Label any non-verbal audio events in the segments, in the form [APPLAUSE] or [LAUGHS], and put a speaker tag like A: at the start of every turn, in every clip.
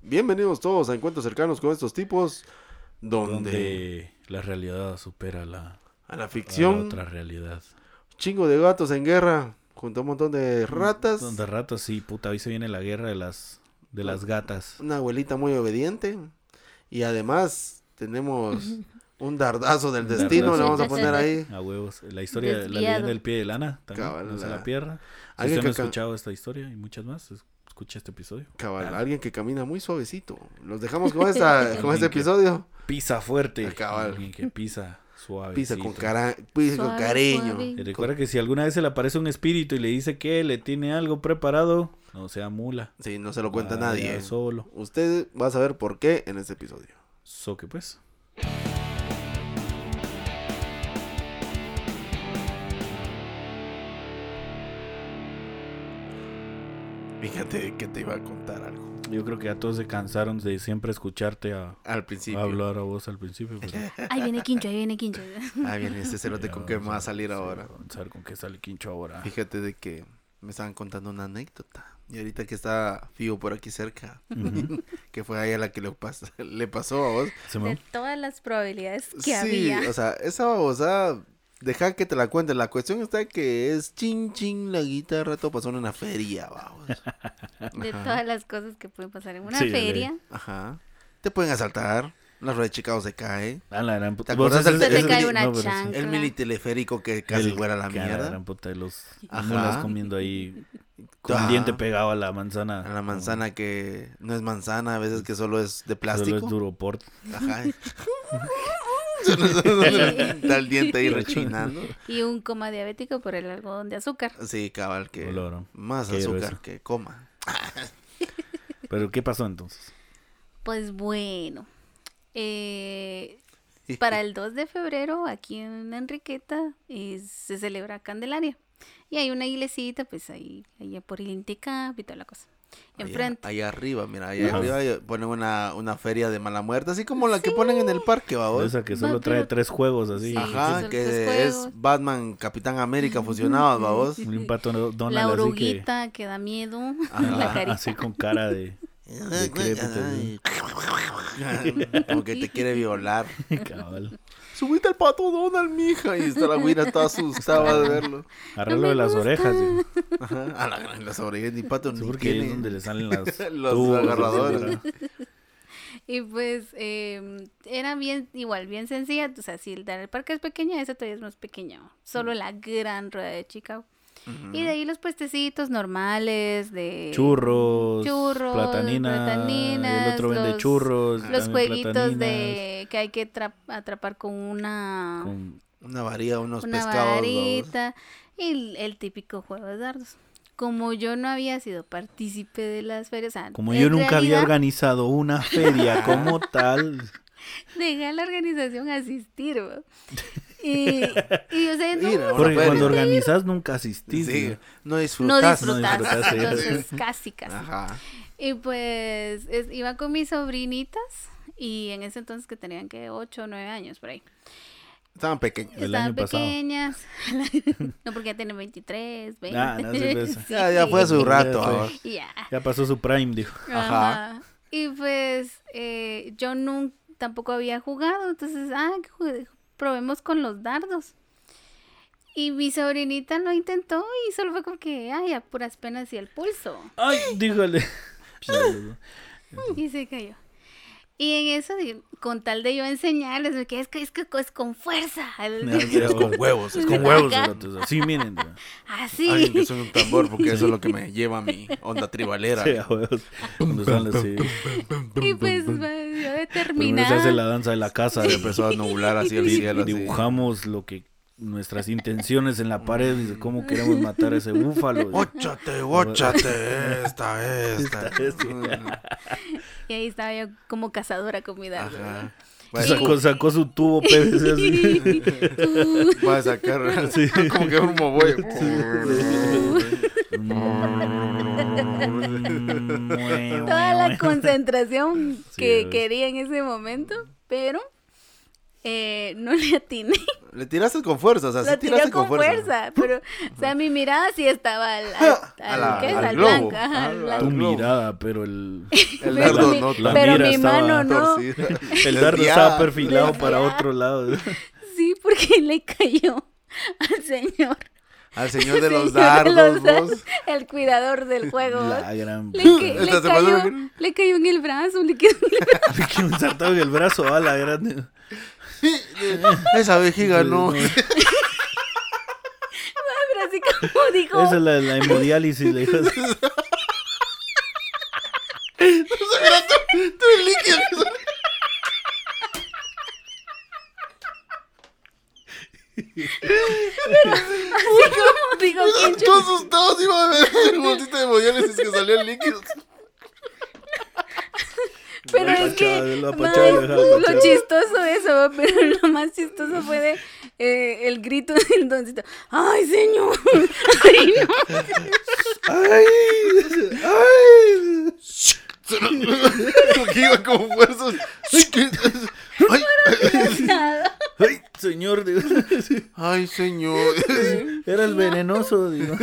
A: Bienvenidos todos a Encuentros Cercanos con estos tipos, donde,
B: donde la realidad supera la,
A: a la
B: a la
A: ficción,
B: otra realidad.
A: chingo de gatos en guerra, junto a un montón de ratas,
B: De ratas, sí, puta, hoy se viene la guerra de las, de las gatas.
A: una abuelita muy obediente, y además tenemos
B: [LAUGHS]
A: un dardazo del
B: Un
A: destino, le
B: dardazo.
A: vamos a poner
C: [LAUGHS]
A: ahí.
B: A huevos. La historia, la
C: Desviado.
B: leyenda del pie de lana, también,
A: Cabal,
B: no se
A: la-
B: la pierda. Si
A: Alguien
B: usted no ha
A: que ca-
B: escuchado esta historia y muchas más, es- escucha este episodio.
A: Cabal, alguien que camina muy suavecito. Los dejamos con,
C: [LAUGHS]
A: esta, con este
B: Alguien que-
A: episodio.
B: Pisa fuerte.
A: Cabal.
B: Alguien que pisa suave.
A: Pisa con, cara- pisa con
C: Suave,
A: cariño.
C: suave.
B: Y recuerda que si alguna vez se le aparece un espíritu y le dice que le tiene algo preparado, no sea mula.
A: Sí, no se lo cuenta
B: Vaya
A: nadie.
B: Solo.
A: Usted va a saber por qué en este episodio.
B: So que pues.
A: Fíjate que te iba a contar algo.
B: Yo creo que ya todos se cansaron de siempre escucharte a,
A: Al
B: a
A: principio.
B: hablar a vos al principio. pues,
C: Ahí viene Quincho, ahí viene [LAUGHS] Quincho.
A: Ah, bien, este [LAUGHS] cerote
B: ya
A: con que me
B: vamos
A: va a salir
B: sí,
A: ahora.
B: Vamos a ver con qué sale Quincho ahora.
A: Fíjate de que me estaban contando una anécdota. Y ahorita que está Fío por aquí cerca,
B: Ujú.
A: que fue a ella la que le, pas- [LAUGHS] le pasó a
C: [LAUGHS]
A: vos.
C: De
B: Simón.
C: todas las probabilidades que
A: sí,
C: había.
A: o sea, esa babosada, deja que te la cuente. La cuestión está que es chin chin la guitarra topa son en la feria,
B: [LAUGHS]
A: vamos.
C: De
A: Ajá.
C: todas las cosas que pueden pasar en una
B: Sí, de ley.
C: feria.
A: Ajá. Te pueden asaltar, la red de Chicago se cae,
B: Ah, la gran puta.
A: ¿Te
B: Vos
A: acordás
B: haces-
A: del- Se te
B: haces-
A: cae
C: una
B: pero sí.
C: chancla.
A: el
C: Ah, Claro.
A: mini teleférico que casi
B: El
A: fuera la
B: cara de
A: mierda.
B: gran puta de los
A: Ajá.
B: mulas comiendo ahí con
A: Ajá.
B: diente pegado a la manzana.
A: A la manzana que no es manzana, a veces que solo es de
B: Solo
A: plástico.
B: es duro por
A: Ajá. Está el diente ahí rechinando.
C: Y un coma diabético por el algodón de azúcar.
A: Sí, cabal, que
B: Olor.
A: más
B: Qué
A: azúcar
B: grueso.
A: que coma.
B: Pero ¿qué pasó entonces?
C: Pues bueno. eh, para el 2 de febrero, aquí en Enriqueta, eh, se celebra Candelaria. Y hay una iglesita, pues ahí, allá por el Inticap y toda la cosa.
A: Allá-
C: Enfrente.
A: Allá, arriba, mira, allá
B: Ajá.
A: arriba eh, ponen una, una feria de mala muerte, así como la que ponen en el parque, va vos?
B: Esa que solo
C: Va,
B: trae
C: pero-
B: tres juegos así.
C: Sí,
A: Ajá,
C: son tres
A: que es
C: juegos.
A: Batman, Capitán América fusionados, va vos?
B: Y Un pato no- Donald
C: la
B: así que...
C: oruguita que... da miedo. [LAUGHS] la
B: Ajá,
C: carita.
B: así con cara
C: [LAUGHS]
B: de... Decrépito, sí.
C: [LAUGHS]
A: Como que te quiere violar.
B: Cabal.
A: Subiste al pato Donald, mija. Y está la güira, está asustada de verlo.
B: Arreglo
C: me
B: de las
C: gusta.
B: orejas. sí.
A: Ajá, a la gran, las orejas ni pato
B: Sí,
A: ni
B: porque ahí es
A: tiene.
B: donde
A: [LAUGHS]
B: le salen las
A: Los
B: tubos,
A: agarradores.
B: etcétera.
C: Y pues eh, era bien, igual, bien sencilla. O sea, si el del parque es pequeña, esa todavía es más pequeña.
B: Mm.
C: Solo la gran rueda de Chicago. Y de ahí los puestecitos normales de...
B: Churros,
C: Churros,
B: plataninas, el
C: plataninas,
B: otro vende
C: los-
B: churros,
C: Los
B: también
C: jueguitos
B: plataninas,
C: de que hay que tra- atrapar con una,
B: con-
A: Una varilla, unos
C: una
A: pescados. babos.
C: varita. Y el, el típico juego de dardos. Como yo no había sido partícipe de las ferias, o sea,
B: como
C: en
B: yo nunca había
C: realidad,
B: organizado
A: [LAUGHS]
B: una feria como tal,
C: Dejé a la organización asistir,
B: [LAUGHS]
C: ¿va? Y, y o sea, no,
A: Ir a una
B: porque
A: feria.
B: cuando organizas nunca asistís.
A: Sí,
B: ¿no?
A: no
C: no
A: disfrutas.
C: disfrutas.
B: disfrutaste. Ah.
C: Entonces, casi, casi.
A: Ajá.
C: Y pues es- iba con mis sobrinitas y en ese entonces que tenían que 8 o 9 años por ahí.
A: Estaban pequeños.
B: El
C: Estaban
B: año pasado. [LAUGHS]
C: pequeñas. [LAUGHS] no, porque ya tienen 23, 20.
B: Ah, no, sí,
C: [LAUGHS]
B: pues.
A: Ya, ya fue su rato.
B: Ya fue.
A: babos.
C: Ya.
B: Ya pasó su prime, dijo.
A: Ajá.
C: Ajá. Y pues eh, yo nunca, tampoco había jugado, entonces, ah, que jugue- probemos con los dardos. Y mi sobrinita lo intentó y solo fue como que, ay, a puras penas y el pulso.
B: Ay, dijo [LAUGHS] el de...
C: Y se cayó. Y en eso, di- con tal de yo enseñarles, de que es que es, que es con fuerza.
A: Es con huevos.
B: Es
A: Es
B: con
A: como
B: huevos. cerotes. Sí, miren. ¿no?
A: alguien que
C: [LAUGHS] Así.
A: suene un tambor, porque eso es lo que me
C: [LAUGHS]
A: lleva a mi onda tribalera.
B: Sí, a huevos. Cuando están así.
C: Y pues bueno, yo
B: Primero se hace la
C: determinada.
B: danza de la casa.
A: Se
B: de
A: [LAUGHS] empezó a nublar así el
B: Y-
A: cielo.
B: y
A: así.
B: dibujamos lo que nuestras intenciones en la pared y de cómo queremos matar a ese búfalo.
A: Óchate, óchate, esta, esta. Mm,
B: Esta,
C: Y ahí estaba yo como cazadora con mi dardo.
A: Ajá. Va a, sacu-
B: Sacó, sacó su tubo PVC
C: [LAUGHS]
B: así.
A: [LAUGHS] va a sacar así, [LAUGHS] como que un moboy.
B: Mm,
C: toda la concentración
B: Sí,
C: que
B: es. [LAUGHS]
C: quería en ese momento, pero Eh, no le atiné.
A: Le tiraste con fuerza, o sea,
C: Lo
A: sí tiraste
C: tiré con fuerza, pero, o sea, mi mirada sí estaba al, al,
A: A [LAUGHS]
C: al-
A: la-
C: ¿qué es?
A: al
C: Al
A: globo.
C: blanco. ajá, al
A: Al-
C: blanco.
B: Tu
A: Algo.
B: mirada, pero el,
A: El
C: Pero
A: dardo
C: mi-
A: no
B: la
C: pero
B: mira
C: mi
B: estaba
C: mano no.
A: torcida.
B: el dardo
A: Desviada.
B: estaba perfilado para
C: Desviada.
B: otro lado.
C: Sí, porque le cayó al señor.
A: Al señor
C: [LAUGHS]
A: de
C: el
A: los
C: señor de
A: dardos,
C: los
A: vos.
C: dardos, [LAUGHS] El cuidador del juego.
B: La gran...
A: [LAUGHS]
B: [LAUGHS]
C: Le, que- le
A: Estás
C: cayó,
A: hablando de-
C: le cayó en el brazo, le quedó en el [LAUGHS]
B: que un sartado en el brazo, a la gran...
A: Esa vejiga no. [LAUGHS]
C: brazo, así como dijo.
B: Esa es la, la hemodiálisis, le dijo.
A: Todo el líquido que
C: [LAUGHS]
A: sale.
C: así como
A: [LAUGHS]
C: dijo Quincho.
A: Todos asustados iba a ver el bolsito de hemodiálisis que salió el líquido. [LAUGHS]
B: Lo
C: Pero es que
B: apachaba, lo
C: más,
B: apachaba, lo dejaba
C: lo
B: apachado.
C: chistoso de eso, [LAUGHS] ¿va? pero lo más chistoso fue de eh, el grito [LAUGHS] del doncito. ¡Ay, señor! [LAUGHS] ¡Ay, no!
A: [LAUGHS]
B: ¡Ay! ¡Ay!
A: Porque iba con fuerzas. Ay,
C: Nada.
B: ¡Ay, señor! digo. [LAUGHS]
A: ay, señor. [LAUGHS]
B: Era el venenoso, digo.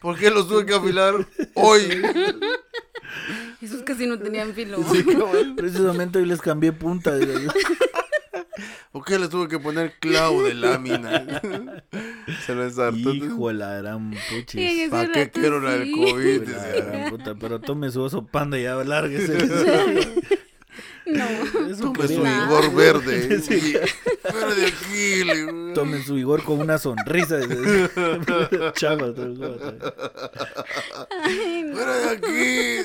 A: ¿Por qué los tuve que afilar hoy? [LAUGHS]
C: Esos casi [LAUGHS] no tenían filo.
B: Precisamente hoy les cambié punta. digo
A: [LAUGHS]
B: yo.
A: ¿Por qué les tuve que poner clavo de lámina? [LAUGHS] Se lo ensartó.
B: Hijo de la gran
C: Y en
B: puchis.
C: ese
A: ¿Para qué
C: rato
A: quiero la del
C: sí.
A: COVID? Ah,
B: Hijo de la gran puta, pero tome su oso panda y ya lárguese.
C: No.
B: Eso
A: Tome su
B: quería.
C: Nah.
A: vigor verde.
B: [LAUGHS] Sí.
A: Sí. Pero de aquí, le digo.
B: Tome su vigor con una
A: [LAUGHS]
B: sonrisa. dice. Chava, todo.
C: Ay, no.
A: Fuera de aquí.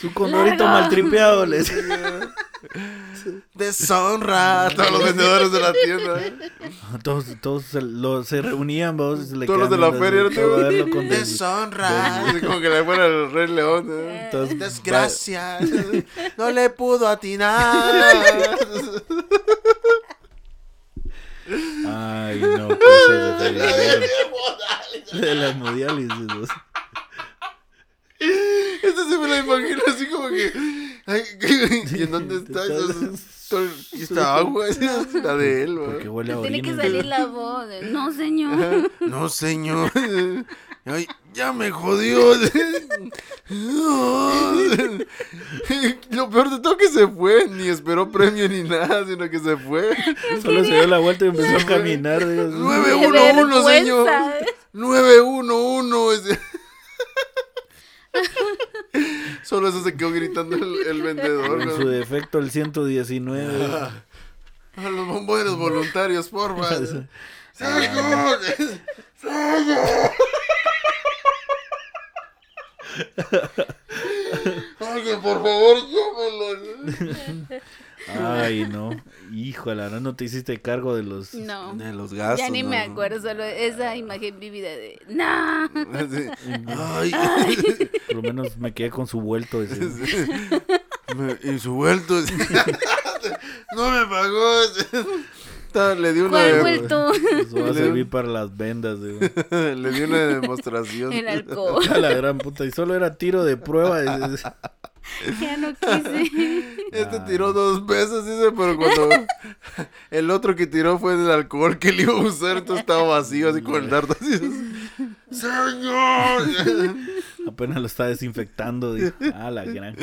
B: su condorito
C: Largo.
B: maltripeado. Les...
A: Deshonra a todos los vendedores de la tienda. ¿eh?
B: Todos, todos se, lo- se reunían, vamos. y se le
A: Todos los de la
B: quedaban
A: feria,
B: viendo,
A: ¿no?
B: todo, a verlo con des-
A: Deshonra. Así Como que le fuera el Rey León. ¿no?
B: todos-
A: Desgracia. No le pudo [LAUGHS] atinar.
B: Ay,
A: [LAUGHS]
B: no, cosas de feria. De la hemodiálisis. vos.
A: Esto se me lo imagino así como que. ay, [LAUGHS] ¿Y en dónde está? Entonces, todo
B: [LAUGHS]
A: el- Y esta agua, la de él, ¿va?
B: Porque huele a
C: Tiene que
B: orina.
C: salir la voz. de, No, señor. [LAUGHS]
A: [LAUGHS] Ajá. No, señor. Ay, ya me jodió. No. [LAUGHS] Lo peor de todo que se fue, ni esperó premio ni nada, sino que se fue.
B: Solo se dio la vuelta y empezó a caminar. digo,
C: Qué
A: 911, señor.
C: vergüenza.
A: 911. ese. [LAUGHS] Solo eso se quedó gritando el, el vendedor.
B: En su
A: ¿no?
B: defecto el
C: [LAUGHS]
B: 119.
A: A los bomberos voluntarios, porfa. Señor. Señor. Alguien, por favor, llámelo.
B: Ay, no. Híjole, no, no te hiciste cargo de los...
C: [LAUGHS] No.
A: De los gastos.
C: Ya ni
A: ¿no?
C: me acuerdo, solo esa imagen vívida de. ¡No!
A: Sí. Ay.
B: Por lo menos me quedé con su vuelto. ese.
A: Me- y su vuelto. no me pagó. Ta- Le dio una.
C: ¿Cuál vuelto?
B: Eso va a servir para las vendas. digo.
A: Le dio una demostración.
C: [LAUGHS] El alcohol.
B: A la gran puta. Y solo era tiro de prueba. ese.
C: Ya
A: [LAUGHS]
C: no quise.
A: Este
B: Ah.
A: tiró dos veces, dice, pero cuando
B: [LAUGHS]
A: el otro que tiró fue del alcohol que le iba a usar, entonces estaba vacío, así con el dardo. así.
B: [LAUGHS]
A: ¡Señor!
B: Apenas lo está desinfectando. digo. A la gran.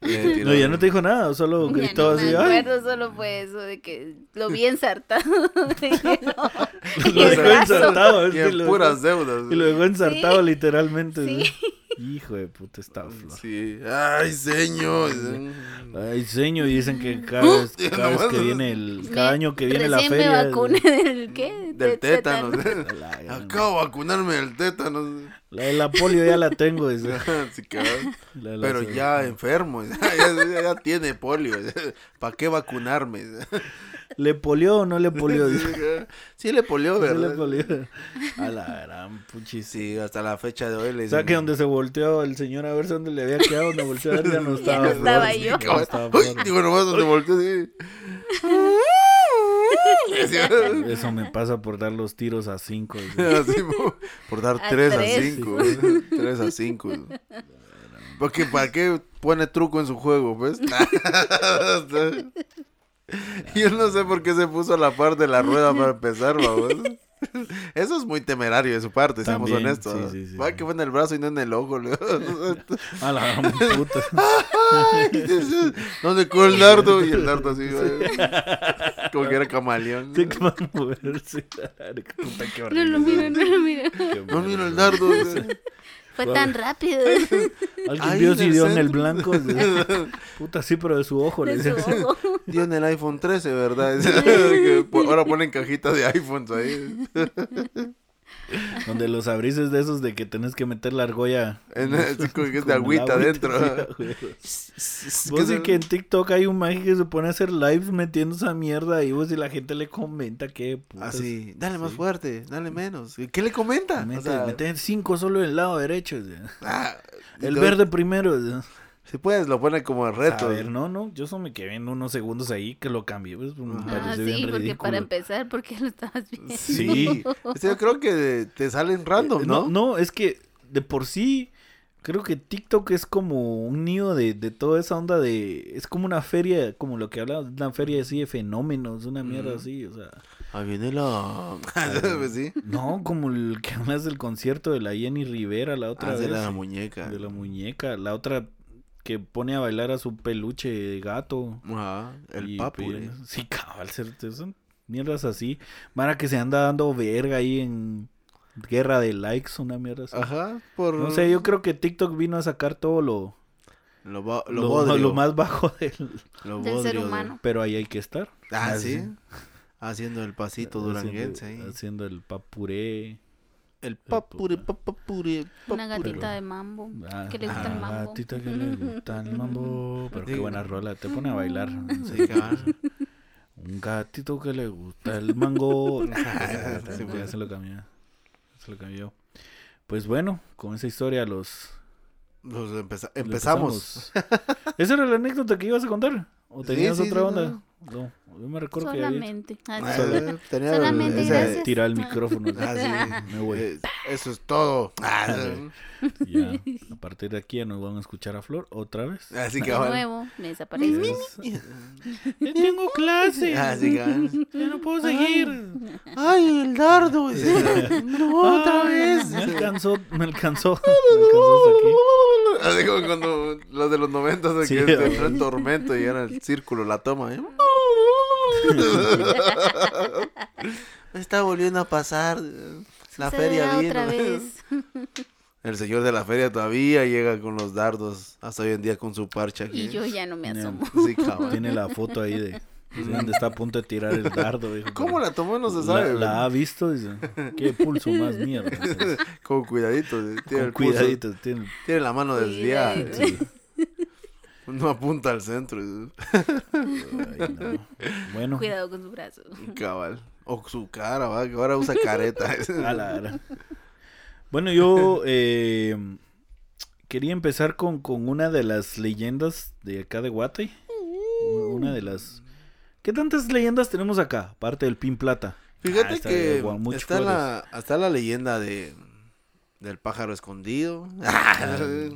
A: Le Eh, tiró.
B: No, ya no te dijo nada. Solo
C: Ya
B: gritó
C: ni
B: así.
C: me
B: "Ay".
C: acuerdo, solo fue eso de que lo vi ensartado. [LAUGHS] en
B: [LAUGHS] [LAUGHS] Lo
C: el
B: dejó
C: brazo.
B: ensartado. es
A: Y
B: que
A: en
B: lo-
A: puras deudas.
B: Y lo dejó ensartado literalmente.
C: Sí.
B: ¿sí? Hijo de puta esta flor.
A: Sí. ¡Ay, señor!
B: Ay, seño, y dicen que cada vez,
A: [LAUGHS] Ya
B: cada vez
A: nomás.
B: que viene el, cada año que viene la
C: Mm. Recién
B: feria.
C: me vacuné del qué?
A: Del
C: De-
A: tétano.
B: La,
A: Acabo de vacunarme del tétano.
B: la de la polio ya la tengo. dice.
A: [LAUGHS] Así que,
B: [LAUGHS] La de la
A: pero
B: se-
A: ya enfermo, [LAUGHS] ya, ya- ya tiene polio. ¿Para qué vacunarme? [LAUGHS]
B: ¿Le polió o no le polió? [LAUGHS] Dice.
A: Sí le polió,
B: Sí le
A: ¿verdad?
B: polió. A la gran puchis.
A: Sí, hasta la fecha de hoy le
B: O sea, que
A: dicen-
B: donde se volteó el señor a ver dónde le había quedado, donde volteó a ver ya no
C: [LAUGHS] Ya
B: estaba.
C: no
B: Flor,
C: estaba
B: dice,
C: yo.
B: ya no estaba
A: Uy,
B: Flor.
A: digo, nomás donde volteó así.
C: [LAUGHS]
A: Así,
B: Eso me pasa por dar los tiros a cinco. dice.
A: así, por- por dar
C: A
A: 3 a
C: tres.
A: 5. 3 a 5. Porque ¿para qué pone truco en su juego, pues? [LAUGHS] Yo no sé por qué se puso a la par de la rueda para empezar, vamos. Eso es muy temerario de su parte, seamos
B: También,
A: honestos.
B: sí, sí, sí,
A: Va
B: sí.
A: que fue en el brazo y no en el ojo. le-
B: A la gran puta. [LAUGHS]
A: Ay, ¿Dónde quedó el dardo? Y el dardo así, va, como que era camaleón.
B: Sí, que van a moverse. Puta, [LAUGHS] qué
C: [LAUGHS] No
B: horrible.
C: lo miro, no lo miro.
B: Qué
A: No miro el
B: horrible.
A: dardo.
C: Fue tan rápido.
B: [LAUGHS] Alguien
A: Ahí
B: vio
A: en
B: si
A: el
B: dio en el
A: centro.
B: blanco.
A: [LAUGHS]
B: Puta, sí, pero de su ojo. le
C: De
B: decía.
C: su ojo.
A: Dio en el iPhone 13, ¿verdad? [LAUGHS] Que po- Ahora ponen cajitas de iPhones ahí.
B: [LAUGHS] Donde los abrís es de esos de que tenés que meter la argolla.
A: En- así como que es
B: con
A: de
B: el
A: agüita adentro.
B: sí, güey. Vos
A: Que
B: sí
A: se-
B: que en TikTok hay un maje que se pone a hacer lives metiendo esa mierda y vos y la gente le comenta que putas.
A: Así, Ah, dale más
B: Sí.
A: fuerte, dale menos. ¿Qué le comenta?
B: Mete,
A: O sea,
B: mete cinco solo del lado derecho. o sea.
A: ah,
B: El
A: lo-
B: verde primero. o sea.
A: Si puedes, lo pone como
B: A
A: reto.
B: ver, no, no. Yo solo me quedé en unos segundos ahí que lo cambié. pues, me
A: Ajá.
C: Ah,
B: parece bien
C: sí, porque para
B: ridículo.
C: empezar, porque lo estabas
B: [LAUGHS]
C: viendo.
A: Sí. [LAUGHS] O sea, yo creo que te salen random, ¿no?
B: Eh, No, es que de por sí creo que TikTok es como un nido de, de toda esa onda de... Es como una feria, como lo que hablabas, una feria así de fenómenos, una mierda
A: Ujú.
B: así, o sea...
A: Ahí viene la. Pues [LAUGHS] sí.
B: No, como el que hablas del concierto de la Jenny Rivera la otra
A: Ah,
B: vez.
A: de la muñeca.
B: de la muñeca, la otra que pone a bailar a su peluche de gato.
A: Ajá, el
B: Y
A: papu. eh.
B: piden- [LAUGHS] Sí, cabal, cierto, son mierdas así. Mara que se anda dando verga ahí en guerra de likes, una mierda así.
A: Ajá, por.
B: No sé, yo creo que TikTok vino a sacar todo lo,
A: Lo, bo- lo,
B: lo,
A: bodrio,
B: lo más bajo [LAUGHS] del...
A: lo
C: Del ser
A: bodrio de-
C: humano.
B: Pero ahí hay que estar.
A: Ah,
B: Así.
A: sí. [LAUGHS] Haciendo el pasito
B: Haciendo-
A: duranguense ahí.
B: Haciendo el papuré.
A: El papure, papapure.
C: Una
A: papure.
C: gatita de mambo.
B: Ah,
C: que le gusta el
B: ah,
C: mambo.
B: gatita que
C: [LAUGHS]
B: le gusta el mambo. Pero qué
A: Sí.
B: buena rola, te pone a bailar.
A: Sí, cabal.
B: Un gatito que le gusta
A: [LAUGHS]
B: el mango.
A: Ah,
B: Ya,
A: sí,
B: ya
A: pues.
B: se lo cambió. Se lo cambió. Pues bueno, con esa historia los
A: Nos Pues empeza-
B: lo
A: empezamos.
B: empezamos. ¿Esa era la anécdota que ibas a contar? ¿O
A: Sí,
B: tenías
A: sí,
B: otra
A: sí,
B: onda? No, yo me recuerdo que había dicho-
C: Solamente. Ah, sí.
A: Ah, tenía el-
C: Solamente
A: ese-
C: gracias.
B: tirar el micrófono.
A: Ah,
C: [LAUGHS]
B: [LAUGHS]
A: sí.
B: Me voy.
A: Eh, Eso es todo. Ah,
B: Ya, a partir de aquí ya nos van a escuchar a Flor otra vez.
A: Así
C: De
A: que van.
C: nuevo, me desaparezco.
A: [LAUGHS]
B: tengo clase.
A: Así que
C: [LAUGHS]
A: van.
B: Ya no puedo seguir.
A: Ah, Ay, el dardo.
B: [LAUGHS]
A: Sí, no, otra vez.
B: Me alcanzó, me alcanzó. Me alcanzó hasta aquí.
A: [LAUGHS] Así como cuando los de los 90 de
B: Sí,
A: que
B: a
A: entra
B: ver.
A: el tormento y era el círculo, la toma. ¿eh? Me está volviendo a pasar. eh, La
C: Se
A: feria
C: da
A: vino.
B: [LAUGHS]
C: otra vez.
A: [LAUGHS] El señor de la feria todavía llega con los dardos. Hasta hoy en día con su parcha aquí.
C: Y yo ya no me
B: Ya.
C: asomo.
A: Sí, cabrón.
B: Tiene la foto ahí de, de donde está a punto de tirar el dardo. dijo,
A: ¿Cómo
B: pero
A: la tomó? No se
B: la-
A: sabe.
B: La,
A: güey.
B: ha visto, dice. Qué pulso
A: [LAUGHS]
B: más mierda. dice.
A: Con cuidadito. eh, Tiene el
B: Con
A: pulso-
B: cuidadito. Tiene,
A: Tiene la mano desviada.
C: Cuidadito.
A: sí. No apunta al centro. eh. sí.
B: ay, no. Bueno,
C: Cuidado con su brazo.
A: Cabal. O su cara, va, que ahora usa careta.
B: [LAUGHS] a la gran- Bueno, yo eh, quería empezar con, con una de las leyendas de acá de Guate. Una de las. ¿Qué tantas leyendas tenemos acá? Aparte del Pin Plata.
A: [LAUGHS] Fíjate
B: Ah, está
A: que
B: bien, Guamuch
A: está la, está la leyenda de del pájaro escondido.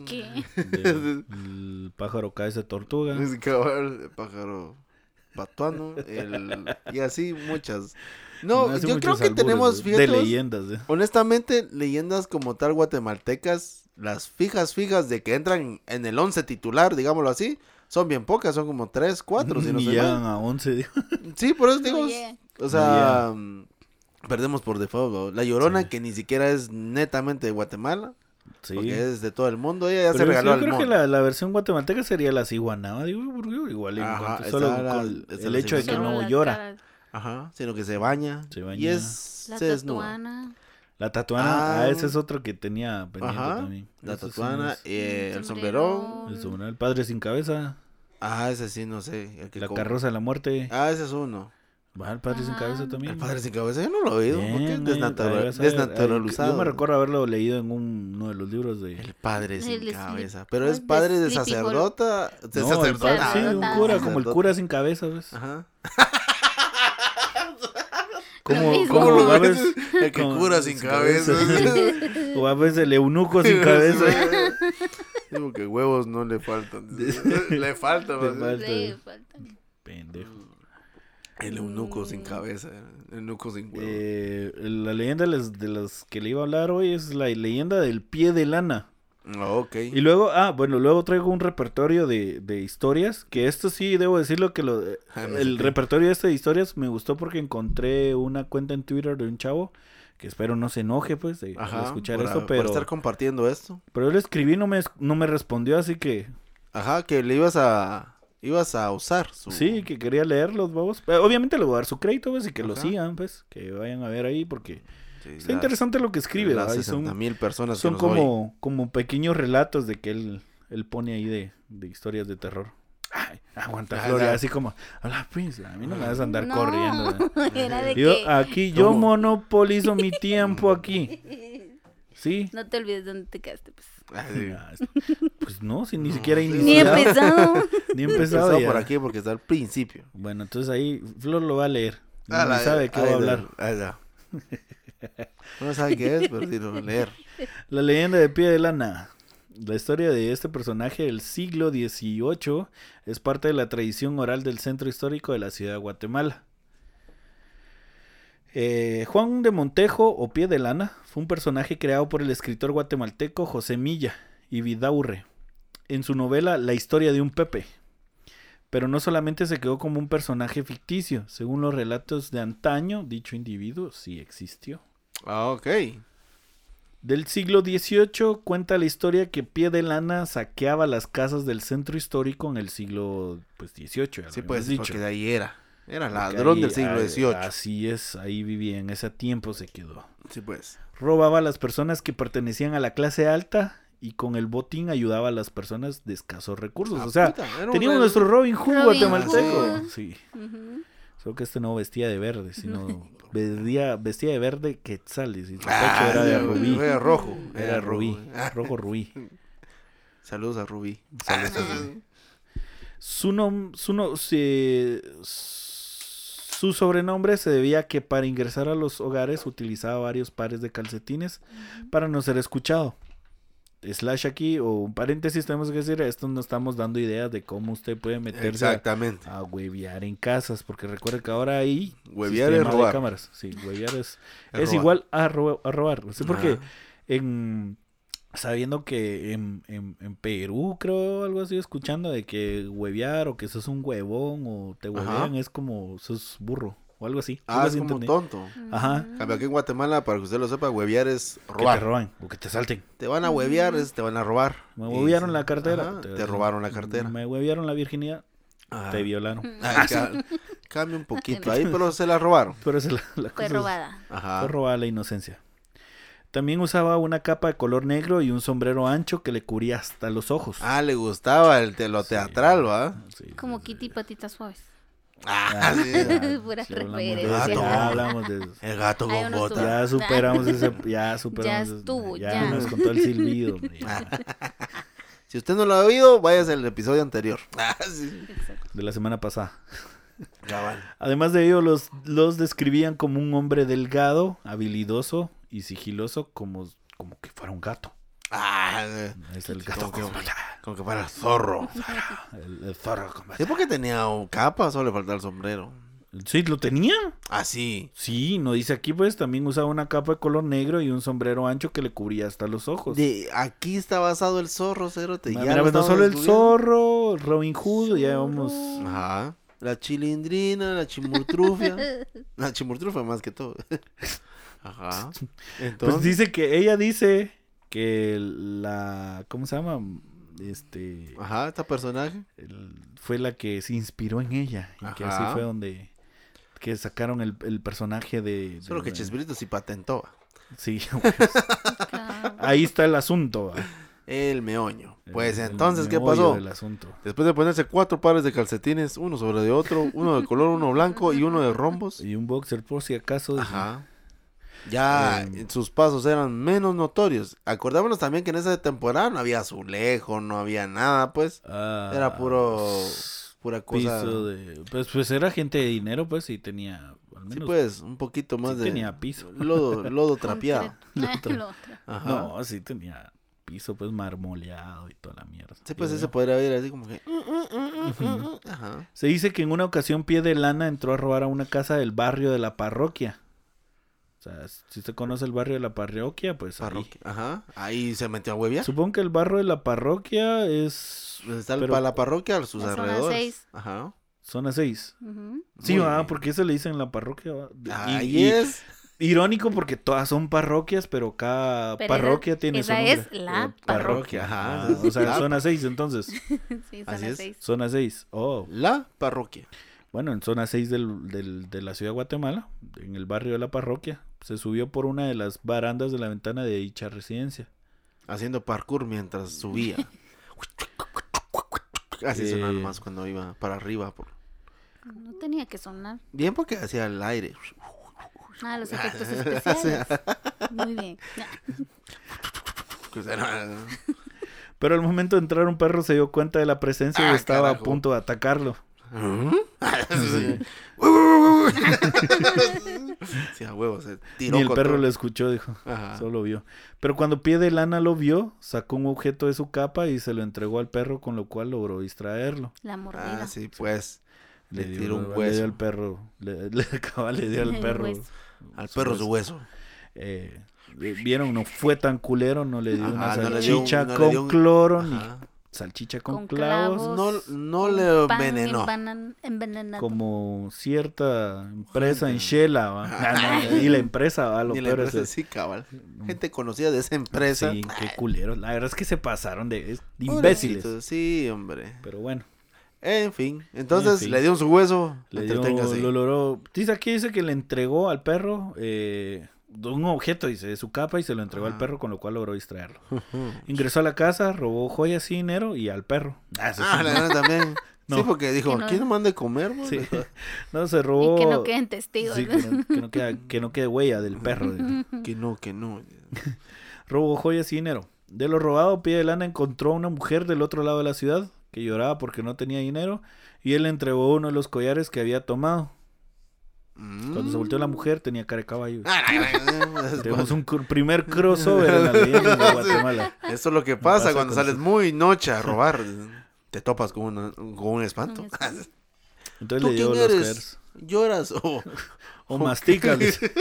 C: ¿Qué?
A: [LAUGHS]
B: de- el pájaro cae de tortuga.
A: Es cabal, el pájaro patuano. el- y así muchas. No,
B: Hace
A: yo creo
B: muchos
A: que
B: albures,
A: tenemos,
B: de-
A: fíjate,
B: De
A: vos,
B: leyendas. ¿eh?
A: honestamente, leyendas como tal guatemaltecas, las fijas, fijas de que entran en el once titular, digámoslo así, son bien pocas, son como tres, cuatro,
B: [LAUGHS]
A: si no
B: Ni
A: estoy mal.
B: llegan a 11. digo.
A: Sí, por eso digo.
C: No llega.
A: O sea,
B: No
A: mm, perdemos por default. ¿no? La Llorona,
B: Sí.
A: que ni siquiera es netamente de Guatemala,
B: Sí.
A: porque es de todo el mundo. Ella ya
B: Pero
A: se
B: yo-
A: regaló
B: yo
A: al
B: creo
A: mundo.
B: que la, la versión guatemalteca sería la ciguanaba, digo, porque igual en
A: Ajá,
B: cuanto-
A: está
B: solo
A: la-
B: con
A: está
B: el
A: la
B: hecho de que
A: ciguanaba.
C: Solo
B: no
C: las
B: llora.
C: caras.
A: Ajá, sino que se baña.
B: Se baña.
A: Y es.
C: La
A: se desnuda.
C: tatuana.
B: La tatuana,
A: Ah.
B: ah, ese es otro que tenía pendiente
A: Ajá.
B: también.
A: La
B: Ese sí
A: tatuana,
B: es-
A: eh, el
C: El
A: sombrero.
C: sombrero.
B: el sombrero, el padre sin cabeza,
A: Ah, ese sí, no sé. el que
B: la
A: co-
B: carroza de la muerte.
A: Ah, ese es uno.
B: Va, el padre sin
C: Ajá.
B: cabeza
A: Ah. El
B: también.
A: padre sin cabeza, yo no lo he oído.
B: Bien,
A: porque es
B: ahí- ahí
A: desnatura-
B: vas a ver.
A: desnaturalizado.
B: Yo me recuerdo haberlo leído en un- uno de los libros de...
A: El padre sin
C: El
A: cabeza.
C: sleep-
A: Pero es
C: de
A: padre de
C: Sleepy Hollow.
A: sacerdota. De
B: No, el-
A: sacerdota.
B: sí, un
C: Ah,
B: cura, como el
A: Sacerdota.
B: cura sin cabeza, ¿ves?
A: Ajá.
B: Como,
C: mismo.
B: como
A: ¿Cómo lo
B: [LAUGHS] a
A: ves?
B: veces-
A: El que
B: como-
A: cura sin cabeza.
B: [LAUGHS] o a veces el eunuco sin cabeza.
A: [LAUGHS] Digo que huevos no le faltan. le falta,
B: [LAUGHS] Le
A: más bien.
B: falta.
C: Le falta.
B: Pendejo.
A: El eunuco sin cabeza, el eunuco sin huevo.
B: Eh, la leyenda de las, de las que le iba a hablar hoy es la leyenda del pie de lana.
A: Ah, ok.
B: Y luego, ah, bueno, luego traigo un repertorio de, de historias, que esto sí, debo decirlo que lo, eh,
A: Ah, me
B: el
A: saqué.
B: repertorio este de historias me gustó porque encontré una cuenta en Twitter de un chavo, que espero no se enoje, pues, de, de
A: Ajá,
B: escuchar
A: por-
B: esto,
A: por
B: pero,
A: estar compartiendo esto.
B: pero yo le escribí, no me, es- no me respondió, así que
A: Ajá, que le ibas a... Ibas a usar su...
B: sí, que quería leerlos, vamos. Eh, Obviamente le voy a dar su crédito, pues, y que lo
A: Ajá.
B: sigan, pues, que vayan a ver ahí, porque
A: Sí,
B: está
A: las-
B: interesante lo que escribe,
A: Las
B: ¿verdad? Y
A: 60
B: son,
A: mil personas que
B: son
A: nos oyen.
B: como, como pequeños relatos de que él, él pone ahí de, de historias de terror. Ay, aguanta,
A: Ah,
B: Gloria,
A: ya.
B: así como, hola, pues, a mí no me vas a andar
C: No,
B: corriendo. ¿verdad? ah.
C: Era [LAUGHS] de
B: Yo
C: que
B: aquí, yo
A: ¿Cómo?
B: monopolizo mi
A: [LAUGHS]
B: tiempo aquí. ¿Sí?
C: [LAUGHS] no te olvides dónde te quedaste, pues.
A: Ah, sí.
B: Ah, es- Pues no, si ni siquiera he
C: Ni he
B: iniciado.
C: empezado.
B: [LAUGHS] Ni he
A: Empezado
B: empezado pues, ya.
A: por aquí porque está al principio.
B: Bueno, entonces ahí Flor lo va a leer. No
A: Ah, la-
B: sabe qué
A: ahí
B: va a
A: la-
B: hablar.
A: ahí la- No sabe qué es, pero sí lo va a leer.
B: La leyenda de Pie de Lana. La historia de este personaje del siglo XVIII es parte de la tradición oral del centro histórico de la ciudad de Guatemala. Eh, Juan de Montejo o Pie de Lana fue un personaje creado por el escritor guatemalteco José Milla y Vidaurre en su novela La historia de un Pepe. Pero no solamente se quedó como un personaje ficticio, según los relatos de antaño, dicho individuo sí existió.
A: Ah, ok.
B: Del siglo XVIII cuenta la historia que Pie de Lana saqueaba las casas del centro histórico en el siglo pues, XVIII. ya lo
A: Sí,
B: habíamos
A: pues,
B: dicho.
A: porque de ahí era. Era
B: Porque
A: ladrón
B: ahí-
A: del siglo
B: ahí-
A: XVIII.
B: Así es, ahí vivía, en ese tiempo se quedó.
A: Sí, pues.
B: Robaba a las personas que pertenecían a la clase alta y con el botín ayudaba a las personas de escasos recursos.
A: Ah,
B: Pues, o sea,
A: puta, era
B: teníamos
A: un-
B: nuestro Robin Hood
C: Robin
B: guatemalteco.
C: Hood.
B: Sí,
C: Ujú.
B: solo que este no vestía de verde, sino vestía, vestía de verde quetzales. Y su pecho
A: Ah,
B: era de
A: sí,
B: rubí.
A: Era rojo.
B: Era Rubí,
A: Ah,
B: Rojo Rubí.
A: Saludos a Rubí. Ah,
B: Saludos a Rubí. Su, nom- su, no- se- su sobrenombre se debía a que para ingresar a los hogares utilizaba varios pares de calcetines para no ser escuchado. Slash aquí, o un paréntesis, tenemos que decir, esto no estamos dando ideas de cómo usted puede meterse a,
A: Exactamente.
B: a huevear en casas, porque recuerda que ahora hay
A: Huevear
B: sistema
A: es
B: de
A: robar.
B: cámaras. Sí, huevear es,
A: Es
B: es,
A: robar.
B: igual a, ro- a robar. Sí, porque
A: Ajá.
B: en sabiendo que en, en- en Perú, creo, algo así, escuchando de que huevear o que sos un huevón o te
A: Ajá.
B: huevean es como sos burro o algo así.
A: Ah,
B: Algo
A: es
B: así
A: como
B: entendí.
A: tonto.
B: Ajá.
A: Cambio aquí en Guatemala, para que usted lo sepa, huevear es
B: Que
A: robar.
B: te roban o que te salten.
A: Te van a huevear, es, te van a robar.
B: Me
A: Y
B: huevearon
A: sí,
B: la cartera.
A: ajá, te robaron la cartera.
B: Me huevearon la virginidad.
A: Ah,
B: Te violaron.
A: [LAUGHS]
C: [LAUGHS]
A: ay, ca- cambia un poquito ahí, pero se la robaron.
B: Pero esa es la, la cosa
C: Fue
B: es-
C: robada.
A: Ajá.
B: Fue robada la inocencia. También usaba una capa de color negro y un sombrero ancho que le cubría hasta los ojos.
A: Ah, le gustaba el te- lo
B: Sí.
A: teatral, ¿va?
B: Sí, sí,
C: Como
B: sí.
C: Kitty Patitas Suaves.
A: Ah, sí.
C: [LAUGHS] Pura
B: Sí, hablamos de
C: referencia.
B: eso,
A: Ah,
B: Ya
A: no.
B: hablamos de eso.
A: El gato
C: Ay,
A: con
C: uno estuvo-
A: botas.
B: Ya superamos
C: [LAUGHS]
B: ese. Ya superamos. ese-
C: estuvo,
B: ya.
C: ya. Ah.
B: nos contó el silbido.
C: [LAUGHS]
B: hombre, ya.
A: Si usted no lo ha oído, váyase al episodio anterior. [LAUGHS] Ah, sí. [LAUGHS]
C: Exacto.
B: De la semana pasada.
A: Cabal.
B: Además de ello, los, los describían como un hombre delgado, habilidoso y sigiloso, como, como que fuera un gato.
A: Ah, sí.
B: Ahí está el
A: como
B: gato.
A: que,
B: con-
A: como que para zorro.
B: El, el zorro con-
A: ¿Es porque tenía un capa? Solo le faltaba el sombrero.
B: Sí, lo tenía.
A: Así.
B: Sí, no dice aquí, pues también usaba una capa de color negro y un sombrero ancho que le cubría hasta los ojos.
A: De aquí está basado el zorro, cerote.
B: Ma-
A: ya
B: mira,
A: lo
B: pues, no
A: estamos
B: solo el
A: descubriendo. Ah,
B: zorro, el Robin Hood, ya vamos. [LAUGHS]
A: Ajá. La chilindrina, la chimurtrufia. la chimurtrufia más que todo. [LAUGHS] Ajá. Entonces.
B: [LAUGHS] Pues dice que ella dice que la. ¿Cómo se llama? Este.
A: Ajá, este personaje.
B: el- fue la que se inspiró en ella. Y que así
A: Ajá.
B: fue donde. Que sacaron el, el personaje de. de-
A: Solo que Chespirito sí patentó. va.
B: Sí, [LAUGHS]
C: Cabal.
B: ahí está el asunto. va.
A: El meoño. Pues
B: El- el
A: entonces, ¿qué
B: meollo
A: pasó?
B: del asunto.
A: Después de ponerse cuatro pares de calcetines, uno sobre de otro, uno de color, uno blanco y uno de rombos.
B: Y un boxer, por si acaso. dice,
A: Ajá. Ya
B: Eh,
A: sus pasos eran menos notorios. Acordémonos también que en esa temporada no había azulejo, no había nada, pues.
B: ah,
A: Era puro.
B: s-
A: pura cosa.
B: Piso de. Pues, pues era gente de dinero, pues, y tenía. Al menos.
A: Sí, pues, un poquito más
B: sí
A: de.
B: tenía piso. [LAUGHS]
A: Lodo, lodo trapeado.
C: Lo [LAUGHS] otro.
A: Ajá.
B: No, sí tenía piso, pues, marmoleado y toda la mierda.
A: Sí, pues
B: Digo
A: ese
B: yo. Pues
A: podría haber así como que. "Mm, Ajá.
B: Se dice que en una ocasión Pie de Lana entró a robar a una casa del barrio de la parroquia. O sea, si usted conoce el barrio de la parroquia, pues ahí.
A: Parroquia. Ajá. Ahí se metió a hueviar.
B: Supongo que el barrio de la parroquia es
A: Donde está el-
B: pero-
A: pa- la parroquia a sus
C: La zona
A: alrededores.
C: seis.
A: Ajá.
B: zona 6.
C: Ujú.
B: Sí,
A: Muy
B: va,
A: bien.
B: porque eso le dicen la parroquia. va. Y-
A: Ahí
B: y-
A: es.
B: Irónico porque todas son parroquias, pero cada
C: Pero esa-
B: parroquia tiene su
C: esa
B: nombre.
C: es la
B: Eh,
A: parroquia, ajá.
B: Ah, o sea,
A: [LAUGHS] La-
B: zona 6 entonces.
C: Sí,
A: Así
C: zona
A: es.
C: seis.
B: Zona 6. Oh,
A: La parroquia.
B: Bueno, en zona 6 del, del- de la ciudad de Guatemala, en el barrio de la parroquia, se subió por una de las barandas de la ventana de dicha residencia.
A: Haciendo parkour mientras
B: [LAUGHS]
A: subía. Así
B: Eh.
A: sonaba más cuando iba para arriba. por-
C: No tenía que sonar.
A: Bien porque hacía el aire.
B: [LAUGHS]
C: Ah, los efectos
A: [LAUGHS]
C: especiales.
A: Ah,
C: Muy bien.
A: O
B: [LAUGHS]
A: sea, no-
B: Pero al momento de entrar un perro se dio cuenta de la presencia y
A: Ah,
B: estaba
A: carajo.
B: a punto de atacarlo.
A: ¿Mm?
B: Sí.
A: Sí, a huevo, se tiró Ah.
B: Ni el
A: contra-
B: perro lo escuchó, dijo.
A: Ajá.
B: Solo vio. Pero cuando Pie de Lana lo vio, sacó un objeto de su capa y se lo entregó al perro, con lo cual logró distraerlo.
C: La mordida.
A: Ah, sí, pues.
B: Le,
A: Le
B: dio,
A: tiró un
B: le
A: hueso.
B: dio al perro. Le, [LAUGHS] le, acaba- le
C: [LAUGHS]
B: dio
C: El
B: al perro.
C: hueso.
A: Al perro
B: pues.
A: su hueso.
B: Eh, vieron, no fue tan culero, no le dio
A: Ajá,
B: una
A: no le dio un-
B: salchicha
A: no le
B: con
A: dio un-
B: cloro, ni
A: Ajá.
B: salchicha con,
C: Con
B: clavos,
C: clavos.
A: No, no le
C: Un pan
A: envenenó.
C: envenan- envenenado.
B: como cierta empresa en
A: Gente.
B: Shela, ¿va? Ah, no, y la empresa, ¿va? Lo
A: Ni la
B: peor es
A: empresa, sí, cabal. Gente conocida de esa empresa.
B: Sí, qué culeros. La verdad es que se pasaron de es- de imbéciles.
A: Imbéciles. Sí, hombre.
B: Pero bueno,
A: En fin. Entonces
B: En fin.
A: le dio su hueso.
B: le dio,
A: Entreténgase.
B: lo logró. Dice aquí, dice que le entregó al perro eh, un objeto, dice, de su capa y se lo entregó
A: Ah.
B: al perro, con lo cual logró distraerlo. Ingresó a la casa, robó joyas y dinero y al perro. Ah, eso sí, [LAUGHS]
A: Ah, la nana también.
B: No.
A: Sí, porque dijo,
C: Que no-
A: ¿quién manda de comer? güey?"
B: Sí. No, se
C: Y
B: robó.
C: que no queden testigos.
B: Sí,
C: ¿no?
B: que no, que no queda- que no quede huella del perro. dice.
A: [LAUGHS] Que no, que no.
B: Robó joyas y dinero. De lo robado, Pie de Lana encontró a una mujer del otro lado de la ciudad que lloraba porque no tenía dinero y él le entregó uno de los collares que había tomado. Cuando se volteó la
C: Mm.
B: mujer tenía cara de caballo.
A: Mm. Ah,
B: [LAUGHS] Tenemos un cr-
A: [LAUGHS]
B: primer crossover en la leyenda de Guatemala.
A: Eso es lo que
B: pasa
A: pasa, cuando
B: con
A: sales
B: su-
A: muy noche
B: [LAUGHS]
A: a robar. Te topas con, una- con un espanto. [LAUGHS]
C: Un espanto.
B: Entonces
A: ¿Tú
B: le
A: quién
B: dio los
A: eres?
B: collares.
A: ¿Lloras
B: [LAUGHS]
A: o
B: O mastica,
A: [LAUGHS]
B: le dice.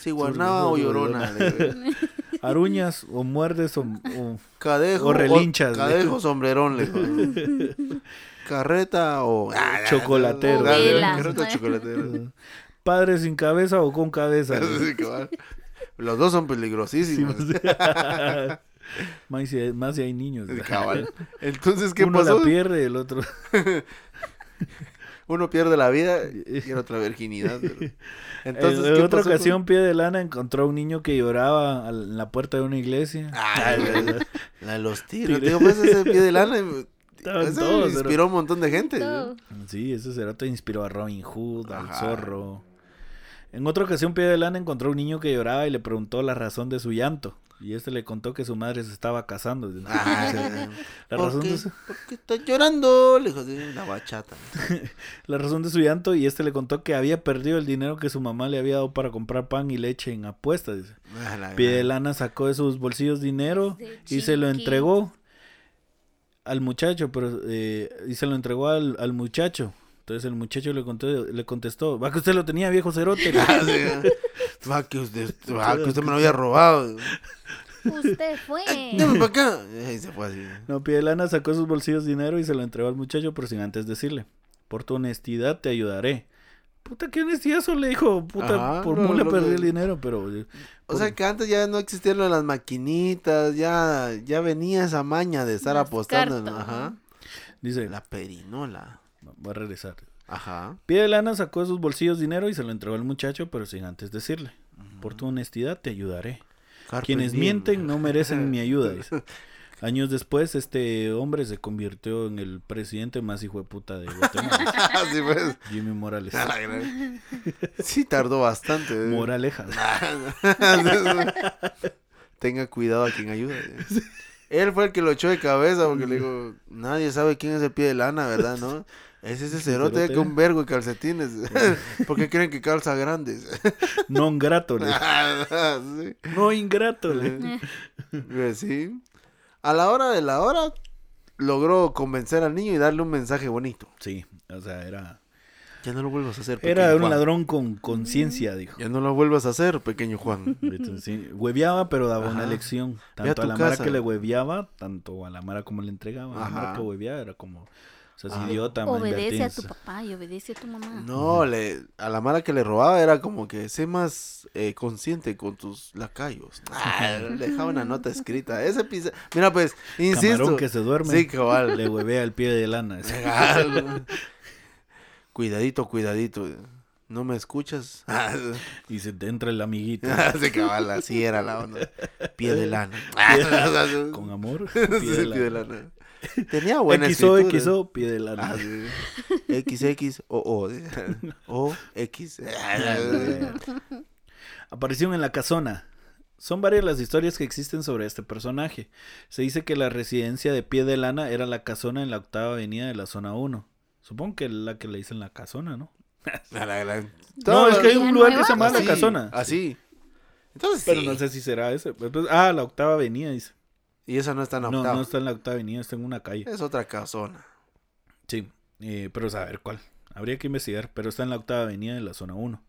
A: ciguaná o llorona? le
B: [LAUGHS]
A: digo.
B: aruñas o muerdes o- o
A: Cadejo
B: O relinchas,
A: Cadejo sombrerón. le digo.
B: [LAUGHS]
A: Carreta o...
B: Chocolatero.
A: Ah,
C: Vela.
A: Carreta o chocolatero.
B: padre sin cabeza o
A: [LAUGHS]
B: con cabeza. le dice.
A: Sí, cabal. Los dos son
B: [LAUGHS]
A: peligrosísimos.
B: más, si hay, más si hay niños. ¿verdad?
A: Cabal. ah, Entonces, ¿qué
B: Uno
A: pasó?
B: la pierde,
A: [LAUGHS]
B: el otro.
A: Uno pierde la vida y
B: [LAUGHS]
A: la otra virginidad. pero- Entonces,
B: en
A: ¿qué
B: otra
A: pasó con-
B: ocasión, Pie de Lana encontró a un niño que lloraba al- en la puerta de una iglesia.
A: [LAUGHS] Ah, [LAUGHS] la, la de los tiros.
B: Tigre.
A: Digo, pues ese pie de lana. em,
B: Estaban
A: ese
B: todos, pero-
A: inspiró a un montón de gente.
C: Todo.
B: Sí, ese cerote inspiró a Robin Hood, al
A: Ajá.
B: zorro. En otra ocasión, Pie de Lana encontró a un niño que lloraba y le preguntó la razón de su llanto. Y este le contó que su madre se estaba casando.
A: Ah,
B: la,
A: ¿Por,
B: razón
A: qué,
B: de su,
A: por qué estás llorando? Le dijo, "Sí, la bachata.
B: la razón de su llanto. Y este le contó que había perdido el dinero que su mamá le había dado para comprar pan y leche en apuestas. dice.
A: Ah, la-
B: Pie de Lana sacó de sus bolsillos dinero
C: De
B: y se lo
C: chiquito.
B: entregó al muchacho, pero eh, y se lo entregó al, al muchacho. Entonces el muchacho le contó, le contestó, va que usted lo tenía
A: [LAUGHS]
B: viejo cerote.
A: Ah, sí. ah. Va que usted, va que usted me lo había robado.
C: Usted
A: [LAUGHS]
C: fue.
A: Dame para acá. Y se fue así.
B: no, Pie de Lana sacó de sus bolsillos dinero y se lo entregó al muchacho, pero sin antes decirle, por tu honestidad te ayudaré. Puta, qué honestidad eso le dijo, puta,
A: Ajá,
B: por
A: no,
B: mula
A: lo
B: perdí
A: que-
B: el dinero, pero eh,
A: O sea que antes ya no existían lo de las maquinitas, ya, ya venía esa maña de estar
C: Las
A: apostando. ¿no?
C: cartas,
A: Ajá.
B: dice,
A: La perinola.
B: va a regresar.
A: Ajá.
B: Pie de Lana sacó de sus bolsillos dinero y se lo entregó al muchacho, pero sin antes decirle, por tu honestidad te ayudaré.
A: Carpe
B: Quienes
A: diem. [LAUGHS]
B: mienten no merecen mi ayuda. dice. Años después, este hombre se convirtió en el presidente más hijo de puta de
A: [LAUGHS]
B: Guatemala,
A: Así pues.
B: Jimmy Morales.
A: A la gran- Sí, tardó bastante. ¿eh?
B: Moraleja.
A: [LAUGHS]
B: [LAUGHS]
A: Tenga cuidado a quien ayuda. ¿eh? Él fue el que lo echó de cabeza porque le dijo, nadie sabe quién es el pie de lana, ¿verdad? ¿No? Es ese cerote
B: cerote.
A: con vergo y calcetines. [LAUGHS] porque creen que calza grandes.
B: Non grato.
A: Ah,
B: le-
A: [LAUGHS] Sí. eh.
B: No ingrato. le-
A: Pues sí. A la hora de la hora, logró convencer al niño y darle un mensaje bonito.
B: Sí, o sea, era.
A: Ya no lo vuelvas a hacer. pequeño
B: Era un
A: Juan. Mm.
B: ladrón con conciencia, dijo.
A: Ya no lo vuelvas a hacer, pequeño
B: [LAUGHS]
A: Juan.
B: Entonces, sí, hueveaba, pero daba una
A: Ajá.
B: lección.
A: Ve a
B: Tanto a,
A: tu
B: la mara
A: casa.
B: que le hueveaba, tanto a la mara como le entregaba. La mara
A: Ajá.
B: que hueveaba era como. O sea,
A: Ah.
B: idiota, man,
C: Obedece a tu
B: invertís.
C: papá y obedece a tu mamá.
A: No, le, a la mala que le robaba era como que sé más eh, consciente con tus lacayos. [LAUGHS] Ah, le dejaba una nota escrita. Ese pizza- Mira, pues, insisto.
B: Camarón que se duerme.
A: Sí, cabal.
B: Le huevea el pie de lana.
A: Cabal. [LAUGHS] cuidadito, cuidadito. ¿No me escuchas? [LAUGHS] Ah,
B: Y se te entra
A: [LAUGHS]
B: el amiguito.
A: sí, cabal, así era la onda. Pie de
B: [LAUGHS]
A: lana. [LAUGHS]
B: Con amor.
A: Sí,
B: Pie de lana.
A: pie de
B: [LAUGHS]
A: lana. Tenía buena
B: XO,
A: escritura.
B: XO, pie de
A: [LAUGHS]
B: lana.
A: Ah, sí. XX o O. [LAUGHS] O
B: [LAUGHS]
A: X. [LAUGHS]
B: Aparición en la casona. Son varias las historias que existen sobre este personaje. Se dice que la residencia de Pie de Lana era la casona en la octava avenida de la zona 1. Supongo que es la que le dicen la casona, ¿no?
A: A la gran-
B: No, es que hay un
C: Villa
B: lugar que
C: Nueva.
B: se llama La
A: Así,
B: Casona.
A: Así. Entonces,
B: Pero
A: sí.
B: no sé si será ese. Pues, pues, ah, la octava avenida, dice.
A: Y esa no está en
B: No,
A: octavo.
B: no está en la octava avenida, está en una calle.
A: Es otra casona. [LAUGHS]
B: Sí, eh, pero saber cuál. Habría que investigar, pero está en la octava avenida de la zona 1.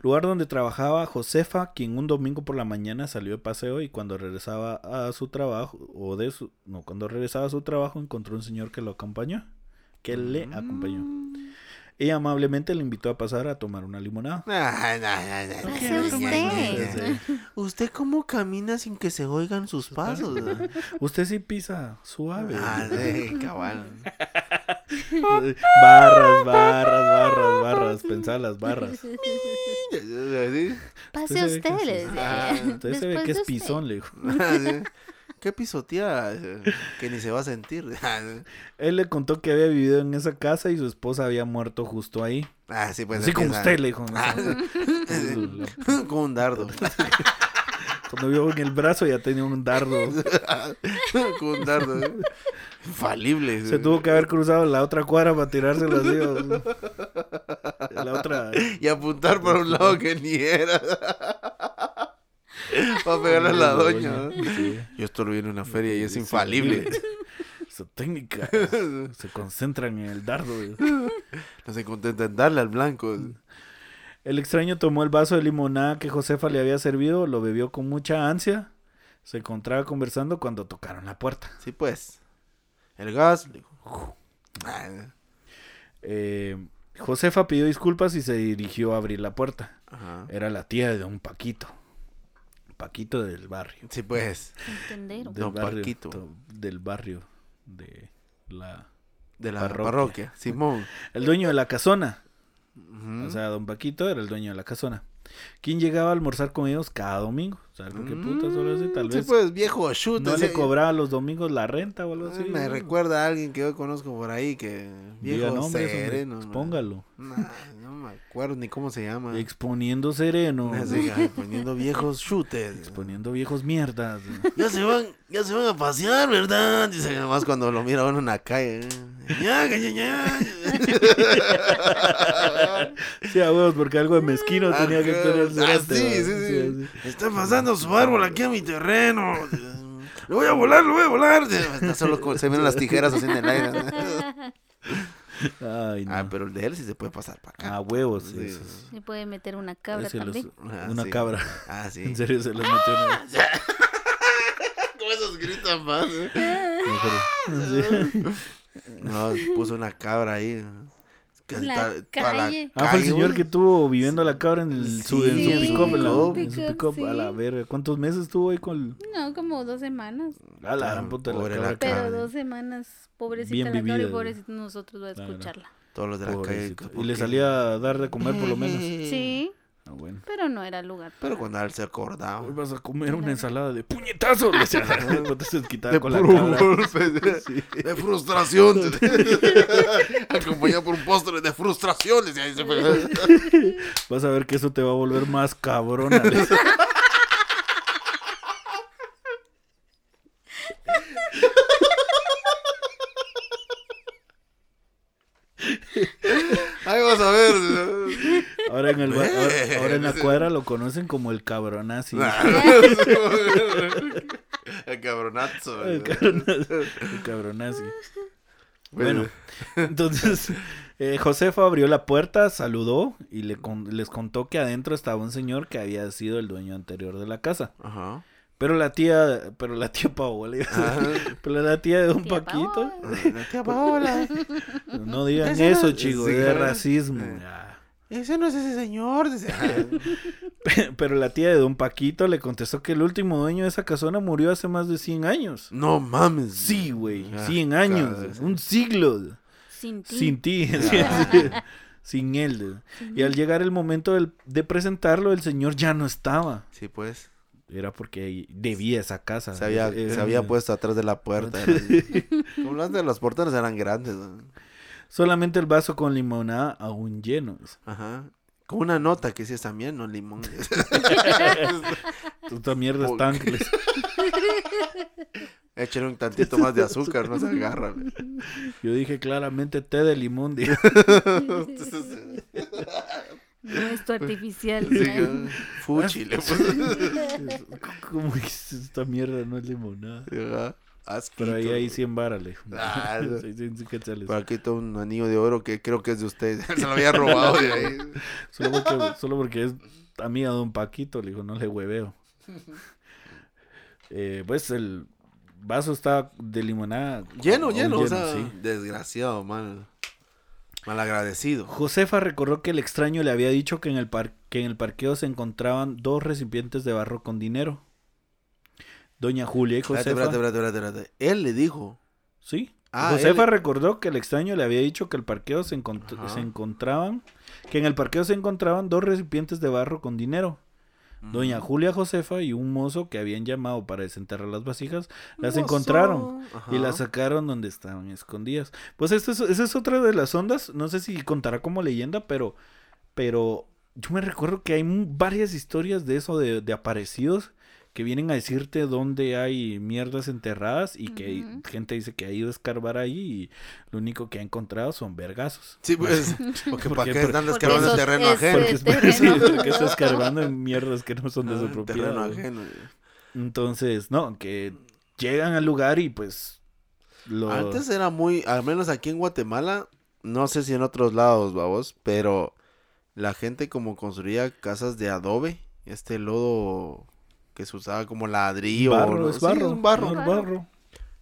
B: Lugar donde trabajaba Josefa, quien un domingo por la mañana salió de paseo y cuando regresaba a su trabajo, o de su. No, cuando regresaba a su trabajo encontró un señor que lo acompañó. Que le acompañó.
C: Mm.
B: Ella amablemente le invitó a pasar a tomar una limonada.
A: Ay, ay, ay, ay,
C: Pase
A: ay,
C: usted.
A: ay, ay, ay. ¿Usted cómo camina sin que se oigan sus pasos?
B: [LAUGHS]
A: ah?
B: Usted sí pisa suave.
A: Ah, sí, cabal.
B: [LAUGHS]
A: [LAUGHS]
B: barras, barras, barras, barras. Pensá las
C: [LAUGHS]
B: barras.
A: Sí,
C: Pase
B: se ve que
C: usted,
B: sí.
C: le decía.
A: Ah,
B: Usted se ve
C: Después
B: que es
C: de usted.
B: pisón, le dijo.
A: sí. [LAUGHS] ¿Qué pisotea? Que ni se va a sentir. [LAUGHS] Ah,
B: Él le contó que había vivido en esa casa y su esposa había muerto justo ahí.
A: Ah, sí, pues.
B: Así como
A: empieza- [LAUGHS]
B: usted le dijo. ¿no?
A: Ah. Con un dardo.
B: [LAUGHS]
A: [LAUGHS]
B: Cuando vio en el brazo ya tenía un
A: [LAUGHS]
B: dardo.
A: Con un dardo. ¿eh? Infalible. ¿eh?
B: Se tuvo que haber cruzado la otra cuadra para tirárselo así. o- La
A: [LAUGHS]
B: otra.
A: Y apuntar para un lado que ni era. [LAUGHS] Para pegarle a la doña.
B: Sí.
A: Yo esto lo vi en una feria y es
B: Sí,
A: infalible.
B: Su técnica. Se concentran en el dardo.
A: [LAUGHS] No se contenta en darle al blanco.
B: El extraño tomó el vaso de limonada que Josefa le había servido, lo bebió con mucha ansia. Se encontraba conversando cuando tocaron la puerta.
A: Sí, pues. El gas. le digo, ah,
B: Eh, Josefa pidió disculpas y se dirigió a abrir la puerta.
A: ajá.
B: Era la tía de un Paquito. Paquito del barrio.
A: Sí, pues.
C: Entendero.
B: Del
A: Don
B: barrio,
A: Paquito.
B: to- Del barrio. De la...
A: De la
B: Parroquia.
A: parroquia. Simón.
B: El dueño de la casona.
A: Ujú.
B: O sea, don Paquito era el dueño de la casona. Quien llegaba a almorzar con ellos cada domingo. O sea, algo que putas o algo así, Tal
A: Mm, sí,
B: vez
A: pues, viejo chuta.
B: no
A: sí.
B: le cobraba los domingos la renta o algo así.
A: Me
B: ¿no?
A: recuerda a alguien que yo conozco por ahí que viejo
B: Diga nombres, hombre,
A: sereno. man.
B: Expóngalo.
A: Nah, no me acuerdo ni cómo se llama.
B: Exponiendo sereno.
A: Así, ah, poniendo viejos chutes.
B: Exponiendo viejos mierdas.
A: Ya se van, ya se van a pasear, ¿verdad? Dice nomás cuando lo mira uno en la calle. ¿eh? Ya, ya, ya,
B: [LAUGHS]
A: ya.
B: Sí, a huevos, porque algo de mezquino tenía que tener el
A: Ah,
B: cerote,
A: sí,
B: ¿verdad?
A: sí,
B: Sí,
A: sí. Está pasando su árbol aquí a mi
B: [LAUGHS]
A: terreno. Lo voy a volar, lo voy a volar. Está solo con- se miran las tijeras así en el aire.
B: así. Ay, no. Ah,
A: Ah, pero el de él sí se puede pasar para acá.
B: A huevos.
A: Sí.
B: eso es-
C: Le puede meter una cabra
B: ese los-
C: también.
A: Ah,
B: una
A: sí.
B: cabra.
A: Ah, sí.
B: [LAUGHS] En serio, se los metió en el-
A: ¿Cómo esos gritan más?
C: [LAUGHS]
A: eh?
B: mejor. Sí.
A: No, puso una cabra ahí. Casi
C: La
A: ta- ta-
C: calle.
B: Ah, fue el
A: calle,
B: señor
A: güey.
B: que tuvo viviendo la cabra en, el, su, en
A: Sí,
B: su pick-up. en la-
A: pick-up,
B: en su
C: pick-up,
B: pick-up, A la
C: sí.
B: verga. ¿Cuántos meses estuvo ahí con el-
C: No, como dos semanas.
B: A la gran
A: Ah,
B: puta la
A: pobre
B: cabra?
A: la
C: Pero
A: Cabra.
C: dos semanas, pobrecita
B: Bien
C: la cabra
B: vivida,
C: y
B: ya.
C: pobrecita nosotros va a
B: Claro.
C: escucharla.
A: Todos los de la
B: Pobrecito.
A: calle.
B: Y le
A: porque-
B: salía a dar de comer
A: [LAUGHS]
B: por lo menos.
C: Sí,
B: Ah, bueno.
C: pero no era lugar.
A: Pero cuando él se acordaba.
B: Hoy vas a comer una ensalada de
A: [LAUGHS]
B: puñetazos. Le decía, "Ah, entonces quitaba
A: De
B: con la
A: puro
B: cabra.
A: golpe,
B: [LAUGHS]
A: de, de frustración. [LAUGHS] Acompañado por un postre de frustración. decía, y se fue.
B: Vas a ver que eso te va a volver más cabrona. le decía.
A: Ahí vas a ver.
B: Ahora en, el ba- ahora,
A: [LAUGHS]
B: ahora en la cuadra lo conocen como el cabronazi. [LAUGHS]
A: Nah, no, no, no, no. El cabronazo.
B: El
A: ¿verdad?
B: cabronazo. El cabronazo.
A: Bueno,
B: Bueno, entonces [LAUGHS] eh, Josefa abrió la puerta, saludó y le con- les contó que adentro estaba un señor que había sido el dueño anterior de la casa. [LAUGHS]
A: Ajá.
B: Pero la tía, pero la tía Paola, iba a decir,
A: Ajá.
B: [LAUGHS] pero la tía de Don
C: Tía
B: Paquito,
C: Paola.
A: La tía Paola,
B: no digan
A: Ese no-
B: eso, chicos,
A: Sí,
B: es
A: claro.
B: racismo.
A: Eh.
B: Ah. [LAUGHS]
A: ese no es ese señor. dice.
B: Pe- Pero la tía de Don Paquito le contestó que el último dueño de esa casona murió hace más de 100 años.
A: No mames.
B: Sí, güey,
A: Mm. Ah,
B: 100 años,
A: claro, sí.
B: un siglo.
C: Sin ti.
B: Sin ti, [LAUGHS] sí, sí, sin él. dude. Y al llegar el momento del- de presentarlo, el señor ya no estaba.
A: Sí, pues.
B: Era porque debía esa casa.
A: Se había,
B: Era-
A: se había puesto atrás de la puerta.
B: [LAUGHS]
A: Como las de las portanas eran grandes. ¿no?
B: Solamente el vaso con limonada aún lleno.
A: Ajá. Con una nota que sí es también, no limón. [LAUGHS]
B: Esta mierda
A: Por-
B: está
A: [LAUGHS]
B: ángeles.
A: Échale un tantito más de azúcar, no se agarra. güey.
B: Yo dije claramente té de limón.
A: [LAUGHS]
B: dije.
A: Entonces,
C: No es tu artificial.
A: [LAUGHS] sí,
C: ¿verdad?
A: que- [LAUGHS] Fuchi, le
B: [LAUGHS]
A: puse.
B: [LAUGHS] ¿Cómo que esta mierda no es limonada?
A: Ajá. ah, Asquito.
B: Pero ahí hay 100 varas, le. [LAUGHS]
A: Ah, no.
B: 600 quetzales.
A: Por aquí está un anillo de oro que creo que es de usted. [LAUGHS] Se lo
B: [LAUGHS]
A: había robado de ahí.
B: Solo porque, solo porque es amiga de Don Paquito, le digo, no le
A: [LAUGHS]
B: hueveo. Eh, pues el vaso está de limonada.
A: Lleno,
B: aún
A: lleno. O sea,
B: sí.
A: desgraciado, mal. Malagradecido.
B: Josefa recordó que el extraño le había dicho que en, el par- que en el parqueo se encontraban dos recipientes de barro con dinero. Doña Julia y
A: Espérate,
B: Josefa.
A: espérate, espérate, espérate, espérate. Él le dijo.
B: Sí.
A: Ah,
B: Josefa
A: él-
B: recordó que el extraño le había dicho que el parqueo se, encont-
A: Ajá.
B: se encontraban, que en el parqueo se encontraban dos recipientes de barro con dinero. Doña Julia Josefa y un mozo que habían llamado para desenterrar las vasijas las
A: Mozo.
B: encontraron
A: Ajá.
B: y las sacaron donde estaban escondidas. Pues esto es, esa es otra de las ondas, no sé si contará como leyenda, pero, pero yo me recuerdo que hay mu- varias historias de eso, de, de aparecidos que vienen a decirte dónde hay mierdas enterradas y que
C: Ujú.
B: gente dice que ha ido a escarbar ahí y lo único que ha encontrado son vergazos.
A: Sí,
B: [LAUGHS]
A: pues. [LAUGHS] Porque para
B: Porque-
A: qué están
C: porque
A: descargando
C: esos-
A: terreno
C: ese-
A: ajeno.
B: [LAUGHS] Porque, es-
C: terreno.
B: sí, porque está escarbando en mierdas que no son de su
A: Ah,
B: propiedad.
A: terreno
B: güey.
A: ajeno.
B: Entonces, no, que llegan al lugar y pues lo
A: Antes era muy, al menos aquí en Guatemala, no sé si en otros lados, babos, pero la gente como construía casas de adobe, este lodo que se usaba como ladrillo.
B: barro,
A: ¿no?
B: es
A: Sí,
B: barro,
A: un barro.
B: es
C: Barro.
B: barro.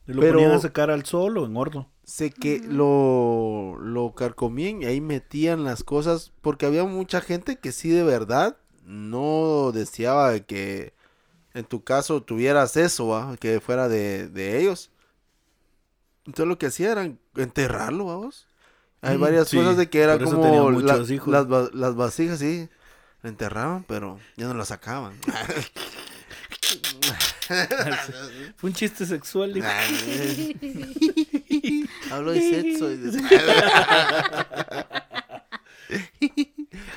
B: Y Lo
A: Pero-
B: ponían a secar al sol o
A: [LAUGHS]
B: en horno.
A: Sé que lo, lo carcomían y ahí metían las cosas, porque había mucha gente que sí de verdad no deseaba que en tu caso tuvieras eso, ¿va? que fuera de, de ellos. Entonces lo que hacía era enterrarlo, vamos. Hay
B: Mm,
A: varias
B: sí,
A: cosas de que era
B: por eso
A: como
B: tenía
A: la-
B: muchos hijos.
A: las, va- las vasijas, sí. Lo enterraban, pero ya no lo
B: [LAUGHS]
A: sacaban.
B: [LAUGHS] Fue un chiste sexual. dijo.
A: eh,
C: [LAUGHS]
A: [LAUGHS] Hablo de sexo. y
B: [LAUGHS]
A: de-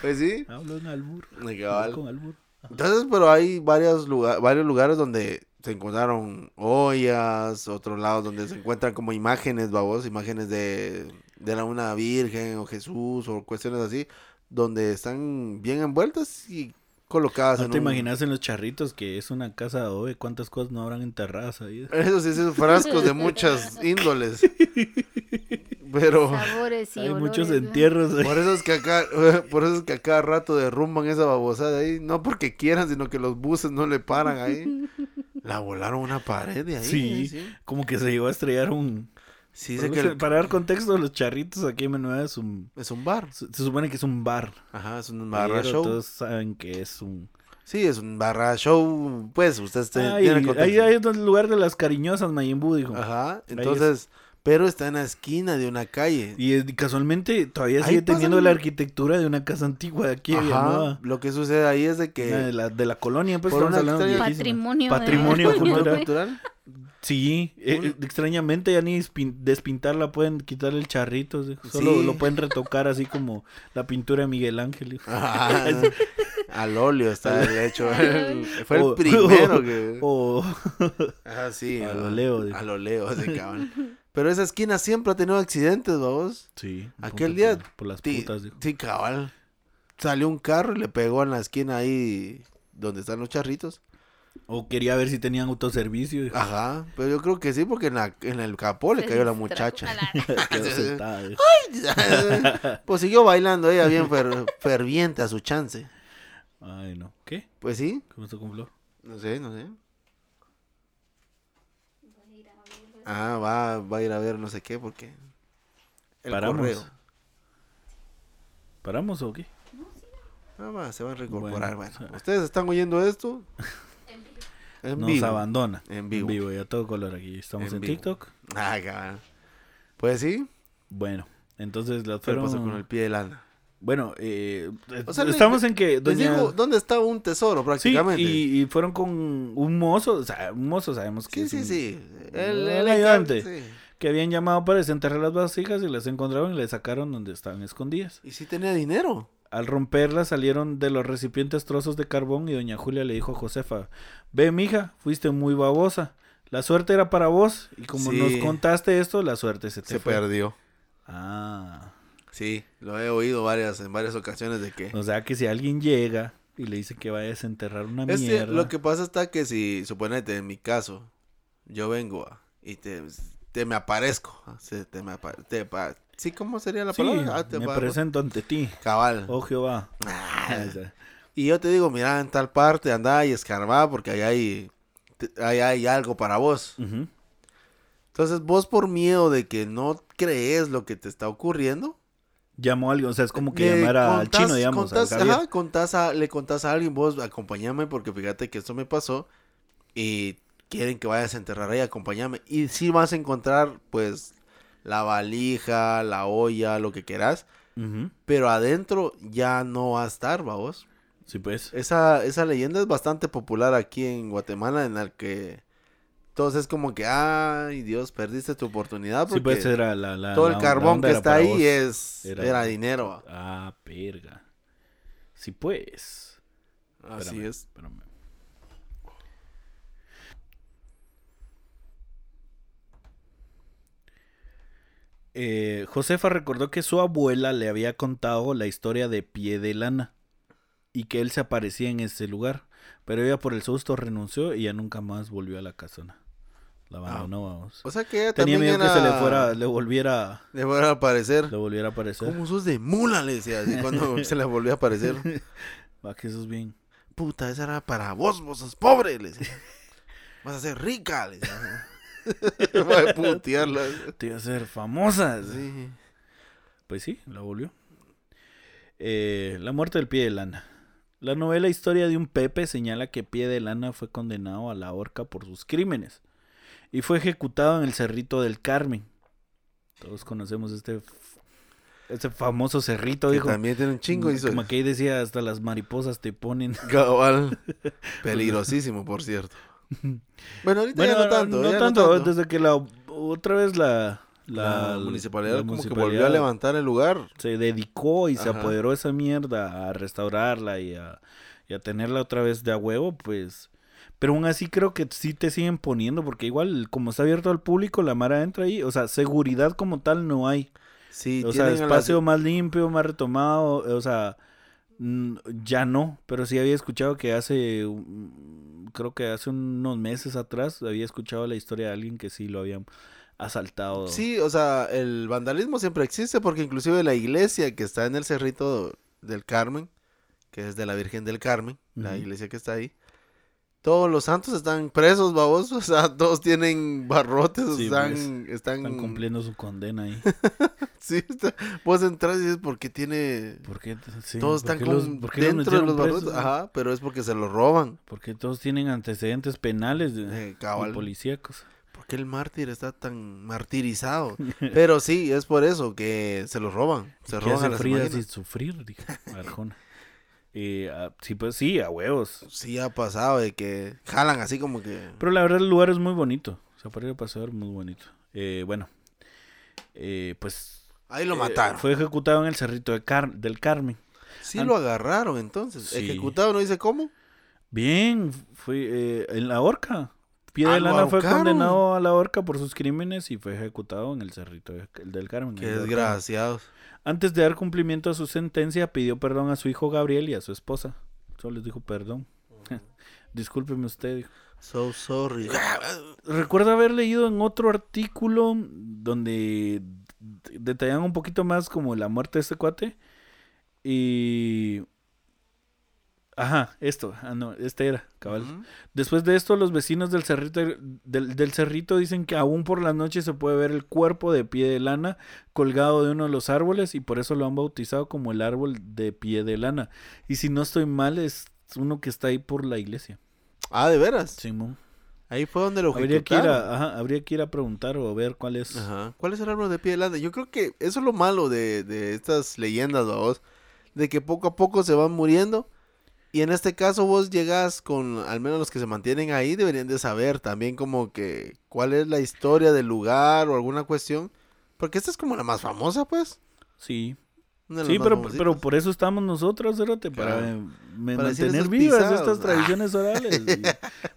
A: pues sí.
B: Hablo en albur.
A: Me cabal.
B: Con albur.
A: Entonces, pero hay varios, lugar, varios lugares donde se encontraron ollas, otros lados donde se encuentran como imágenes, babos, imágenes de, de la una virgen o Jesús o cuestiones así, donde están bien envueltas y colocadas
B: No
A: en
B: te
A: un-
B: imaginas en los charritos que es una casa de adobe, cuántas cosas no habrán enterradas ahí.
A: Esos, esos frascos de
B: [LAUGHS]
A: muchas índoles. Pero...
C: Sabores y
B: Hay
C: olores,
B: muchos
C: ¿verdad?
B: entierros ahí.
A: Por eso es que acá, por eso es que a cada [LAUGHS] rato derrumban esa babosada ahí, no porque quieran, sino que los buses no le paran
B: [LAUGHS]
A: ahí. La volaron una pared de ahí.
B: Sí.
A: ¿eh? sí.
B: Como que se llegó a estrellar un...
A: Sí, dice que
B: Para-
A: el-
B: Para dar contexto, los charritos aquí en Manuel es un...
A: es un bar.
B: Se, se supone que es un bar.
A: Ajá, es un barra
B: pero
A: show.
B: Todos saben que es un...
A: Sí, es un barra show. Pues ustedes te-
B: Ay,
A: tienen
B: ahí,
A: contexto.
B: ahí es el lugar de las cariñosas, Mayimbu, dijo.
A: Ajá,
B: es.
A: entonces, pero está en la esquina de una calle.
B: Y eh, casualmente todavía
A: Ahí
B: sigue teniendo
A: pasan-
B: la arquitectura de una casa antigua de aquí de
A: Ajá,
B: Villanueva.
A: lo que sucede ahí es de [LAUGHS]
B: Una
A: que
B: De la, de la colonia, pues
A: Por
B: estamos
A: una
B: hablando de
A: extraña-
B: viejísima.
C: Patrimonio, ¿verdad?
B: Patrimonio
A: cultural. [LAUGHS]
B: cultural. [LAUGHS] Sí, eh, eh, extrañamente ya ni despin- despintarla pueden quitar el charrito. sí. Solo
A: Sí.
B: lo pueden retocar así como la pintura de Miguel Ángel. hijo.
A: Ajá, al óleo está el hecho.
B: [LAUGHS]
A: Fue
B: O-
A: el primero que.
B: O
A: Ah, sí.
B: A
A: ah,
B: lo Leo, dijo.
A: A lo Leo, ese
B: [LAUGHS]
A: cabrón. Pero esa esquina siempre ha tenido accidentes, babos.
B: sí,
A: Aquel
B: puta,
A: día
B: por, por las
A: Sí,
B: putas. dijo.
A: sí, cabal. Salió un carro y le pegó en la esquina ahí donde están los charritos.
B: O quería ver si tenían
A: [LAUGHS]
B: autoservicio. hijo.
A: Ajá, pero yo creo que sí, porque en, la- en el capó le
C: Se
A: cayó la
C: distrajo.
A: muchacha.
C: A la-
B: Quedó sentada, hijo.
A: [LAUGHS] pues siguió bailando ella bien fer- ferviente a su chance.
B: Ay, no. ¿Qué?
A: Pues sí,
B: ¿Cómo está con Flor?
A: no sé, no sé. Ah, va, va a ir a ver no sé qué, porque... El
B: Paramos.
A: correo.
B: ¿Paramos o qué?
A: Ah, va, se va a reincorporar. Bueno,
B: Bueno,
A: ustedes están oyendo esto. En
B: Nos
A: vivo.
B: abandona.
A: En vivo.
B: En vivo, ya todo color aquí. Estamos
A: En
B: en,
A: vivo.
B: TikTok.
A: Ah, cabrón. Pues sí,
B: Bueno, entonces las
A: pero
B: fueron...
A: pasó con el pie de lana.
B: Bueno, eh,
A: O sea, le-
B: estamos en que
A: Les
B: doña...
A: digo, ¿dónde está un tesoro
B: Sí,
A: prácticamente?
B: y, y fueron con un mozo, o sea, un mozo sabemos que
A: Sí,
B: es
A: sí,
B: un-
A: sí.
B: un
A: El, el
B: ayudante.
A: sí.
B: que habían llamado para desenterrar las vasijas y las encontraron y las sacaron donde estaban escondidas.
A: Y sí tenía dinero.
B: Al romperlas salieron de los recipientes trozos de carbón y doña Julia le dijo a Josefa, ve mija, fuiste muy babosa, la suerte era para vos y como
A: Sí.
B: nos contaste esto, la suerte se te
A: Se
B: fue.
A: perdió.
B: Ah,
A: Sí, lo he oído varias en varias ocasiones de que
B: o sea que si alguien llega y le dice que va a desenterrar una
A: Es que
B: mierda.
A: lo que pasa está que si, suponete, en mi caso, yo vengo ah, y te, te me aparezco. ah, se- te me apa- te pa- sí, ¿cómo sería la
B: Sí,
A: palabra? Ah, te
B: me
A: pa-
B: presento ante ti,
A: Cabal.
B: oh Jehová.
A: Ah, Y yo te digo, mira, en tal parte, anda y escarba porque ahí hay, te- ahí hay algo para vos.
B: Ujú.
A: Entonces vos por miedo de que no crees lo que te está ocurriendo,
B: Llamó a alguien, o sea, es como que
A: le
B: llamar al
A: contás-
B: chino, digamos, al
A: contás-
B: Javier.
A: ajá, contás a- le contás a alguien, vos acompáñame porque fíjate que esto me pasó y quieren que vayas a enterrar ahí, acompáñame. Y sí vas a encontrar, pues, la valija, la olla, lo que querás,
B: Ujú.
A: pero adentro ya no va a estar, va vos.
B: Sí,
A: Eh,
B: pues.
A: Esa, esa leyenda es bastante popular aquí en Guatemala, en la que todos es como que, ay Dios, perdiste tu oportunidad porque
B: Sí, pues era la. la-
A: todo
B: la-
A: el
B: la
A: carbón
B: onda
A: que
B: era
A: está
B: para
A: ahí
B: vos.
A: es
B: Era-
A: era, dinero. va.
B: Ah, perga. Sí, pues.
A: Así
B: Espérame,
A: es.
B: espérame. Eh, Josefa recordó que su abuela le había contado la historia de Pie de Lana y que él se aparecía en ese lugar, pero ella por el susto renunció y ya nunca más volvió a la casona. La abandonó, vamos.
A: Ah, O sea que ella
B: Tenía miedo
A: también
B: que se
A: era-
B: le fuera, le volviera,
A: le fuera a aparecer.
B: le volviera a aparecer.
A: Como sos de mula, le decía, así
B: [LAUGHS]
A: cuando se le volvió a aparecer.
B: Va que eso es bien.
A: Puta, esa era para vos, vos sos pobre, le decía. Vas a ser rica, le decía. [LAUGHS] Para putearla.
B: [LAUGHS] Te iba a ser famosa.
A: Sí.
B: Pues sí, la volvió. Eh, la muerte del pie de lana. La novela Historia de un Pepe señala que Pie de Lana fue condenado a la horca por sus crímenes y fue ejecutado en el Cerrito del Carmen. Todos conocemos este, f- este famoso cerrito,
A: Que
B: dijo. Mm,
A: también tiene un chingo. hizo-
B: Como que ahí decía, hasta las mariposas te
A: [LAUGHS]
B: ponen. [LAUGHS]
A: Cabal. Peligrosísimo, por cierto. Bueno, ahorita ya no tanto.
B: no
A: ya
B: tanto, desde que la otra vez la,
A: La,
B: la,
A: municipalidad
B: la
A: como que volvió a
B: municipalidad
A: levantar el lugar.
B: se dedicó y se
A: Ajá.
B: apoderó de esa mierda a restaurarla y a, y a tenerla otra vez de a huevo, pues. Pero aún así creo que sí te siguen poniendo, porque igual, como está abierto al público, la Mara entra ahí. O sea, seguridad como tal no hay.
A: Sí,
B: o sea,
A: tienen a las-
B: espacio más limpio, más retomado. eh, O sea, mm, ya no. Pero sí había escuchado que hace. mm, Creo que hace unos meses atrás había escuchado la historia de alguien que sí lo habían asaltado.
A: Sí, o sea, el vandalismo siempre existe porque inclusive la iglesia que está en el cerrito del Carmen, que es de la Virgen del Carmen, la
B: Ujú.
A: iglesia que está ahí, todos los santos están presos, babos, [LAUGHS] o sea, todos tienen barrotes,
B: Sí, pues,
A: están, están,
B: Están cumpliendo su condena ahí.
A: [LAUGHS] Sí, está- vos entras y dices, ¿por qué tiene?
B: ¿Por qué? Sí,
A: todos
B: ¿por
A: están
B: qué
A: como
B: los- por qué los
A: dentro de
B: metieron
A: los
B: presos?
A: barrotes, ajá, pero es porque se los roban.
B: Porque todos tienen antecedentes penales de,
A: Eh, cabal.
B: y policíacos.
A: ¿Por qué el mártir está tan
B: [LAUGHS]
A: martirizado? Pero sí, es por eso que se los roban, se
B: Que
A: roban a
B: hace
A: las
B: frías
A: imágenes.
B: sin sufrir, dijo
A: [LAUGHS]
B: Arjona. Eh, ah, sí, pues sí, a huevos.
A: sí ha pasado de que jalan así como que
B: Pero la verdad el lugar es muy bonito. O sea, para ir a pasear, muy bonito. Eh, bueno, eh, pues...
A: ahí lo
B: eh,
A: mataron.
B: fue ejecutado en el Cerrito de Car- del Carmen.
A: Sí
B: an-
A: lo agarraron entonces,
B: Sí.
A: ejecutado, no dice cómo.
B: Bien, fue eh, en la horca. Pie
A: Ah,
B: de
A: lo
B: Lana fue
A: ahorcaron.
B: condenado a la horca por sus crímenes y fue ejecutado en el Cerrito de- del Carmen.
A: Qué
B: Ahí lo ahorcaron.
A: desgraciados.
B: Antes de dar cumplimiento a su sentencia, pidió perdón a su hijo Gabriel y a su esposa. Solo les dijo perdón. [LAUGHS] Discúlpeme usted.
A: So sorry.
B: Recuerdo haber leído en otro artículo donde detallaban un poquito más como la muerte de este cuate. Y... Ajá, esto. Ah, no, este era, cabal.
A: Ujú.
B: Después de esto, los vecinos del cerrito, del, del cerrito dicen que aún por la noche se puede ver el cuerpo de pie de lana colgado de uno de los árboles y por eso lo han bautizado como el árbol de pie de lana. Y si no estoy mal, es uno que está ahí por la iglesia.
A: Ah, de veras.
B: Simón.
A: Ahí fue donde lo
B: Habría que, ir
A: ejecutaron.
B: a, ajá, habría que ir a preguntar o a ver cuál es.
A: Ajá. ¿Cuál es el árbol de pie de lana? Yo creo que eso es lo malo de, de estas leyendas, vos. De que poco a poco se van muriendo. Y en este caso vos llegás con, al menos los que se mantienen ahí, deberían de saber también como que cuál es la historia del lugar o alguna cuestión. Porque esta es como la más famosa, pues.
B: Sí,
A: Una de las
B: sí
A: más
B: pero,
A: famositas.
B: pero por eso estamos nosotros, Cerote, para
A: Claro.
B: eh, me-
A: Para decir
B: mantener
A: esos
B: vivas
A: pisados.
B: estas
A: [LAUGHS]
B: tradiciones orales. y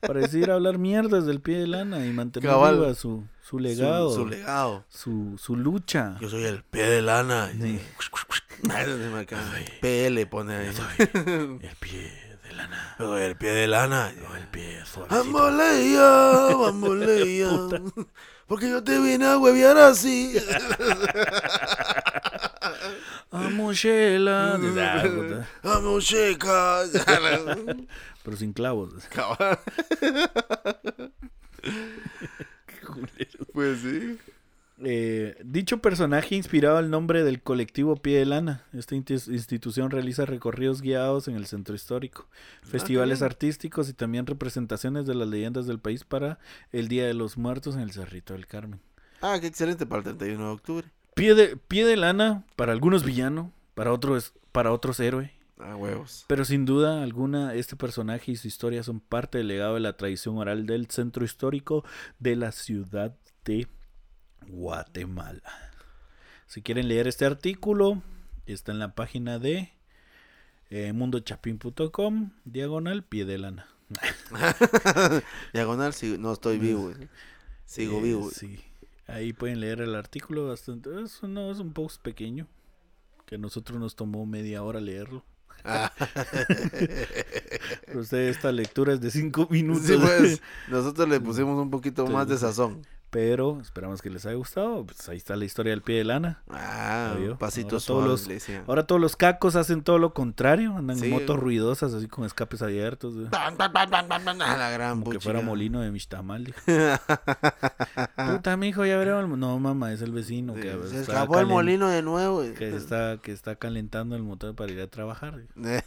B: para decir hablar mierdas del pie de lana y mantener
A: Cabal.
B: viva su, su
A: Su-
B: legado.
A: Su, legado.
B: su, su lucha.
A: Yo soy el pie de lana. [LAUGHS]
B: Sí.
A: PL pone ahí.
B: El pie de lana.
A: Yo soy el pie de lana.
B: El pie suavecito.
A: Bamboleya, bamboleya. Porque yo te vine a huevear así.
B: Amo [LAUGHS] Shela. Ah, puta.
A: Amo chicas.
B: Pero sin clavos.
A: Cabal. Pues sí.
B: Eh, dicho personaje inspiraba el nombre del colectivo Pie de Lana. Esta inti- institución realiza recorridos guiados en el centro histórico, festivales
A: bien.
B: artísticos y también representaciones de las leyendas del país para el Día de los Muertos en el Cerrito del Carmen.
A: Ah, qué excelente para el 31 de octubre.
B: Pie de, pie de Lana, para algunos villano, para otros, para otros héroe.
A: Ah, huevos.
B: Pero sin duda alguna, este personaje y su historia son parte del legado de la tradición oral del centro histórico de la ciudad de Guatemala. Si quieren leer este artículo, está en la página de eh, mundochapín.com, diagonal, pie de lana.
A: [LAUGHS] Diagonal, sigo- no estoy vivo. Sigo
B: Eh,
A: vivo.
B: Sí. Ahí pueden leer el artículo bastante. Es, no, es un post pequeño, que a nosotros nos tomó media hora leerlo.
A: [LAUGHS] Ah.
B: Pero ustedes, esta lectura es de cinco minutos.
A: Sí, pues, nosotros le pusimos un poquito más de sazón.
B: Pero esperamos que les haya gustado. Pues ahí está la historia del pie de lana.
A: Ah,
B: Ya vio.
A: pasitos
B: Ahora todos
A: suaves,
B: los-
A: le decían.
B: Ahora todos los cacos hacen todo lo contrario. Andan
A: Sí.
B: en motos ruidosas, así con escapes abiertos. ¿eh?
A: Tan, tan, tan, tan, tan, tan, a la gran
B: Como que
A: puchica. Ah. [LAUGHS]
B: fuera molino de Mixtamal. dijo. Puta, mijo, ya veremos. el mo- No, mamá, es el vecino.
A: Sí,
B: Que
A: se
B: está
A: escapó el
B: calen-
A: molino de nuevo.
B: Que está, que está calentando el motor para ir a trabajar. dijo.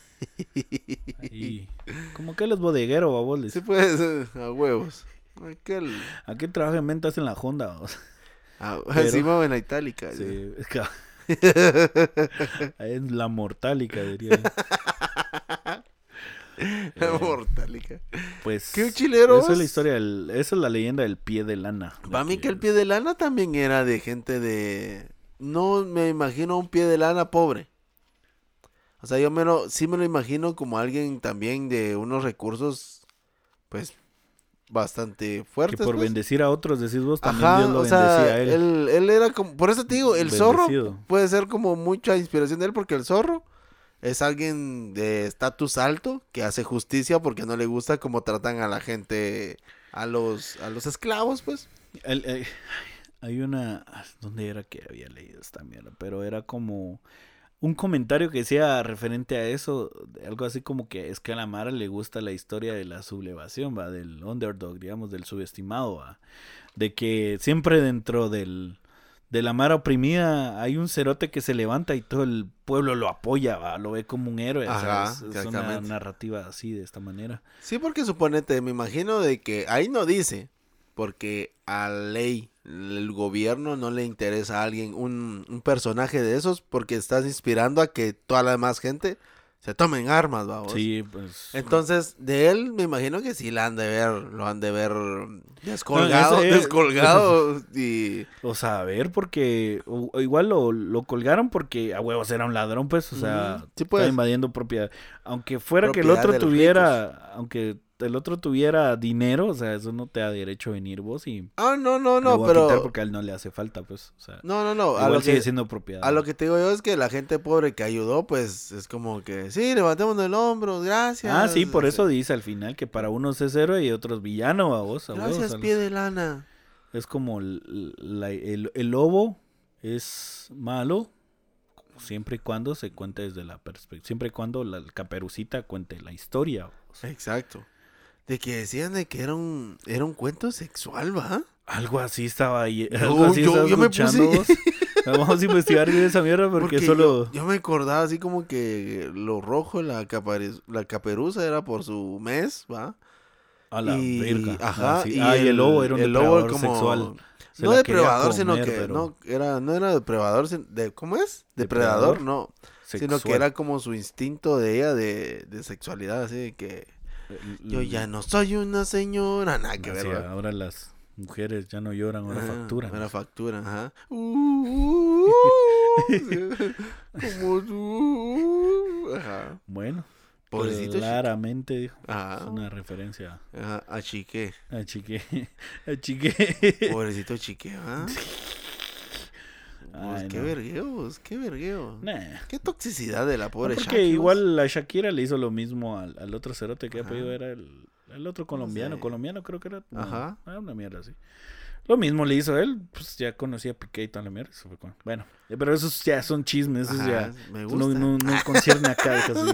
B: Ahí. Como que los bodegueros, babos.
A: [LAUGHS]
B: les-
A: Sí, pues, eh, a huevos. Aquel.
B: ¿A qué trabajo en ventas en la Honda? babos?
A: [LAUGHS] Ah,
B: Pero-
A: encima en la itálica. ya.
B: Sí, es que- [LAUGHS] Ahí en la mortálica, diría. yo.
A: [LAUGHS] La
B: eh,
A: mortálica.
B: Pues.
A: ¡Qué chilero
B: Esa es
A: vas!
B: la historia, del- esa es la leyenda del pie de lana.
A: Para mí que el pie de lana también era de gente de... No me imagino un pie de lana pobre. O sea, yo me lo, sí me lo imagino como alguien también de unos recursos, pues, bastante
B: Que
A: fuertes.
B: por
A: pues.
B: bendecir a otros, decís vos, Pues también
A: Ajá,
B: Dios lo
A: o
B: bendecía
A: sea,
B: a él.
A: él. Él, era como, por eso te digo, el zorro
B: Bendecido.
A: puede ser como mucha inspiración de él, porque el zorro es alguien de estatus alto que hace justicia porque no le gusta cómo tratan a la gente, a los, a los esclavos, pues.
B: El- eh, hay una. ¿Dónde era que había leído esta mierda? Pero era como. Un comentario que decía referente a eso, de algo así como que es que a la Mara le gusta la historia de la sublevación, va, del underdog, digamos, del subestimado, va. De que siempre dentro del, de la Mara oprimida hay un cerote que se levanta y todo el pueblo lo apoya, va, lo ve como un héroe,
A: Ajá,
B: ¿sabes? Es una
A: exactamente.
B: narrativa así, de esta manera.
A: Sí, porque suponete, me imagino de que ahí no dice, porque a ley, el gobierno no le interesa a alguien un, un personaje de esos porque estás inspirando a que toda la demás gente se tomen armas, vamos.
B: Sí, pues...
A: Entonces, de él me imagino que sí la han de ver, lo han de ver mm, descolgado,
B: No, [LAUGHS] ese es-
A: [LAUGHS] descolgado y
B: O sea, a ver, porque o- o igual lo, lo colgaron porque a huevos era un ladrón, pues, o sea,
A: Ujú. Sí, pues.
B: estaba invadiendo propiedad. Aunque fuera que el
A: Propiedad
B: otro
A: de los
B: tuviera, aunque el otro tuviera dinero, o sea, eso no te da derecho a venir vos y
A: Ah, no, no,
B: lo
A: no,
B: voy a
A: pero...
B: quitar porque a él no le hace falta, pues, o sea,
A: No, no, no. A
B: igual
A: lo,
B: sigue
A: que,
B: siendo propiedad.
A: a lo que te digo yo es que la gente pobre que ayudó, pues es como que, sí, levantemos el hombro, gracias.
B: Ah, sí, por eso
A: Sí.
B: dice al final que para unos es héroe y otros villano a vos, a huevo, o
A: Gracias,
B: sea, los-
A: pie de lana.
B: Es como l- la- el, el lobo es malo siempre y cuando se cuente desde la perspectiva, siempre y cuando la caperucita cuente la historia. o sea,
A: Exacto. De que decían de que era un, era un cuento sexual, ¿va?
B: algo así estaba ahí.
A: No,
B: algo así
A: yo-
B: estaba
A: yo me
B: escuchando
A: puse-
B: vos. [LAUGHS] Vamos a investigar bien esa mierda porque, solo...
A: Yo, yo me acordaba así como que lo rojo, la, capare- la caperuza era por su mes, ¿va?
B: A la
A: y,
B: verga.
A: Ajá.
B: Ah, sí. Ah, y el lobo era un
A: el lobo
B: depredador
A: como-
B: sexual. Se
A: no
B: la quería
A: depredador, sino
B: comer,
A: que
B: pero
A: no era, no era depredador, sin- de, ¿cómo es? Depredador,
B: Depredador.
A: no, sino que
B: sexual.
A: era como su instinto de ella de, de sexualidad, así de que yo ya no soy una señora, nada que
B: Mm. Así,
A: ver. Ah, ¿va?
B: ahora las mujeres ya no lloran, ahora
A: Ajá,
B: facturan.
A: Era factura,
B: [LAUGHS]
A: ajá. Uh, uh, uh, sí, como tú. Ajá.
B: Bueno,
A: Pobrecito.
B: claramente dijo.
A: Chique. Ajá.
B: Es una referencia
A: ajá, A
B: [LAUGHS]
A: Chique.
B: a Chique. A Chique.
A: Pobrecito Chique,
B: [LAUGHS]
A: ¿ah? Pues
B: Ay,
A: qué
B: no.
A: vergueos, qué vergueo.
B: Nah.
A: Qué toxicidad de la
B: No,
A: pobre
B: porque
A: Shakira,
B: igual la Shakira le hizo lo mismo al, al otro cerote que
A: Ajá.
B: ha pedido, era el, el otro colombiano,
A: sé.
B: colombiano creo que era. no,
A: Ajá.
B: era una mierda así. Lo mismo le hizo a él, pues ya conocía a Piqué y toda la mierda. eso fue como- Bueno, eh, pero esos ya son chismes, esos
A: Ajá,
B: ya
A: me
B: no-
A: gusta.
B: no, no
A: [LAUGHS]
B: concierne acá. hijo, sí.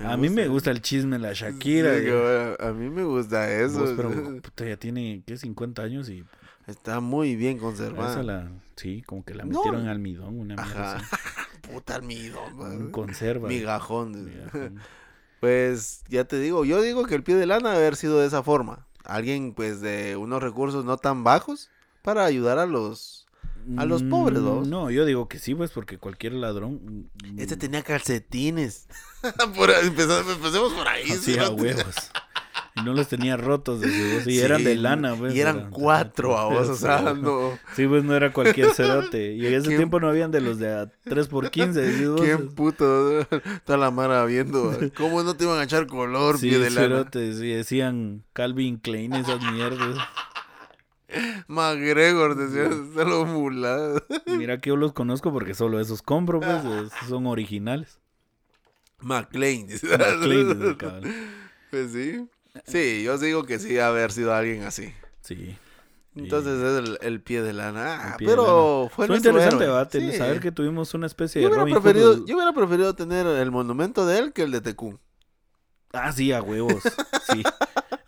B: A mí me gusta el chisme de la Shakira.
A: Sí,
B: güey.
A: cabrón, a mí me gusta
B: Vos,
A: eso.
B: pero puta, ya tiene, ¿qué? 50 años y
A: [LAUGHS] Está muy bien
B: a esa
A: conservado.
B: la, sí, como que la
A: No.
B: metieron en almidón, una mierda así.
A: Ajá. [LAUGHS] Puta almidón,
B: Un
A: man.
B: conserva. eh.
A: Migajón.
B: Migajón.
A: Pues ya te digo, yo digo que el pie de lana debe haber sido de esa forma. Alguien pues de unos recursos no tan bajos para ayudar a los... A los pobres, ¿no?
B: Mm, No, yo digo que sí, pues, porque cualquier ladrón. mm, [LAUGHS]
A: Este tenía calcetines. [LAUGHS] Por ahí, empezamos- empecemos por ahí.
B: Hacía
A: cerote.
B: huevos. Y no los tenía rotos, desde vos, y eran
A: Sí,
B: de lana, pues.
A: Y eran cuatro a vos, o sea, no.
B: [LAUGHS] Sí, pues no era cualquier cerote. Y en ese
A: ¿Quién-
B: tiempo no habían de los de a 3x15, decís vos.
A: ¿Quién puto [LAUGHS] está la mara
B: [LAUGHS]
A: viendo? ¿Cómo no te iban a echar color,
B: Sí,
A: pie de lana?
B: cerotes, y decían Calvin Klein, esas mierdas.
A: McGregor, decía, [LAUGHS] solo mulado.
B: Mira que yo los conozco porque solo esos compro, pues,
A: [LAUGHS]
B: esos son originales.
A: McLean, dice. [LAUGHS]
B: Klein, es el cabrón.
A: Pues sí. Sí, yo digo que sí, haber sido alguien así.
B: Sí.
A: Entonces es el, el pie de lana. Ah,
B: El pie de
A: pero fue
B: Fue
A: nuestro
B: interesante,
A: héroe.
B: ¿va? Ten-
A: Sí.
B: Saber que tuvimos una especie
A: yo
B: de
A: hubiera,
B: Robin Hood,
A: preferido,
B: pues.
A: yo hubiera preferido tener el monumento de él que el de Tecún.
B: Ah, sí, a huevos. Sí.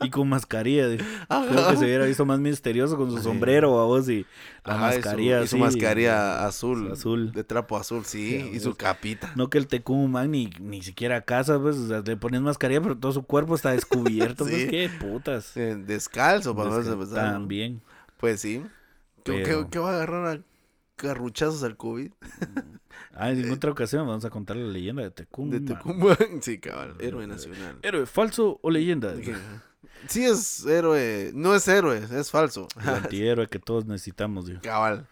B: Y con mascarilla. de- Creo
A: Ajá. [LAUGHS]
B: que se hubiera visto más misterioso con su
A: Sí.
B: sombrero, a vos, y la
A: Ajá, y su-
B: mascarilla.
A: Y su,
B: así,
A: mascarilla azul.
B: azul.
A: De trapo azul, sí.
B: Sí,
A: y su
B: es-
A: capita.
B: No que el Tecum Man ni, ni siquiera casa, pues, o sea, le pones mascarilla, pero todo su cuerpo está
A: [LAUGHS]
B: descubierto, pues,
A: Sí.
B: qué putas.
A: Eh, Descalzo, para no
B: Pues, que
A: empezar. ¿no?
B: También.
A: Pues sí. ¿Qué-
B: Pero-
A: ¿Qué, qué va a agarrar a carruchazos al COVID?
B: Ah, en otra ocasión vamos a contar la leyenda de Tecum.
A: De
B: Man.
A: Tecumán. [LAUGHS] Sí, cabal. Héroe
B: [LAUGHS]
A: nacional.
B: ¿Héroe falso o leyenda?
A: Sí es héroe. No es héroe, es falso. [LAUGHS]
B: El antihéroe que todos necesitamos, digo.
A: Cabal.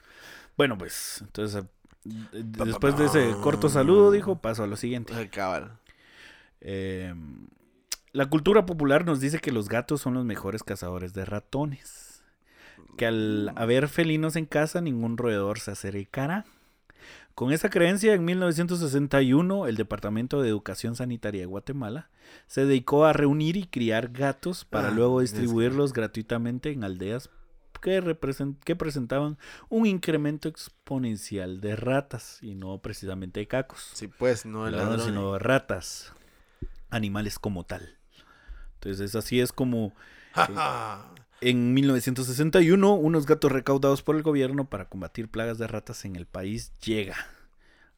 B: Bueno, pues, entonces, eh, después de ese corto saludo, dijo, paso a lo siguiente.
A: Ah, Cabal.
B: Eh, la cultura popular nos dice que los gatos son los mejores cazadores de ratones. Que
A: Mm.
B: al haber felinos en casa, ningún roedor se acercará. Con esa creencia, en 1961, el Departamento de Educación Sanitaria de Guatemala se dedicó a reunir y criar gatos para
A: Ah,
B: luego
A: es que-
B: distribuirlos gratuitamente en aldeas que, represen- que presentaban un incremento exponencial de ratas y no precisamente de cacos
A: Sí, pues, no el ladrón.
B: ladrones,
A: [LAUGHS]
B: sino ratas, animales como tal. Entonces, así es como
A: Ajá.
B: en 1961 unos gatos recaudados por el gobierno para combatir plagas de ratas en el país llega.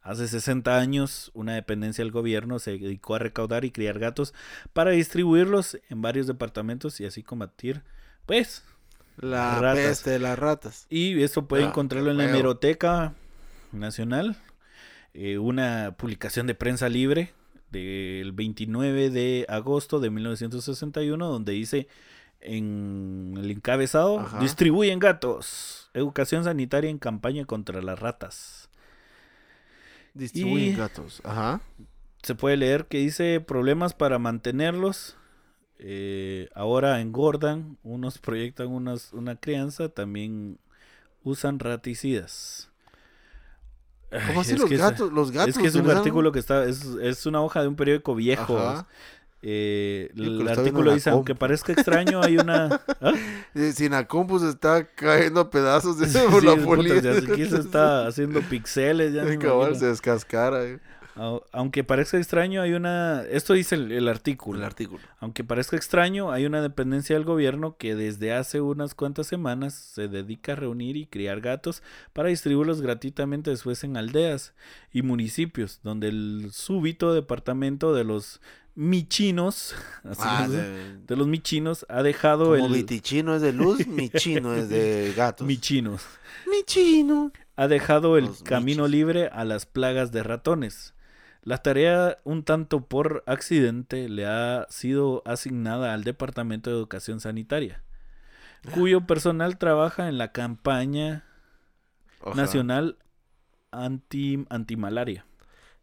B: Hace 60 años, una dependencia del gobierno se dedicó a recaudar y criar gatos para distribuirlos en varios departamentos y así combatir, pues,
A: La
B: Ratas.
A: peste de las ratas.
B: y esto puede
A: Ah,
B: encontrarlo en la
A: huevo.
B: Hemeroteca Nacional, eh, una publicación de prensa libre del 29 de agosto de 1961, donde dice en el encabezado,
A: Ajá.
B: distribuyen gatos, educación sanitaria en campaña contra las ratas.
A: Distribuyen
B: Y-
A: gatos. Ajá.
B: Se puede leer que dice problemas para mantenerlos, eh, ahora engordan, unos proyectan unas, una crianza, también usan raticidas. Ay,
A: ¿Cómo así
B: es
A: los
B: que es-
A: gatos? los gatos.
B: Es que es
A: que
B: un
A: les dan-
B: artículo que está, es, es una hoja de un periódico viejo.
A: Ajá.
B: Eh,
A: Yo creo que
B: el
A: está viendo
B: artículo
A: la
B: dice,
A: compu.
B: aunque parezca extraño,
A: [LAUGHS]
B: hay una... ¿Ah?
A: Eh, Sinacompu se está cayendo a pedazos de por
B: [LAUGHS] Sí,
A: la
B: puta,
A: polilla.
B: o sea, aquí se
A: [LAUGHS]
B: está haciendo pixeles. Ya me
A: El cabal
B: imagino.
A: se descascara. eh.
B: Au- Aunque parezca extraño, hay una... Esto dice el, el artículo.
A: artículo.
B: Aunque parezca extraño, hay una dependencia del gobierno que desde hace unas cuantas semanas se dedica a reunir y criar gatos para distribuirlos gratuitamente después en aldeas y municipios, donde el súbito departamento de los michinos, [LAUGHS] así
A: Ah,
B: les-
A: de-
B: de los michinos, ha dejado
A: Como
B: el...
A: vitichino es de luz, mi chino es
B: [LAUGHS]
A: de gatos. Mi,
B: Michinos.
A: chino.
B: ha dejado el
A: Los
B: camino
A: michis.
B: libre a las plagas de ratones. La tarea, un tanto por accidente, le ha sido asignada al Departamento de Educación Sanitaria,
A: Ah.
B: cuyo personal trabaja en la campaña
A: Ojalá.
B: nacional anti, antimalaria.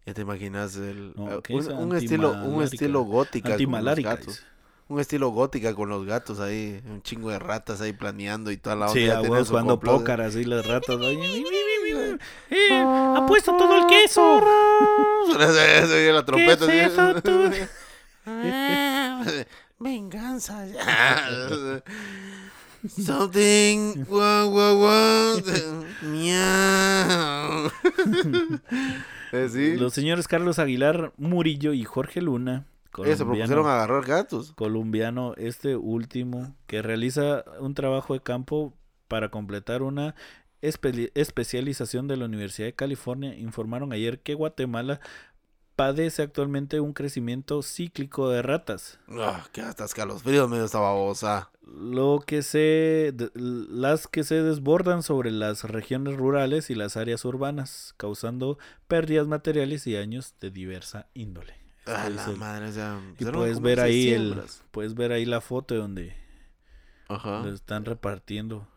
A: Ya te imaginas el,
B: No,
A: eh,
B: ¿qué
A: un,
B: es
A: un estilo, un
B: antimalárica?
A: estilo gótica con los
B: Antimalárica.
A: gatos. Un estilo gótica con los gatos ahí, un chingo de ratas ahí planeando y toda la onda.
B: Sí,
A: ya
B: a
A: tienen
B: huevos
A: su
B: jugando
A: complot.
B: pócar, así las ratas. ahí. ¡Eh! ¡Ha puesto todo el queso!
A: [LAUGHS] Se oye la
B: ¿Qué es
A: trompeta. así.
B: eso, tú?
A: [LAUGHS] Venganza. Something. Wow, wow, wow. Miau. [LAUGHS] Eh, sí.
B: Los señores Carlos Aguilar Murillo y Jorge Luna,
A: Ellos se propusieron
B: colombiano,
A: agarrar gatos.
B: colombiano, este último, que realiza un trabajo de campo para completar una espe- especialización de la Universidad de California, informaron ayer que Guatemala padece actualmente un crecimiento cíclico de ratas,
A: Ah, que hasta escalofríos me dio esta babosa.
B: lo que se de- las que se desbordan sobre las regiones rurales y las áreas urbanas, causando pérdidas materiales y daños de diversa índole. Esto
A: Ah, la
B: dice el-
A: madre, o sea,
B: Y
A: eran
B: puedes
A: como
B: ver ahí
A: 600
B: el,
A: bras.
B: puedes ver ahí la foto de donde
A: Ajá.
B: lo están repartiendo.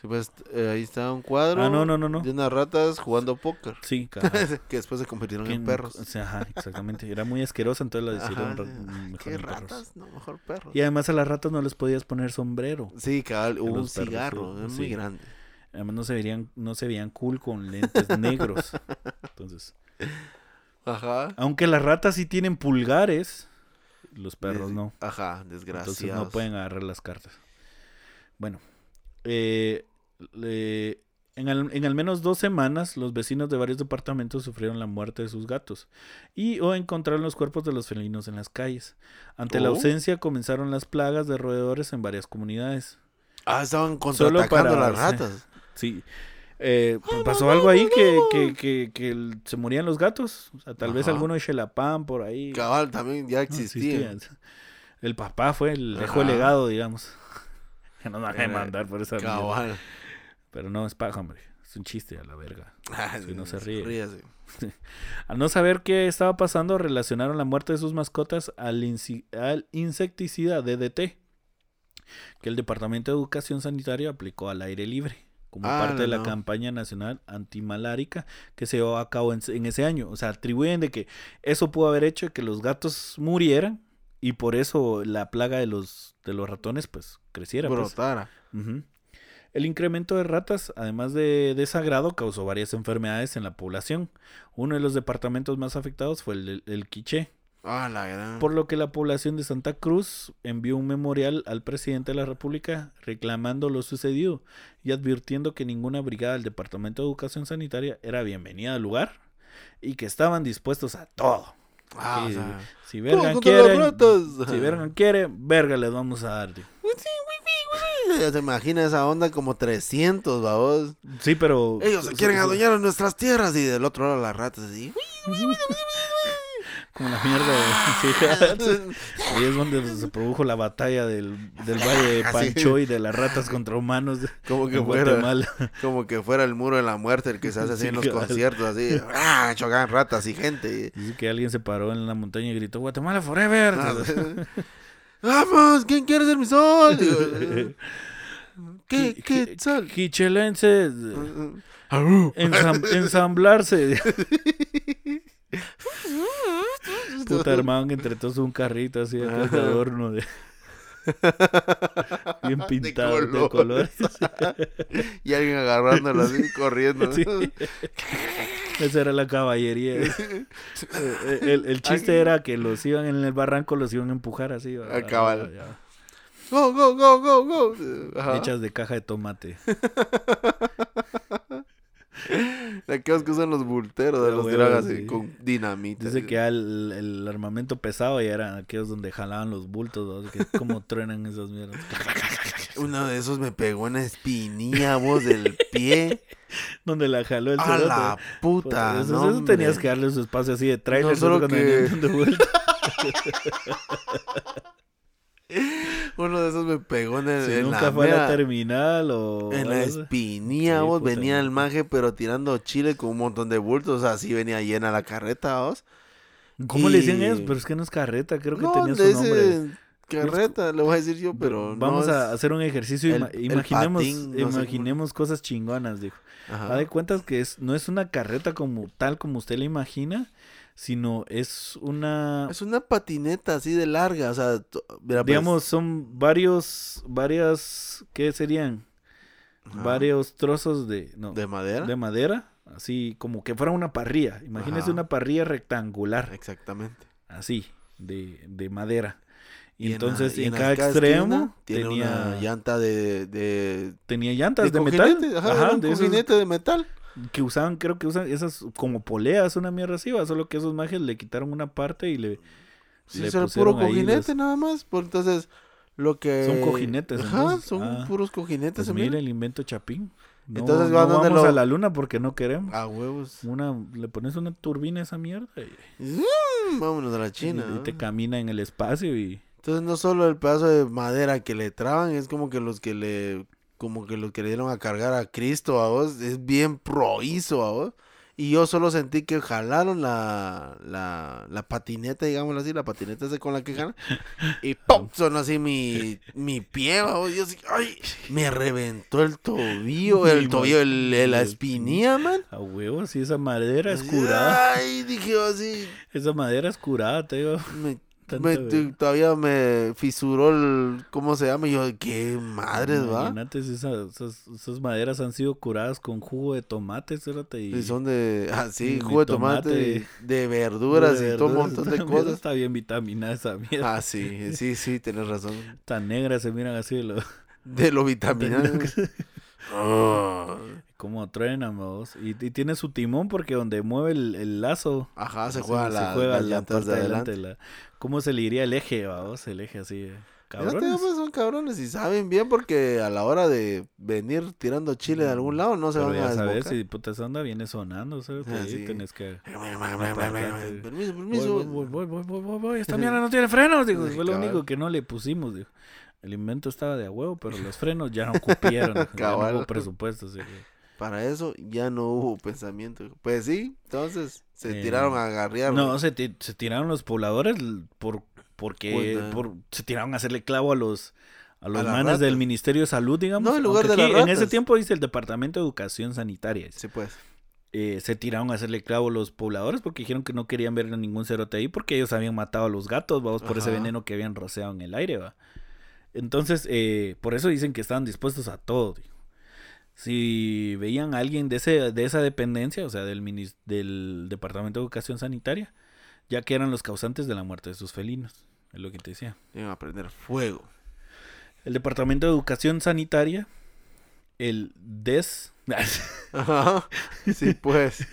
A: Sí, pues, eh, ahí está un cuadro
B: Ah, no, no, no, no.
A: de unas ratas jugando póker.
B: Sí, caja.
A: [LAUGHS] que después se convirtieron
B: Que-
A: en perros.
B: o sea, ajá, exactamente. Era muy asquerosa, entonces la
A: Ajá,
B: decidieron ra-
A: ah,
B: mejor
A: ¿Qué
B: en perros.
A: ratas? pues. No, mejor perros.
B: Y además a las ratas no les podías poner sombrero.
A: Sí, cabal, hubo un
B: los perros,
A: cigarro,
B: sí,
A: es muy
B: sí.
A: grande.
B: Además no se verían, no se veían cool con lentes
A: [LAUGHS]
B: negros. Entonces,
A: Ajá.
B: aunque las ratas sí tienen pulgares, los perros
A: Des-
B: no.
A: Ajá, desgraciados.
B: Entonces no pueden agarrar las cartas. Bueno, eh, le- en, al, en al menos dos semanas los vecinos de varios departamentos sufrieron la muerte de sus gatos y o encontraron los cuerpos de los felinos en las calles. Ante la
A: Oh.
B: ausencia comenzaron las plagas de roedores en varias comunidades.
A: Ah, estaban
B: Solo
A: contraatacando
B: para-
A: las ratas.
B: Sí. eh, pasó algo ahí que, que- que- que el- se morían los gatos. O sea, tal vez
A: Ajá.
B: alguno de Xelapán por ahí.
A: Cabal, también ya
B: No
A: existía.
B: existían. El papá fue el dejó el
A: Ajá.
B: legado, digamos. [LAUGHS] Que nos van a
A: Era-
B: demandar por esa mierda.
A: Cabal.
B: Pero no es paja, hombre. Es un chiste a la verga.
A: [LAUGHS] Ah,
B: Sí, no se
A: sí,
B: ríe.
A: ríase.
B: Al no saber qué estaba pasando, relacionaron la muerte de sus mascotas al, inci- al insecticida DDT, que el Departamento de Educación Sanitaria aplicó al aire libre, como
A: Ah,
B: parte de la
A: no.
B: campaña nacional antimalárica que se llevó a cabo en, en ese año. O sea, atribuyen de que eso pudo haber hecho que los gatos murieran y por eso la plaga de los, de los ratones pues creciera. pues.
A: Brotara.
B: Ujú. El incremento de ratas, además de desagrado, causó varias enfermedades en la población. Uno de los departamentos más afectados fue el, el Quiché,
A: Ah, la gran.
B: por lo que la población de Santa Cruz envió un memorial al presidente de la República reclamando lo sucedido y advirtiendo que ninguna brigada del Departamento de Educación Sanitaria era bienvenida al lugar y que estaban dispuestos a todo.
A: Ah,
B: Sí,
A: o sea,
B: Si
A: ¿cómo
B: vergan
A: contra las
B: quiere,
A: ratas?
B: si vergan quiere, verga les vamos a dar. dijo.
A: [LAUGHS] Ya ¿Se imagina esa onda como 300, babos?
B: Sí, pero
A: Ellos se quieren adueñar de nuestras tierras y del otro lado las ratas así.
B: Como la mierda
A: [LAUGHS] Ah.
B: de... [LAUGHS] sí. Ahí es donde se produjo la batalla del, del Valle
A: [LAUGHS]
B: de Pancho y de las ratas contra humanos de
A: Como Ah, que
B: en
A: fuera,
B: Guatemala.
A: como que fuera el muro de la muerte el que se hace así
B: [LAUGHS] Sí,
A: en los
B: cabal.
A: conciertos, así. Ah, chocan ratas y
B: [LAUGHS]
A: gente.
B: Dice que alguien se paró en la montaña y gritó, Guatemala Forever.
A: Ah, Vamos, ¿quién quiere ser mi sol?
B: [LAUGHS]
A: Digo, [LAUGHS] ¿Qué,
B: Qui-
A: qué
B: qui-
A: sol?
B: Quichelenses,
A: [LAUGHS]
B: ensam- ensamblarse.
A: [LAUGHS]
B: Puta hermano que entre todos un carrito así, aquel de adorno de Bien pintado de,
A: color.
B: colores. [LAUGHS]
A: Y alguien agarrándolo así, corriendo.
B: Sí. Esa era la caballería.
A: [LAUGHS]
B: Eh, eh, El, el chiste era que los iban en el barranco, los iban a empujar así. va,
A: Ah,
B: va, va,
A: cabal.
B: ya.
A: [LAUGHS] Go, go, go, go, go. Ajá.
B: Hechas de caja de tomate.
A: Aquellos que usan los bulteros de
B: Ah,
A: los
B: huevo,
A: dragas así,
B: sí.
A: con dinamita.
B: Dice que ya el, el armamento pesado ya eran aquellos donde jalaban los bultos. ¿no? Que como truenan
A: [LAUGHS]
B: esas mierdas.
A: Uno de esos me pegó una espinilla, vos, del pie.
B: donde la jaló [LAUGHS] el
A: A
B: cerote.
A: la puta.
B: Entonces,
A: no,
B: eso tenías
A: hombre.
B: que darle su espacio así de trailer.
A: No, solo
B: cuando
A: que-
B: venían dando vueltas.
A: Uno de esos me pegó [LAUGHS] en, el,
B: Si
A: en
B: nunca
A: la
B: fue a la
A: mera-
B: terminal o...
A: En la
B: algo así.
A: espinilla,
B: Sí,
A: vos,
B: puta
A: venía
B: madre.
A: el maje, pero tirando chile con un montón de bultos, así venía llena la carreta, vos.
B: ¿Cómo le decían
A: Y-
B: eso? Pero es que no es carreta, creo que
A: no,
B: tenía
A: le
B: su nombre.
A: dicen carreta, le voy a decir yo, pero
B: Vamos
A: no
B: a
A: es-
B: hacer un ejercicio.
A: el-
B: ima-
A: el
B: imaginemos
A: patín, no sé cómo-
B: imaginemos cosas chingonas, dijo.
A: Ajá.
B: Haz de cuentas que es, no es una carreta como tal como usted la imagina, sino es una...
A: Es una patineta así de larga, o sea, to- mira, pues,
B: digamos, son varios, varias, ¿qué serían?
A: Ajá.
B: Varios trozos de... No,
A: de madera.
B: de madera, así como que fuera una parrilla. Imagínese
A: Ajá.
B: una parrilla rectangular,
A: Exactamente.
B: así, de, de madera. Y,
A: en la-
B: entonces
A: y
B: en,
A: la
B: cada extremo
A: esquina tiene
B: tenía,
A: una llanta de, de,
B: tenía llantas de,
A: de
B: metal.
A: cojinete, ajá,
B: Ajá,
A: era un
B: de esos
A: cojinete de metal.
B: que usaban, creo que usan esas como poleas, una mierda así, va, solo que esos mages le quitaron una parte y le...
A: Sí,
B: le
A: eso era
B: pusieron
A: puro
B: ahí
A: cojinete
B: los-
A: nada más, por entonces lo que
B: Son cojinetes,
A: Ajá,
B: entonces.
A: son
B: Ah,
A: puros cojinetes,
B: Pues
A: se
B: mira
A: miran.
B: el invento Chapín. No,
A: Entonces,
B: no
A: ¿a dónde
B: vamos
A: lo- Ah.
B: a la luna porque no queremos.
A: A huevos.
B: Una, le pones una turbina a esa mierda y-
A: Mm, Vámonos a la
B: y,
A: China.
B: y
A: ¿no?
B: te camina en el espacio y...
A: Entonces no solo el pedazo de madera que le traban, es como que los que le como que los que le dieron a cargar a Cristo a vos, es bien prohizo a vos. Y yo solo sentí que jalaron la, la, la patineta, digámoslo así, la patineta esa con la que jalan. Y ¡pum! Sonó así mi, mi pie, ¿va vos. Yo así, ¡ay! Me reventó el tobillo,
B: Mi
A: el tobillo, el, el- la
B: madre.
A: espinilla, man.
B: A huevo, sí, esa madera es
A: Así,
B: curada.
A: Ay, dije yo así,
B: Esa madera es curada, te digo. [LAUGHS]
A: me
B: Tanta
A: Me-
B: verga.
A: tu- todavía me fisuró el. ¿Cómo se llama? Y yo, qué madres, va.
B: Imagínate si esas, esas- esas maderas han sido curadas con jugo de tomate, espérate. Y,
A: Y son de. Así,
B: y
A: jugo de
B: tomate,
A: tomate, de, verduras
B: de
A: y todo un
B: verduras,
A: montón de
B: esta mierda
A: cosas.
B: Está bien vitaminada esa mierda.
A: Ah,
B: [LAUGHS]
A: sí, sí, sí, tienes razón.
B: Tan negra se miran así de lo-
A: De lo vitaminado. [LAUGHS] Ah,
B: como truenan, vos. Y, y tiene su timón porque donde mueve el, el lazo.
A: Ajá, se
B: así
A: juega la, las llantas
B: parte
A: de adelante.
B: la- ¿Cómo se le diría el eje, vos? El eje así. eh.
A: Fíjate,
B: Cabrones.
A: pues, son cabrones y saben bien porque a la hora de venir tirando chile de algún lado no se
B: Mm,
A: van
B: Pero ya
A: a
B: sabes,
A: desbocar.
B: si puta esa onda viene sonando, ¿sabes?
A: Ah,
B: Ahí
A: sí.
B: tenés que...
A: Permiso,
B: Voy,
A: permiso.
B: voy, voy, voy, voy, voy, voy, Esta mierda no tiene frenos, digo.
A: Ay,
B: Fue lo
A: cabal.
B: único que no le pusimos, digo. El invento estaba de a huevo, pero los frenos ya no
A: [LAUGHS]
B: cupieron. dijo, ya no
A: Cabal.
B: hubo presupuesto, sí, güey.
A: Para eso ya no hubo pensamiento. hijo. Pues sí, entonces se
B: Eh,
A: tiraron a agarrear.
B: No,
A: güey.
B: se, ti- se tiraron los pobladores l- por porque
A: Puta.
B: por- se tiraron a hacerle clavo a los a los
A: Pues A las
B: manes del
A: ratas.
B: Ministerio de Salud, digamos.
A: No, en lugar
B: Aunque
A: de
B: aquí,
A: las
B: en ese
A: ratas.
B: tiempo dice el Departamento de Educación Sanitaria. dice.
A: Sí, pues.
B: eh, se tiraron a hacerle clavo los pobladores porque dijeron que no querían ver a ningún cerote ahí porque ellos habían matado a los gatos, vamos, por ese
A: Ajá.
B: veneno que habían roceado en el aire, va. Entonces, eh, por eso dicen que estaban dispuestos a todo, digo. Si veían a alguien de, ese, de esa dependencia, o sea, del, minis- del Departamento de Educación Sanitaria, ya que eran los causantes de la muerte de sus felinos, es lo que te decía.
A: Iban a prender fuego.
B: El Departamento de Educación Sanitaria, el DES... [LAUGHS]
A: Ajá. Sí, pues.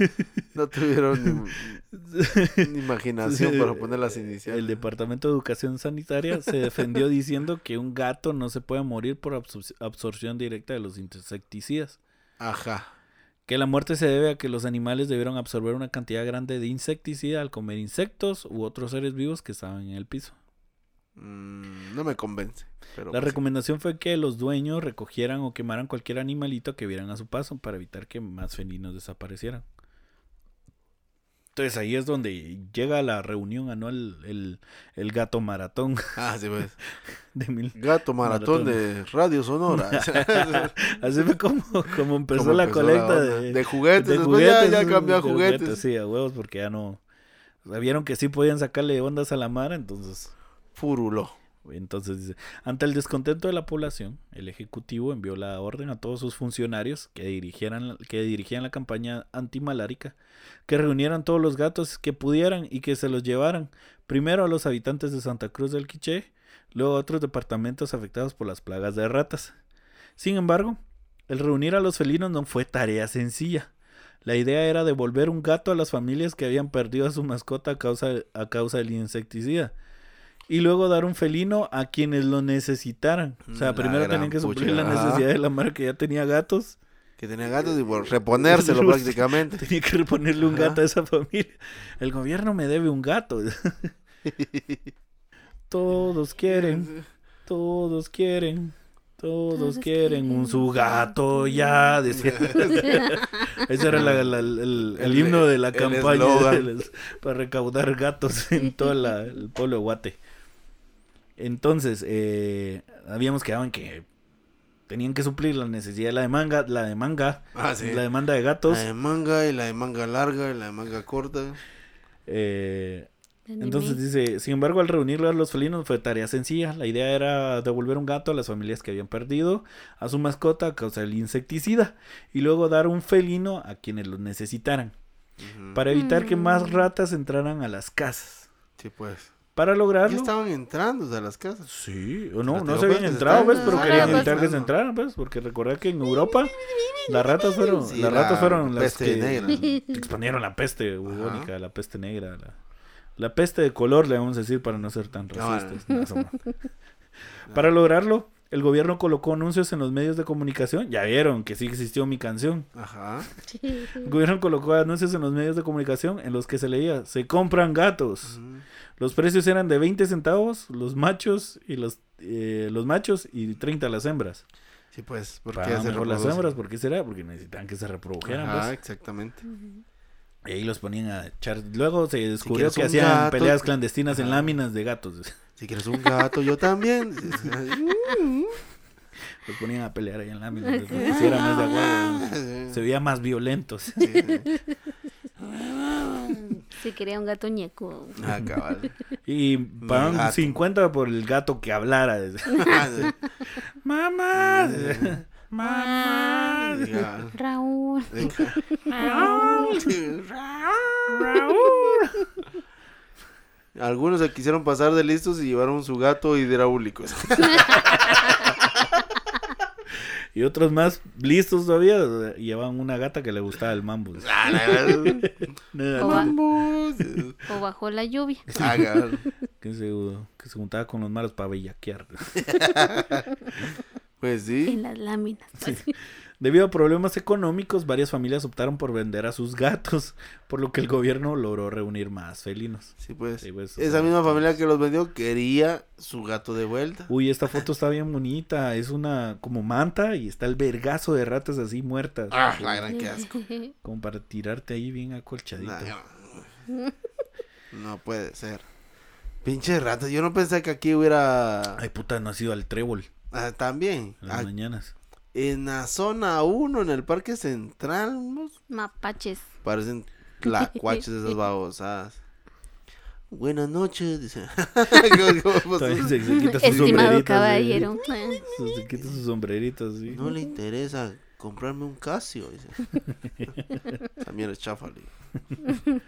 A: No tuvieron ni, ni imaginación para poner las iniciales.
B: eh, El Departamento de Educación Sanitaria se
A: [LAUGHS]
B: defendió diciendo que un gato no se puede morir por absor- absorción directa de los insecticidas.
A: Ajá.
B: Que la muerte se debe a que los animales debieron absorber una cantidad grande de insecticida al comer insectos u otros seres vivos que estaban en el piso.
A: Mm, no me convence. Pero
B: La
A: pues,
B: recomendación fue que los dueños recogieran o quemaran cualquier animalito que vieran a su paso para evitar que más felinos desaparecieran. Entonces ahí es donde llega la reunión anual, el, el gato maratón [LAUGHS]
A: Ah, sí, pues.
B: de mil,
A: Gato maratón de Radio
B: [LAUGHS]
A: Sonora. [LAUGHS]
B: Así fue como, como empezó
A: Como
B: Pues la
A: empezó
B: colecta
A: onda.
B: de,
A: de juguetes.
B: de
A: después ya- ya,
B: juguetes,
A: cambió a
B: de
A: juguetes.
B: Sí, a huevos, porque ya no. o sea, vieron que sí podían sacarle ondas a la mar, entonces
A: Furuló.
B: Entonces dice, ante el descontento de la población, el Ejecutivo envió la orden a todos sus funcionarios que, dirigieran, que dirigían la campaña antimalárica, que reunieran todos los gatos que pudieran y que se los llevaran, primero a los habitantes de Santa Cruz del Quiché, luego a otros departamentos afectados por las plagas de ratas. Sin embargo, el reunir a los felinos no fue tarea sencilla. La idea era devolver un gato a las familias que habían perdido a su mascota a causa, a causa del insecticida y luego dar un felino a quienes lo necesitaran. O sea,
A: La
B: primero
A: gran
B: tenían que suplir
A: pucha,
B: la
A: ajá.
B: necesidad de la madre que ya tenía gatos.
A: Que tenía gatos y
B: [LAUGHS]
A: por reponérselo prácticamente.
B: Tenía que reponerle un
A: Ajá.
B: gato a esa familia. El gobierno me debe un gato. [LAUGHS] todos quieren, todos quieren, todos,
C: Todos
B: quieren
C: quieren
B: un
C: un
B: su gato
C: gato.
B: ya. [LAUGHS] Decía. Ese era la- la- el, el
A: El-
B: himno de la
A: el
B: campaña
A: eslogan.
B: de- para recaudar gatos [LAUGHS] en todo la- el pueblo de Guate. Entonces, eh, habíamos quedado en que tenían que suplir la necesidad de la demanda, la demanda,
A: Ah, sí.
B: la demanda de
A: La
B: gatos.
A: de manga y la de manga larga y la de manga corta.
B: eh,
C: Anime.
B: Entonces dice, sin embargo, al reunirlo a los felinos fue tarea sencilla. La idea era devolver un gato a las familias que habían perdido a su mascota a causa del insecticida y luego dar un felino a quienes lo necesitaran
A: Ujú.
B: para evitar que más
C: Mm.
B: ratas entraran a las casas.
A: Sí, pues.
B: Para
A: Ya
B: lograrlo,
A: estaban entrando a las casas.
B: sí, o no,
A: Pero te
B: no
A: digo,
B: se
A: pues,
B: habían
A: que se
B: entrado,
A: están-
B: pues, pero
C: ah,
B: querían
C: pues,
B: evitar que se
A: no.
B: entraran, pues, porque recordad que en Europa las ratas fueron,
A: Sí,
B: las
A: la
B: ratas fueron las
A: peste
B: que [LAUGHS]
A: negra.
B: expandieron la peste bubónica, la peste negra, la, la peste de color, le vamos a decir para no ser tan
A: Cabal.
B: racistas. no, eso no.
A: [LAUGHS]
B: [LAUGHS] para lograrlo, el gobierno colocó anuncios en los medios de comunicación. Ya vieron que sí existió mi canción.
A: Ajá.
B: El gobierno colocó anuncios en los medios de comunicación en los que se leía, se compran gatos.
A: Ujú.
B: Los precios eran de 20 centavos los machos y los, eh, los machos y 30 las hembras.
A: Sí, pues. Porque
B: Porque
A: se
B: las
A: reproducen.
B: hembras, ¿por qué será? Porque necesitaban que se reprodujeran.
A: Ajá,
B: pues.
A: exactamente.
B: Y ahí los ponían a echar. Luego se descubrió
A: quieres
B: que
A: un
B: hacían
A: gato-
B: peleas clandestinas en
A: Ajá.
B: láminas de gatos. [LAUGHS]
A: Si quieres un gato, yo también.
B: Los ponían a pelear ahí en láminas. les
A: [LAUGHS]
B: hiciera más de acuerdo. Se veía más violentos.
C: Se quería un gato ñeco.
A: Ah, cabal.
B: [LAUGHS]
A: [LAUGHS]
B: Y pagaban
A: gato.
B: 50 por el gato que hablara. [LAUGHS] Mamá. Mamá.
A: Ya.
C: Raúl.
B: Raúl.
A: Algunos se quisieron pasar de listos y llevaron su gato hidráulico. [LAUGHS]
B: Y otros más listos todavía llevaban una gata que le gustaba el mambo.
A: Ah, la verdad.
B: Nada,
C: O,
A: Oh.
C: ba-
A: Ambos.
C: o bajo la lluvia.
A: Ah, cabal.
B: Que se, que se juntaba con los malos para bellaquear.
A: Pues sí.
C: En las láminas. pues.
B: Debido a problemas económicos, varias familias optaron por vender a sus gatos, [LAUGHS] por lo que el gobierno logró reunir más felinos.
A: Sí, pues.
B: Sí, pues,
A: Esa misma familia que los vendió quería su gato de vuelta.
B: Uy, esta foto está bien bonita, es una como manta y está el vergazo de ratas así muertas.
A: Ah, la gran que asco.
B: Como para tirarte ahí bien acolchadito.
A: Nah, No puede ser. Pinche rato, yo no pensé que aquí hubiera...
B: Ay, puta, no has ido al trébol
A: Ah, también.
B: en las
A: Ah, [LAUGHS]
B: mañanas.
A: en la zona 1, en el parque central, mos,
C: [LAUGHS] Mapaches.
A: parecen tlacuaches
B: [LAUGHS]
A: esas babosadas. Buenas noches,
B: [LAUGHS]
A: dice. [LAUGHS] Pues
B: También se, se
C: [LAUGHS]
B: quita sus
C: Estimado
B: sombreritos.
C: caballero. pues,
B: sí. Se, se quita sus sombreritos, sí.
A: no le interesa comprarme un Casio,
B: [LAUGHS]
A: dice. También es chafa, le digo.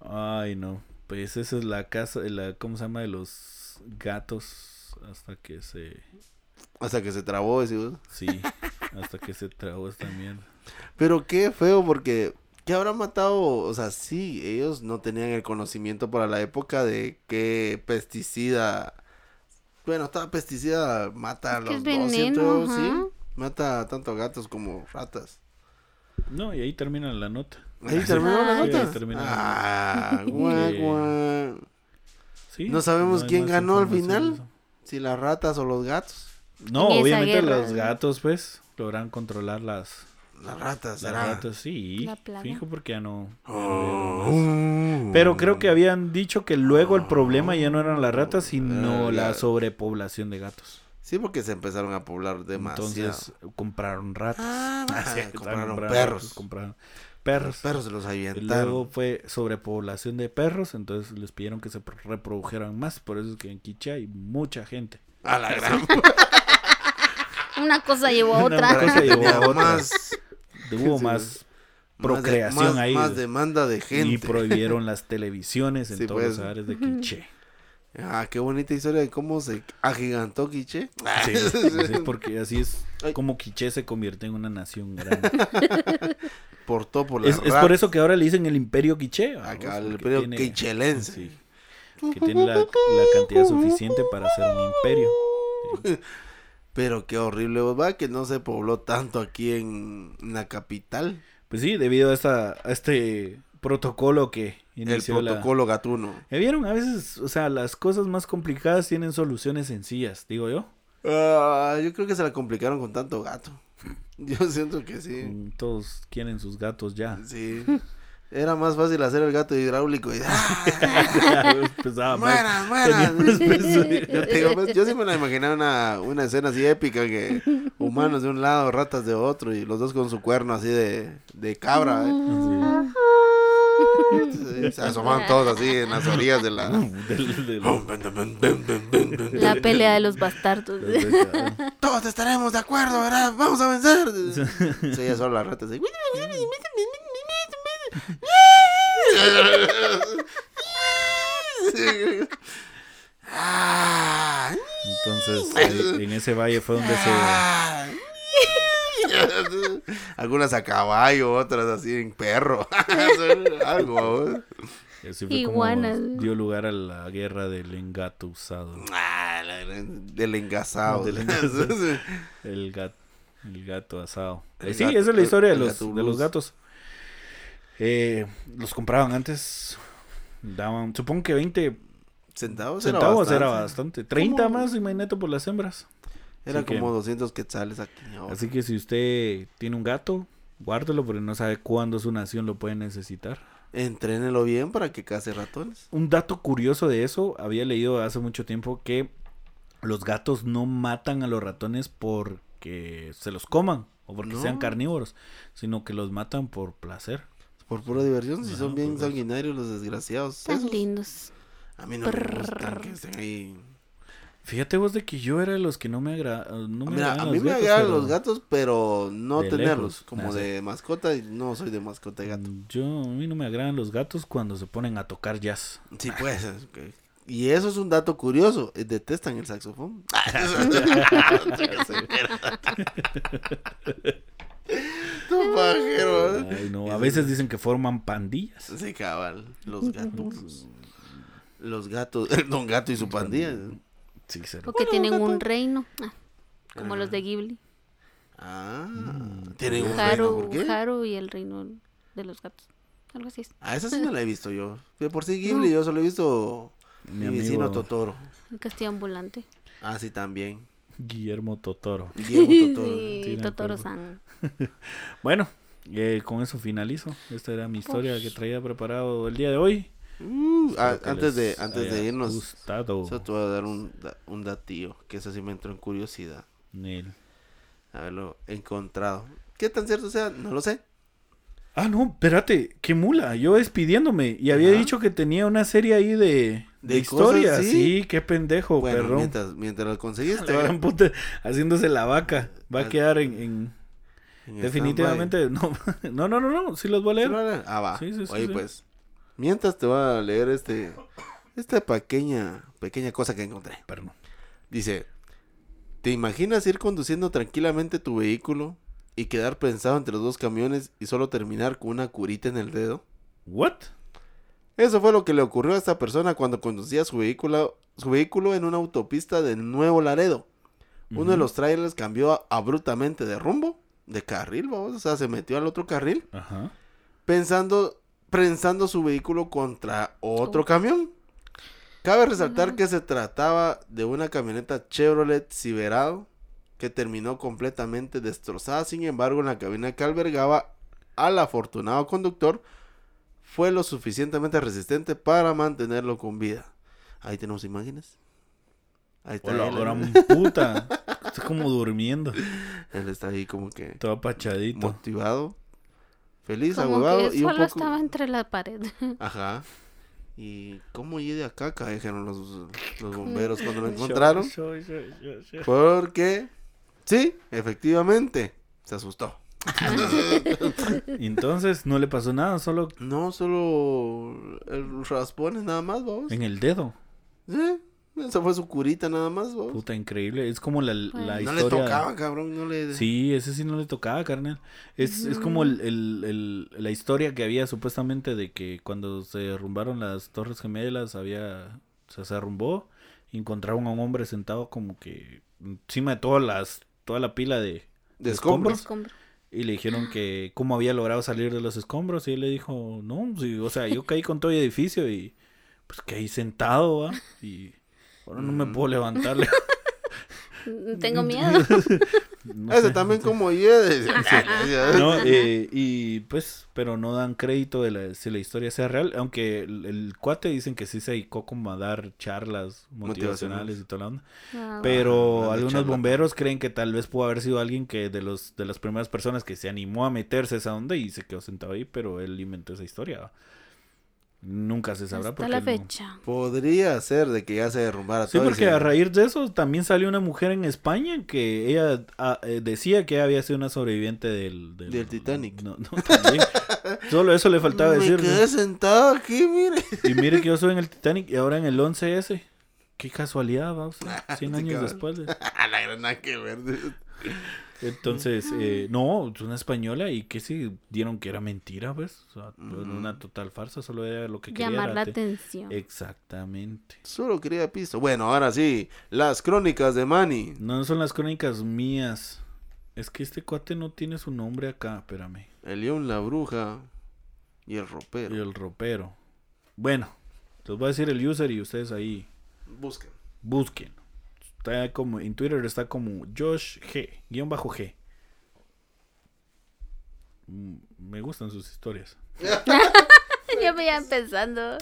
B: Ay, no. Pues esa es la casa, la, ¿cómo se llama? De los gatos hasta que se...
A: Hasta que se trabó, decimos.
B: Sí, hasta que se trabó esta mierda.
A: Pero qué feo, porque ¿qué habrá matado? O sea, sí, ellos no tenían el conocimiento para la época de qué pesticida. Bueno, esta pesticida mata a
C: Es que
A: los dos,
C: es veneno,
A: ¿cierto?
C: ajá.
A: Sí, mata a tanto gatos como ratas.
B: No, y ahí termina la nota.
A: Ahí terminó la
C: Ay.
A: nota.
B: Sí, ahí terminó.
C: [LAUGHS]
A: Ah, guau,
B: Sí.
A: guau.
B: Sí,
A: No sabemos
B: hay
A: quién
B: más
A: ganó al
B: información de
A: final. Si las ratas o los gatos.
B: eso. No,
C: En esa
B: obviamente
C: guerra,
B: los
C: ¿no?
B: gatos, pues, logran controlar las,
A: Las ratas,
B: las
A: será.
B: ratas. Sí,
C: La plaga.
B: fijo porque ya no.
A: Oh.
B: Pero creo que habían dicho que luego el problema ya no eran las ratas, sino
A: Ah,
B: la
A: la-
B: sobrepoblación de gatos.
A: Sí, porque se empezaron a poblar demasiado.
B: Entonces compraron ratas.
A: Ah,
B: [LAUGHS] Sí,
A: compraron
B: compraron
A: perros.
B: compraron-
A: Los
B: perros.
A: perros se los
B: Y
A: avientaron.
B: Luego fue sobrepoblación de perros, entonces les pidieron que se pro- reprodujeran más. Por eso es que en Quiche hay mucha gente.
A: [LAUGHS] A la gran
C: Una cosa llevó a
B: Una [LAUGHS]
C: otra.
B: cosa llevó a
A: tenía
B: otra.
A: más,
B: De- Hubo
A: Sí,
B: más
A: más de-
B: procreación
A: más-
B: ahí.
A: Más demanda de gente. [LAUGHS]
B: y prohibieron las televisiones en
A: Sí,
B: todos
A: pues.
B: los hogares
A: [LAUGHS]
B: de Quiche.
A: Ah, qué bonita historia de cómo se agigantó Quiche. [LAUGHS]
B: Sí, pues es porque así es
A: Ay.
B: como Quiche se convierte en una
A: [LAUGHS]
B: nación grande.
A: Portó por la
B: Es, es por eso que ahora le dicen el imperio Quiche.
A: Acá,
B: vamos,
A: el
B: porque
A: imperio
B: tiene-
A: quichelense.
B: sí, que tiene la, la cantidad suficiente para ser un imperio. Sí.
A: Pero qué horrible, va que no se pobló tanto aquí en la capital.
B: Pues sí, debido a, esta, a este protocolo que
A: El
B: inició la-
A: protocolo gatuno.
B: ¿Ya vieron? A veces, o sea, las cosas más complicadas tienen soluciones sencillas, digo yo.
A: Ah, yo creo que se la complicaron con tanto gato. [LAUGHS] Yo siento que sí.
B: Mm, Todos quieren sus gatos ya. [LAUGHS]
A: Sí. Era más fácil hacer el gato hidráulico y ¡ah! [LAUGHS]
B: Empezaba más.
A: ¡Muera, muera!
B: Ah, Tenía más peso.
A: Yo, te digo, pues, yo sí me la imaginaba una, una escena así épica que humanos de un lado, ratas de otro y los dos con su cuerno así de, de cabra. ¿eh?
B: Sí.
A: Sí, Se asomaban todos así en las orillas de la...
B: Del- del-
C: La pelea de los
A: [LAUGHS]
C: bastardos.
B: del-
A: Todos estaremos de acuerdo, ¿verdad? Vamos a [LAUGHS] vencer. Se oía solo las ratas así. Ah.
B: Entonces, eh, en ese valle fue donde se...
A: Algunas a caballo, otras así en perro. [LAUGHS] Algo. ¿vos?
B: así eh, fue como
C: Iguanas.
B: dio lugar a la guerra del engatusado.
A: Ah, la gran- del engasado.
B: Del engasado. El gato, el gato asado.
A: El
B: Eh, sí,
A: gato-
B: esa es la historia de
A: el
B: los,
A: gato
B: de los
A: blues.
B: gatos. Eh, los compraban antes. Daban, supongo que 20
A: [LAUGHS] Centavos era
B: centavos
A: bastante.
B: era bastante. 30
A: ¿Cómo?
B: más, imagínate, por las hembras.
A: Era
B: Así que-
A: como 200 quetzales aquí. ahora.
B: Así que si usted tiene un gato, guárdelo porque no sabe cuándo su nación lo puede necesitar.
A: Entrénelo bien para que case ratones.
B: Un dato curioso de eso, había leído hace mucho tiempo que los gatos no matan a los ratones porque se los coman o porque
A: No.
B: sean carnívoros, sino que los matan por placer.
A: Por pura diversión, si son
B: Ajá,
A: bien
B: pues.
A: sanguinarios los desgraciados.
C: Tan
A: esos.
C: lindos.
A: A mí no me gustan que estén ahí.
B: Fíjate vos de que yo era de los que no me agra- no me
A: Ah, Mira,
B: agradaban
A: a mí
B: los
A: me
B: gatos,
A: agradan
B: pero
A: los gatos, pero no
B: de
A: tenerlos
B: lejos,
A: como
B: nada,
A: de mascota. y No soy de mascota de gato.
B: Yo, a mí no me agradan los gatos cuando se ponen a tocar jazz.
A: Sí, pues. es que- Y eso es un dato curioso. eh, Detestan el saxofón. [LAUGHS] Ah, Tu pajero.
B: Ay, no, a veces dicen que forman pandillas.
A: Sí, cabal. Los gatos. Los gatos. [LAUGHS] Don Gato y su pandilla.
B: Sí, se lo-
C: Porque tienen un reino. Ah, como los de Ghibli.
A: Ah.
B: Mm,
A: Tienen un reino.
C: Haru,
A: ¿Por qué?
C: Haru y el reino de los gatos. Algo así es.
A: Ah, esa sí no la he visto yo. De por sí Ghibli yo solo he visto mi,
B: Mi
A: vecino
B: amigo.
A: Totoro.
C: El castillo ambulante.
A: Ah, sí,
C: [LAUGHS]
A: también.
B: Guillermo Totoro.
A: Guillermo Totoro.
B: Sí,
C: Sí,
B: me acuerdo.
C: Totoro-san.
B: Bueno, eh, con eso finalizo. Esta era mi historia que traía preparado el día de hoy.
A: Uh, ah,
B: Espero que
A: antes de,
B: les
A: antes de
B: haya
A: irnos,
B: Gustado,
A: yo te voy a dar un, da- un datío, que eso sí me entró en curiosidad.
B: Nel.
A: Haberlo encontrado. ¿Qué tan cierto sea? No lo sé.
B: Ah, no, espérate, qué mula. Yo despidiéndome y había
A: Ajá.
B: dicho que tenía una serie ahí de, de,
A: De cosas,
B: historias.
A: ¿sí?
B: sí, qué pendejo,
A: Bueno,
B: perrón. [LAUGHS]
A: mientras, mientras lo conseguís, te
B: La
A: va-
B: gran puta, haciéndose la vaca. Va a
A: Ah,
B: quedar en. en-
A: en stand-by.
B: definitivamente. No, [LAUGHS] no, no, no, no. Sí los voy a
A: ¿Sí
B: leer.
A: lo hará? Ah, va.
B: Sí, sí, sí,
A: Oye,
B: sí.
A: pues. Mientras te va a leer este esta pequeña pequeña cosa que encontré.
B: Perdón.
A: Dice, ¿te imaginas ir conduciendo tranquilamente tu vehículo y quedar pensado entre los dos camiones y solo terminar con una curita en el dedo?
B: ¿What?
A: Eso fue lo que le ocurrió a esta persona cuando conducía su vehículo, su vehículo en una autopista de Nuevo Laredo. Uno de
B: Ujú.
A: los trailers cambió a- abruptamente de rumbo, de carril, vamos, o sea, se metió al otro carril,
B: Ajá.
A: pensando, prensando su vehículo contra otro
C: Oh.
A: camión. Cabe resaltar que se trataba de una camioneta Chevrolet Silverado que terminó completamente destrozada. Sin embargo, en la cabina que albergaba al afortunado conductor fue lo suficientemente resistente para mantenerlo con vida. Ahí tenemos imágenes. Ahí está.
B: Hola,
A: él,
B: gran
A: [LAUGHS]
B: puta. Está como durmiendo.
A: él está ahí como que
B: Todo apachadito.
A: motivado. feliz,
C: Como
A: abogado
C: que
A: y un
C: solo
A: poco...
C: estaba entre la pared. [LAUGHS]
A: Ajá. ¿Y cómo llegué de acá? acá? Dijeron los, los bomberos
B: [LAUGHS]
A: cuando lo encontraron.
B: Soy- soy- soy- soy-
A: Porque, sí, efectivamente, se asustó.
B: Entonces no le pasó nada, solo
A: No, solo el raspones nada más, vamos.
B: en el dedo.
A: Sí, esa fue su curita nada más, vamos.
B: Puta, increíble. Es como la, la
C: Bueno.
A: no le
B: historia.
A: tocaba, cabrón, no le...
B: Sí, ese sí no le tocaba, carnal. Es, es como el- el- el- la historia que había supuestamente de que cuando se derrumbaron las Torres Gemelas, había o sea, se derrumbó y encontraron a un hombre sentado como que encima de todas las, toda la pila de,
A: De escombros.
C: Escombro.
B: Y le dijeron que cómo había logrado salir de los escombros. Y él le dijo, no, sí, o sea, yo caí con todo el edificio y pues caí sentado, ¿va? Y ahora no me
A: Mm.
B: puedo levantar. le-
C: Mm,
A: [LAUGHS]
C: Tengo miedo.
B: No
A: Ese
B: sé.
A: también como
B: [LAUGHS]
A: llegue.
B: No, eh, y pues, pero no dan crédito de la, si la historia sea real, aunque el, el cuate dicen que sí se dedicó como a dar charlas motivacionales y toda la onda.
C: Ah,
A: Ah,
B: Pero
A: dando
B: algunos
A: charla.
B: bomberos creen que tal vez pudo haber sido alguien que de los de las primeras personas que se animó a meterse a esa onda y se quedó sentado ahí, pero él inventó esa historia. ¿va? Nunca se sabrá
C: Hasta
B: porque
C: la
B: no-
C: fecha.
A: Podría ser de que ya se derrumbara
B: Sí,
A: todo. y
B: porque
A: se-
B: a raíz de eso también salió una mujer en España que ella ah, eh, decía que ella había sido una sobreviviente del...
A: Del Titanic.
B: No, no,
A: [LAUGHS]
B: también. Solo eso le faltaba
A: Me
B: decir. ¿no?
A: quedé sentado aquí, mire. [LAUGHS]
B: Y mire que yo soy en el Titanic y ahora en el 11S. Qué
A: [LAUGHS]
B: casualidad, vamos. 100
A: Sí,
B: años
A: cabrón.
B: después. de-
A: la granada que verde.
B: Entonces, eh, no, es una española y que si dieron que era mentira, pues. O sea, Una total farsa, solo era lo que quería. Eh,
C: Llamar
B: era
C: la
B: te-
C: atención.
B: Exactamente.
A: Solo quería piso. Bueno, ahora sí, las crónicas de Manny.
B: No son las crónicas mías. Es que este cuate no tiene su nombre acá, espérame.
A: El león, la bruja y el ropero.
B: Y el ropero. Bueno, les voy a decir el user y ustedes ahí
A: Busquen.
B: busquen. Está como, en Twitter está como Josh G, guión bajo G. Mm, Me gustan sus historias.
C: [LAUGHS] ya me iba
B: pues,
C: empezando.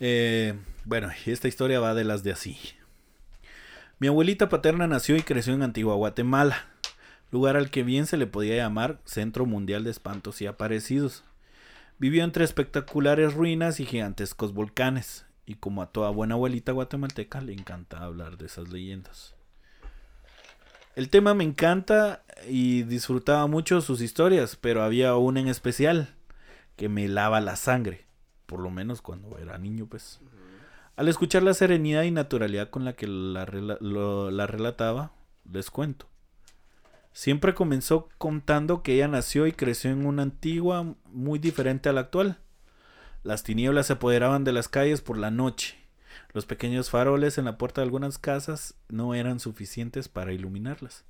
B: Eh, bueno, y esta historia va de las de así. Mi abuelita paterna nació y creció en Antigua Guatemala, lugar al que bien se le podía llamar Centro Mundial de Espantos y Aparecidos. Vivió entre espectaculares ruinas y gigantescos volcanes, y como a toda buena abuelita guatemalteca le encanta hablar de esas leyendas. El tema me encanta y disfrutaba mucho sus historias, pero había una en especial que me lava la sangre por lo menos cuando era niño, pues. Al escuchar la serenidad y naturalidad con la que la, rela- lo- la relataba, les cuento. Siempre comenzó contando que ella nació y creció en una antigua muy diferente a la actual. Las tinieblas se apoderaban de las calles por la noche. Los pequeños faroles en la puerta de algunas casas no eran suficientes para iluminarlas.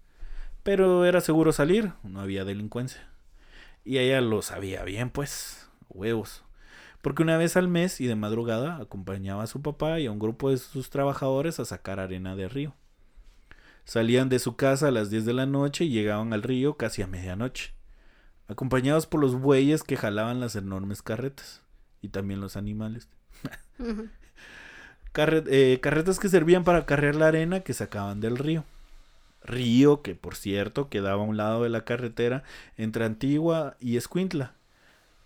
B: Pero era seguro salir, no había delincuencia. Y ella lo sabía bien, pues, huevos porque una vez al mes y de madrugada acompañaba a su papá y a un grupo de sus trabajadores a sacar arena de río. Salían de su casa a las 10 de la noche y llegaban al río casi a medianoche, acompañados por los bueyes que jalaban las enormes carretas y también los animales. pues.
C: Ujú.
B: Carre- eh, carretas que servían para carrear la arena que sacaban del río. Río que, por cierto, quedaba a un lado de la carretera entre Antigua y Escuintla.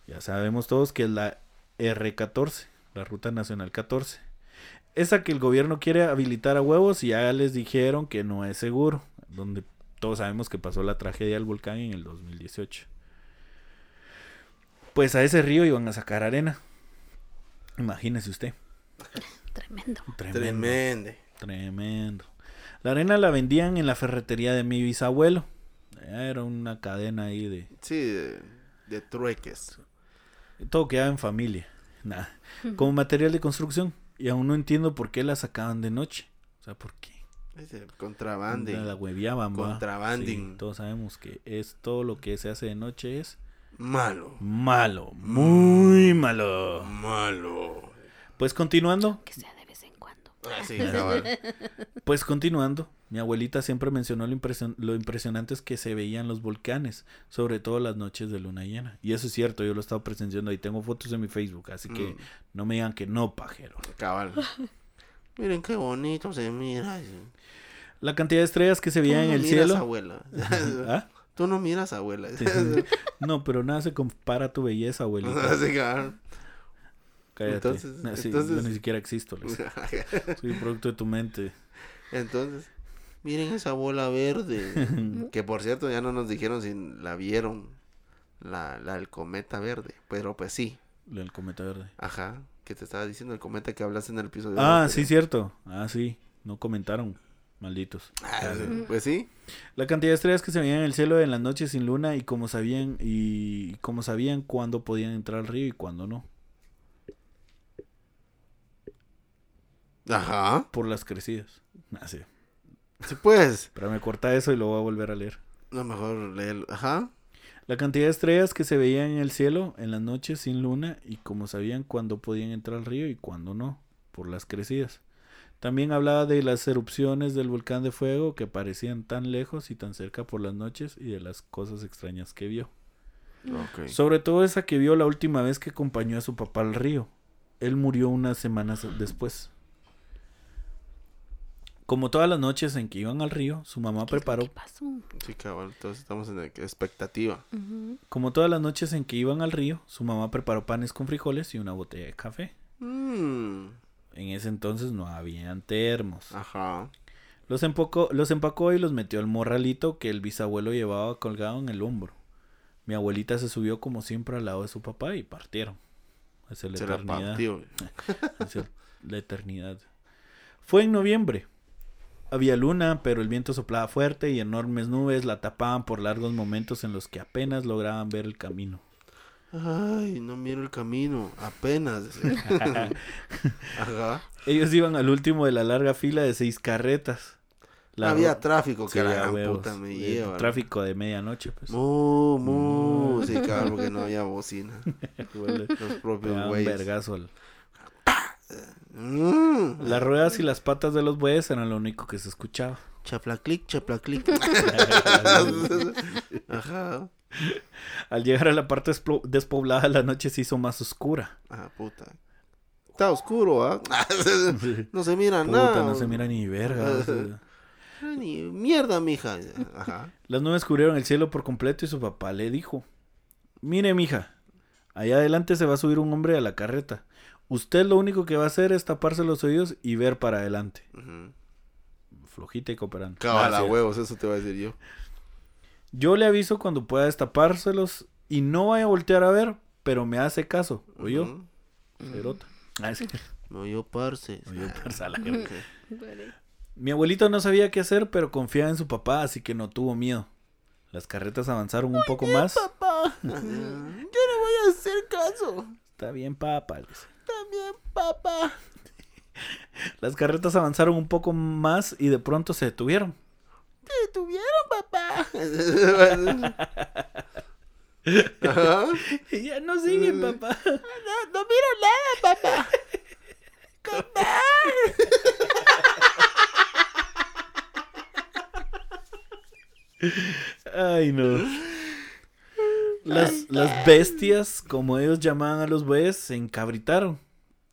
B: Ya sabemos todos que es la R14, la Ruta Nacional 14. Esa que el gobierno quiere habilitar a huevos y ya les dijeron que no es seguro. Donde todos sabemos que pasó la tragedia del volcán en el 2018. Pues a ese río iban a sacar arena. Imagínese usted.
C: [LAUGHS] Tremendo.
B: Tremendo.
A: Tremende.
B: Tremendo. La arena la vendían en la ferretería de mi bisabuelo. Era una cadena ahí de...
A: Sí, de, de trueques.
B: Todo quedaba en familia. Nada. Como material de construcción. Y aún no entiendo por qué la sacaban de noche. O sea, ¿por qué?
A: Es el contrabanding.
B: La hueveaban, va.
A: Contrabanding.
B: Sí, todos sabemos que es todo lo que se hace de noche es
A: Malo.
B: malo. Muy
A: Mm.
B: malo.
A: Malo.
B: Pues continuando.
C: Que sea de vez en cuando.
A: Ah,
B: [LAUGHS]
A: sí, cabal.
B: Pues continuando, mi abuelita siempre mencionó lo, impresion- lo impresionantes que se veían los volcanes, sobre todo las noches de luna llena. Y eso es cierto, yo lo he estado presenciando y tengo fotos en mi Facebook, así que
A: Mm.
B: no me digan que no, pajero.
A: Cabal. Miren qué bonito se mira.
B: La cantidad de estrellas que se veían en el
A: Mira esa
B: cielo. [LAUGHS]
A: abuela. [LAUGHS]
B: ¿Ah?
A: Tú no miras, abuela.
B: Sí, sí, sí. No, pero nada se compara a tu belleza,
A: [LAUGHS]
B: abuelita.
A: Así, cabrón.
B: Cállate.
A: Entonces,
B: Nah, sí,
A: entonces-
B: Yo ni siquiera existo.
A: [LAUGHS]
B: Alex. Soy producto de tu mente.
A: [LAUGHS]
B: [LAUGHS]
A: Entonces, miren esa bola verde. que por cierto, ya no nos dijeron si la vieron. La, la del cometa verde. Pero pues sí.
B: El cometa verde.
A: Ajá. Que te estaba diciendo el cometa que hablaste en el episodio.
B: Ah,
A: anterior.
B: sí, cierto. Ah, sí. No comentaron. Malditos.
A: Ah, Pues sí.
B: La cantidad de estrellas que se veían en el cielo en las noches sin luna y cómo sabían y cómo sabían cuándo podían entrar al río y cuándo no.
A: Ajá.
B: Por las crecidas. Ah, sí.
A: Sí, pues.
B: Pero me corta eso y lo voy a volver a leer.
A: A lo mejor leerlo. Ajá.
B: La cantidad de estrellas que se veían en el cielo en las noches sin luna y como sabían cuándo podían entrar al río y cuándo no, por las crecidas. También hablaba de las erupciones del volcán de fuego que parecían tan lejos y tan cerca por las noches y de las cosas extrañas que vio.
A: Ok.
B: Sobre todo esa que vio la última vez que acompañó a su papá al río. Él murió unas semanas después. Como todas las noches en que iban al río, su mamá
C: ¿Qué es lo
B: preparó
C: que pasó?
A: Sí, cabrón. Entonces estamos en expectativa.
C: Ujú.
B: Como todas las noches en que iban al río, su mamá preparó panes con frijoles y una botella de café.
A: Mm,
B: En ese entonces no habían termos.
A: Ah. Ajá.
B: Los, empocó- los empacó y los metió al morralito que el bisabuelo llevaba colgado en el hombro. Mi abuelita se subió como siempre al lado de su papá y partieron. Hacia la
A: Se la
B: eternidad.
A: partió.
B: hacia la eternidad. Fue en noviembre. Había luna, pero el viento soplaba fuerte y enormes nubes la tapaban por largos momentos en los que apenas lograban ver el camino.
A: Ay, no miro el camino.
B: [LAUGHS]
A: Apenas. Ajá.
B: Ellos iban al último de la larga fila de seis carretas. La
A: Había
B: ro-
A: tráfico que
B: Sí,
A: la
B: a
A: gran
B: huevos.
A: puta me
B: El
A: lleva.
B: Tráfico de medianoche, pues.
A: Mu, mu. Sí, claro, porque no había
B: [LAUGHS]
A: bocina.
B: Igual le
A: Los propios
B: pegaban
A: güeyes.
B: vergazo al-
A: Mm.
B: Las ruedas y las patas de los bueyes eran lo único que
A: [LAUGHS]
B: se escuchaba.
A: Chaplaclic,
B: [LAUGHS]
A: chaplaclic. Ajá.
B: al llegar a la parte esplo- despoblada, la noche se hizo más oscura.
A: Ah, puta. Está oscuro,
B: [LAUGHS]
A: ¿ah? No se mira
B: Puta,
A: nada.
B: no se mira ni verga. o sea.
A: Ni mierda, mija. Ajá.
B: Las nubes cubrieron el cielo por completo y su papá le dijo: Mire, mija, allá adelante se va a subir un hombre a la carreta. Usted lo único que va a hacer es taparse los oídos y ver para adelante.
A: Ujú.
B: Flojita y cooperante.
A: Cábala,
B: Ah, sí.
A: huevos, eso te voy a decir yo.
B: Yo le aviso cuando pueda destapárselos y no vaya a voltear a ver, pero me hace caso. ¿Oyó?
A: Ujú.
B: Cerota. Ah, sí. [LAUGHS]
A: No, yo parce.
B: Oyó, parza, la
A: Ok. [LAUGHS]
B: gran-
C: Vale.
B: Mi abuelito no sabía qué hacer, pero confiaba en su papá, así que no tuvo miedo. Las carretas avanzaron un poco más.
A: Papá, yo no voy a hacer caso.
B: Está bien, papá. le dice.
A: También, papá.
B: Las carretas avanzaron un poco más y de pronto
A: [LAUGHS]
B: se detuvieron.
A: Te tuvieron, papá. Ajá.
B: ya no sigue, [LAUGHS] papá.
A: No, no miro nada,
B: [LAUGHS]
A: papá. Papá.
B: Ay, no. Las, las bestias, como ellos llamaban a los bueyes, se encabritaron.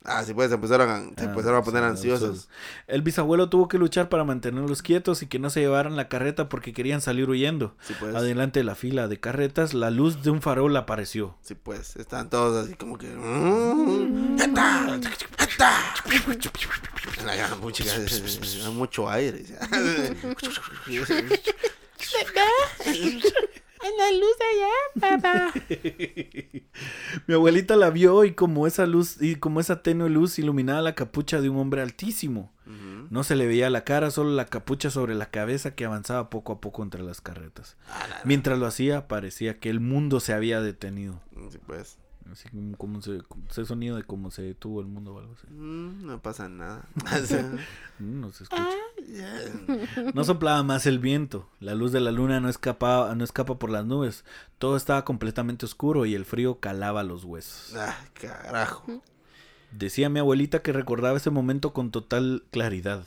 A: Ah, sí, pues se empezaron a, se
B: Ah,
A: empezaron a poner
B: sí,
A: ansiosos.
B: sí. El bisabuelo tuvo que luchar para mantenerlos quietos y que no se llevaran la carreta porque querían salir huyendo.
A: Sí, pues.
B: Adelante de la fila de carretas, la luz de un farol apareció.
A: Sí, pues. Están todos así como que. "Mm, ya está, ya está". La gran puchica, [LAUGHS] da mucho aire.
C: En la luz allá, papá.
B: Mi abuelita la vio y como esa luz y como esa tenue luz iluminaba la capucha de un hombre altísimo.
A: Ujú.
B: No se le veía la cara, solo la capucha sobre la cabeza que avanzaba poco a poco entre las carretas. Mientras lo hacía, parecía que el mundo se había detenido.
A: [LAUGHS] Sí, pues.
B: Así como, como se, como ese sonido de cómo se detuvo el mundo o algo así.
A: Mm, No pasa nada. [LAUGHS]
B: Mm, No se escucha. No soplaba más el viento. La luz de la luna no escapaba, no escapa por las nubes. Todo estaba completamente oscuro y el frío calaba los huesos.
A: Ah, carajo.
B: Decía mi abuelita que recordaba ese momento con total claridad.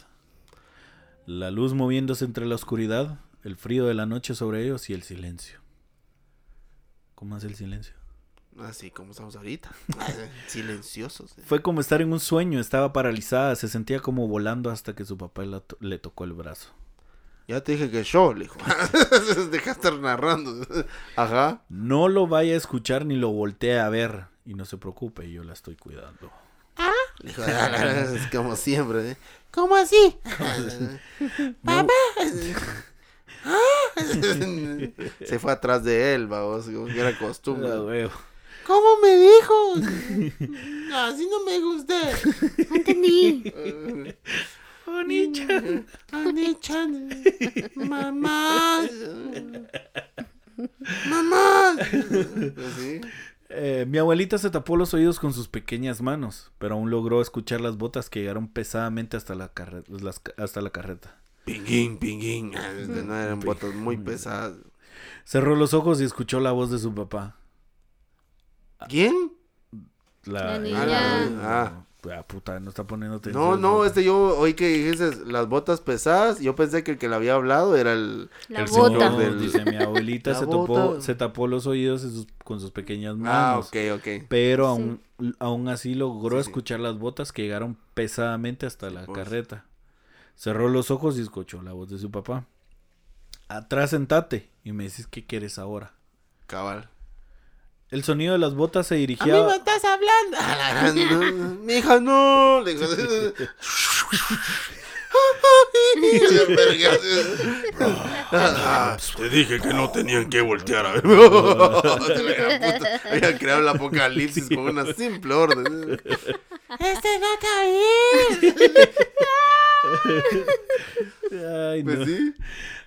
B: La luz moviéndose entre la oscuridad, el frío de la noche sobre ellos y el silencio. ¿Cómo hace el silencio?
A: Así como estamos ahorita. [LAUGHS] Silenciosos. eh.
B: Fue como estar en un sueño, estaba paralizada, se sentía como volando hasta que su papá la to- le tocó el brazo.
A: Ya te dije que yo, le [LAUGHS] dijo. Deja de estar narrando. Ajá.
B: No lo vaya a escuchar ni lo voltee a ver. Y no se preocupe, yo la estoy cuidando.
A: Le dijo, "Ah, es como siempre. ¿eh? ¿Cómo así?
B: No,
A: [LAUGHS] Se fue atrás de él, babos, como que era costumbre.
B: a huevo.
A: ¿Cómo me
B: [LAUGHS]
A: dijo? Así no me gusta.
C: No [LAUGHS] entendí.
A: Oni-chan.
B: [LAUGHS]
A: Mamá.
B: [LAUGHS]
A: Mamá. [LAUGHS] ¿Sí?
B: Eh, mi abuelita se tapó los oídos con sus pequeñas manos, pero aún logró escuchar las botas que llegaron pesadamente hasta la, carre- las ca- hasta la carreta.
A: Pinguín, pinguín. Ah, este, No eran botas muy pesadas.
B: Cerró los ojos y escuchó la voz de su papá.
A: ¿Quién?
C: La
B: La,
A: niña.
B: Ah, puta, no está poniendo atención.
A: No, no, este yo oí que dijiste las botas pesadas. Yo pensé que el que le había hablado era el.
C: La
B: El señor
C: bota.
A: del-
B: dice, mi abuelita
A: La
B: se,
A: bota.
B: tapó, se tapó los oídos en sus- con sus pequeñas
A: Ah,
B: manos.
A: ok, ok.
B: Pero aún, aún así logró
A: Sí, sí.
B: escuchar las botas que llegaron pesadamente hasta la
A: pues.
B: carreta. Cerró los ojos y escuchó la voz de su papá. Atrás sentate y me decís qué quieres ahora.
A: Cabal.
B: El sonido de las botas se
A: A mí me
B: dirigía...
A: estás hablando. Mi hija, no. Le dijo. Pues Te dije que no tenían que voltear a [LAUGHS] ver. Habían creado el apocalipsis con una simple orden. Este no está bien.
B: Ay, no.
A: Pues sí.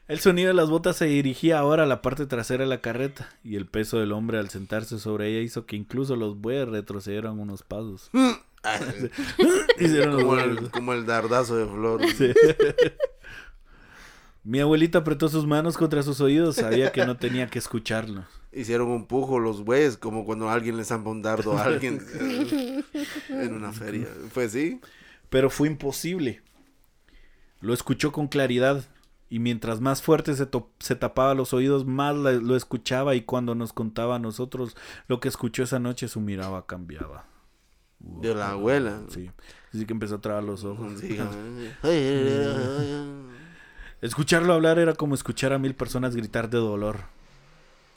B: El sonido de las botas se dirigía ahora a la parte trasera de la carreta y el peso del hombre al sentarse sobre ella hizo que incluso los bueyes retrocedieran
A: [LAUGHS]
B: unos pasos. Hicieron los
A: Como
B: bueyes.
A: el, como el dardazo de flor.
B: Mi abuelita apretó sus manos contra sus oídos, sabía que no tenía que escucharlo.
A: Hicieron un pujo los güeyes, como cuando alguien le zampa un dardo a alguien eh, en una feria. Pues sí.
B: Pero fue imposible. Lo escuchó con claridad. Y mientras más fuerte se, to- se tapaba los oídos, más la- lo escuchaba. Y cuando nos contaba a nosotros lo que escuchó esa noche, su mirada cambiaba.
A: De la abuela.
B: Sí. Así que empezó a trabar los ojos.
A: Sí, ah.
B: Escucharlo hablar era como escuchar a mil personas gritar de dolor.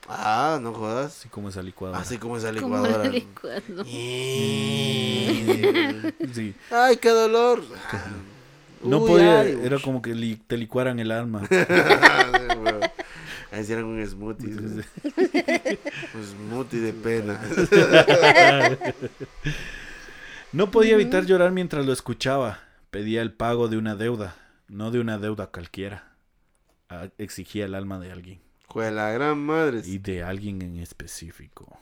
A: Ah, no jodas.
B: Así como esa licuadora.
A: Así como esa
C: Como la
A: licuadora.
C: licuadora.
A: Y-
B: [LAUGHS] Sí.
A: Ay, qué dolor. [LAUGHS]
B: No
A: Uy,
B: podía,
A: ay,
B: era
A: uy.
B: como que li- te licuaran el alma.
A: Ah, güey. Ahí hicieron un smoothie. Un smoothie de pena.
B: No podía evitar llorar mientras lo escuchaba. Pedía el pago de una deuda, no de una deuda cualquiera. Ah, Exigía el alma de alguien.
A: Pues la gran madre.
B: Y de alguien en específico.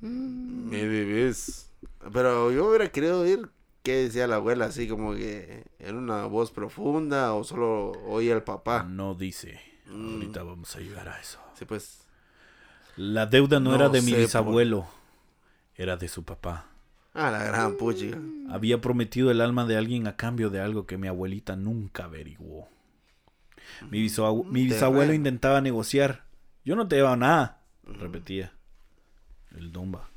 A: Me debes. Pero yo hubiera querido oír qué decía la abuela, así como que era una voz profunda o solo oía al papá.
B: No dice.
A: Ah. Mm.
B: Ahorita vamos a llegar a eso.
A: Sí, pues.
B: La deuda no,
A: No
B: era de mi
A: sé por-
B: bisabuelo. Era de su papá.
A: Ah, la gran puchica.
B: Había prometido el alma de alguien a cambio de algo que mi abuelita nunca averiguó. Mi, bisau- mi
A: te
B: bisabuelo
A: re-
B: intentaba negociar. Yo no te daba nada,
A: Mm.
B: repetía. El domba.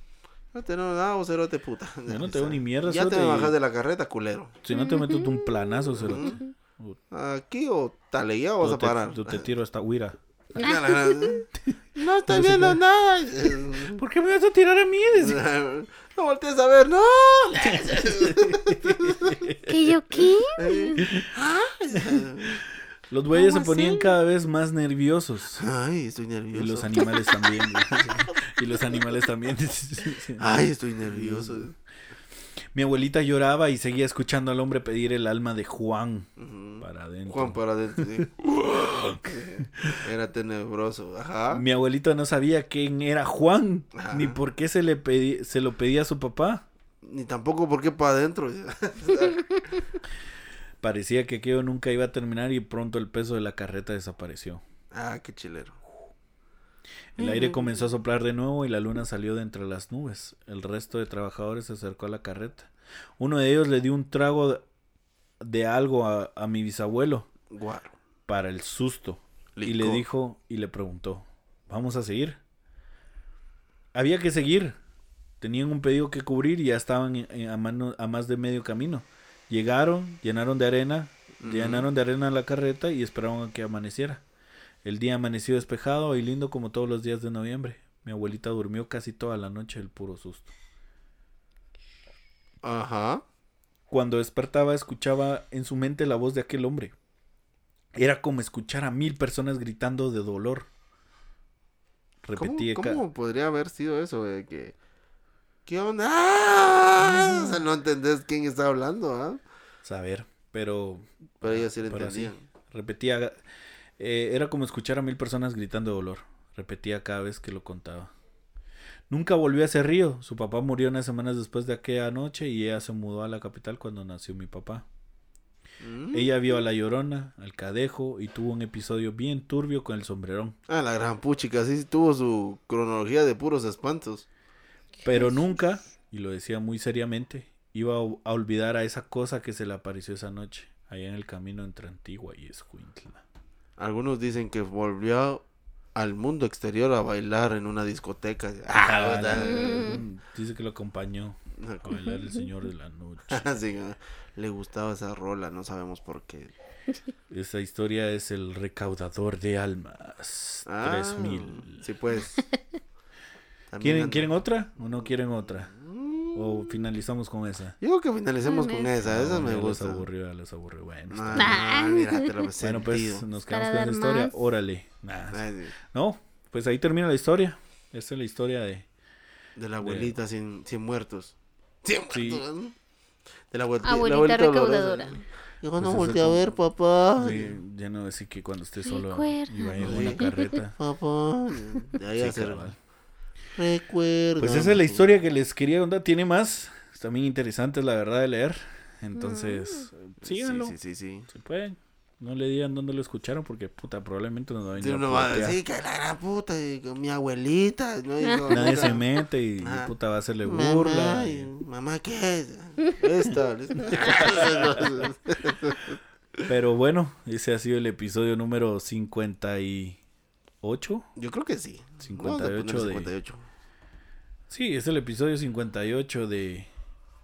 A: No te no nada, cerote puta.
B: Yo no te veo ni mierda,
A: Ya te
B: cerote.
A: me bajas de la carreta, culero.
B: Si no te meto tú un planazo, cerote. O-
A: Aquí o taleguía vas
B: o
A: a
B: te-
A: parar.
B: o te tiro esta huira.
A: [LAUGHS] Ya la gran-
B: [LAUGHS]
A: No estoy viendo nada.
B: Pues ¿Por qué me vas a tirar a mí?
A: [LAUGHS]
B: Dice.
A: [LAUGHS] No voltees a ver, no.
C: ¿Que yo qué?
B: [LAUGHS] Los bueyes se
C: ¿Cómo
B: ponían
C: así?
B: cada vez más nerviosos.
A: Ay, estoy
B: Y los
A: nervioso.
B: animales también. [LAUGHS] y los animales también. [LAUGHS] dice.
A: Ay, estoy nervioso.
B: Mi abuelita lloraba y seguía escuchando al hombre pedir el alma de Juan para adentro.
A: Juan pues, para adentro. sí.
B: [LAUGHS]
A: Era tenebroso. Ajá.
B: Mi abuelita no sabía quién era Juan,
A: ¿ah? Ajá.
B: ni por qué se, le pedí- se lo pedía a su papá.
A: Ni tampoco porque para adentro. [LAUGHS]
B: Parecía que aquello nunca iba a terminar y pronto el peso de la carreta desapareció.
A: ah, qué chilero.
B: El aire comenzó a soplar de nuevo y la luna salió de entre las nubes. El resto de trabajadores se acercó a la carreta. Uno de ellos le dio un trago de- de algo a, a mi bisabuelo
A: Guaro.
B: para el susto. Y le
A: Licor.
B: dijo y le preguntó, ¿vamos a seguir? Había que seguir. Tenían un pedido que eh, cubrir y ya estaban en- en- a, mano- a más de medio camino. Llegaron, llenaron de arena Llenaron de arena la carreta y esperaron a que amaneciera. El día amaneció despejado y lindo como todos los días de noviembre. Mi abuelita durmió casi toda la noche del puro susto.
A: Ajá.
B: Cuando despertaba escuchaba en su mente la voz de aquel hombre. Era como escuchar a mil personas gritando de dolor.
A: ¿Cómo,
B: Repetí ca-
A: cómo podría haber sido eso? De que... ¿Qué onda? ¡Ah! O sea, no entendés quién está hablando, ¿ah?
B: saber, pero
A: Pero ellos sí lo
B: Pero sí,
A: entendían.
B: repetía, eh, era como escuchar a mil personas gritando de dolor. Repetía cada vez que lo contaba. Nunca volvió a ese río. Su papá murió unas semanas después de aquella noche y ella se mudó a la capital cuando nació mi papá.
A: Mm.
B: Ella vio a la llorona, al cadejo y tuvo un episodio bien turbio con el sombrerón.
A: Ah, la gran puchica, sí tuvo su cronología de puros espantos.
B: Pero nunca, y lo decía muy seriamente, iba a, a olvidar a esa cosa que se le apareció esa noche, allá en el camino entre Antigua y Escuintla.
A: Algunos dicen que volvió al mundo exterior a bailar en una discoteca.
B: Ah,
A: Ah,
B: la- Dice que lo acompañó
A: puta.
B: a bailar el señor de la noche.
A: Sí, [LAUGHS] ah, le gustaba esa rola, no sabemos por qué.
B: Esa historia es el recaudador de almas.
A: Ah,
B: 3000.
A: Sí,
B: [LAUGHS]
A: pues. También
B: ¿Quieren,
A: anda-
B: ¿Quieren otra o no quieren otra? ¿O finalizamos con esa?
A: Yo creo que finalicemos
C: Con
A: con Mm. esa,
B: Ah,
A: esa
B: bueno,
A: me
B: ya
A: gusta.
B: Les aburrió, ya les aburrió. Bueno, está
A: No,
B: bien.
A: no, mira,
B: [LAUGHS]
A: te lo
B: Bueno, pues
A: sentido.
B: nos quedamos
C: Para
B: con esa
C: dar
B: historia.
C: más.
B: Órale. Nah, sí.
A: Ay, sí.
B: No, pues ahí termina la historia. Esta es la historia de.
A: De la abuelita sin, sin muertos. Sin
B: Sí.
A: muertos. ¿no? De la abuelita,
C: Abuelita recaudadora.
A: Dijo,
B: Pues
A: no
B: eso
A: volteé a
B: como-
A: ver, papá.
B: de- ya no decir que cuando esté solo
C: Recuerda.
B: iba a ir en una
A: Sí. [LAUGHS]
B: carreta.
A: Papá. Mm, De ahí
B: Sí,
A: a ser-
B: cabal.
A: Recuerda.
B: Pues esa es la historia que les quería contar. Tiene más. También interesantes, la verdad, de leer. Entonces, pues, síganlo.
A: Mm. Sí, sí, sí. sí.
B: Si pueden. No le digan dónde lo escucharon porque, puta, probablemente nos va a venir
A: Sí,
B: a
A: uno va a
B: putear.
A: decir que la gran puta, y que mi abuelita, ¿no? Y yo,
B: Nadie
A: puta, [LAUGHS]
B: se mete y, y
A: Ajá.
B: puta va a hacerle
A: mamá,
B: burla.
A: y- Mamá, ¿qué es? Esta.
B: [LAUGHS] Pero bueno, ese ha sido el episodio número 58.
A: Yo creo que sí. Vamos a
B: 58
A: poner
B: de-
A: 58.
B: Sí, es el episodio 58 de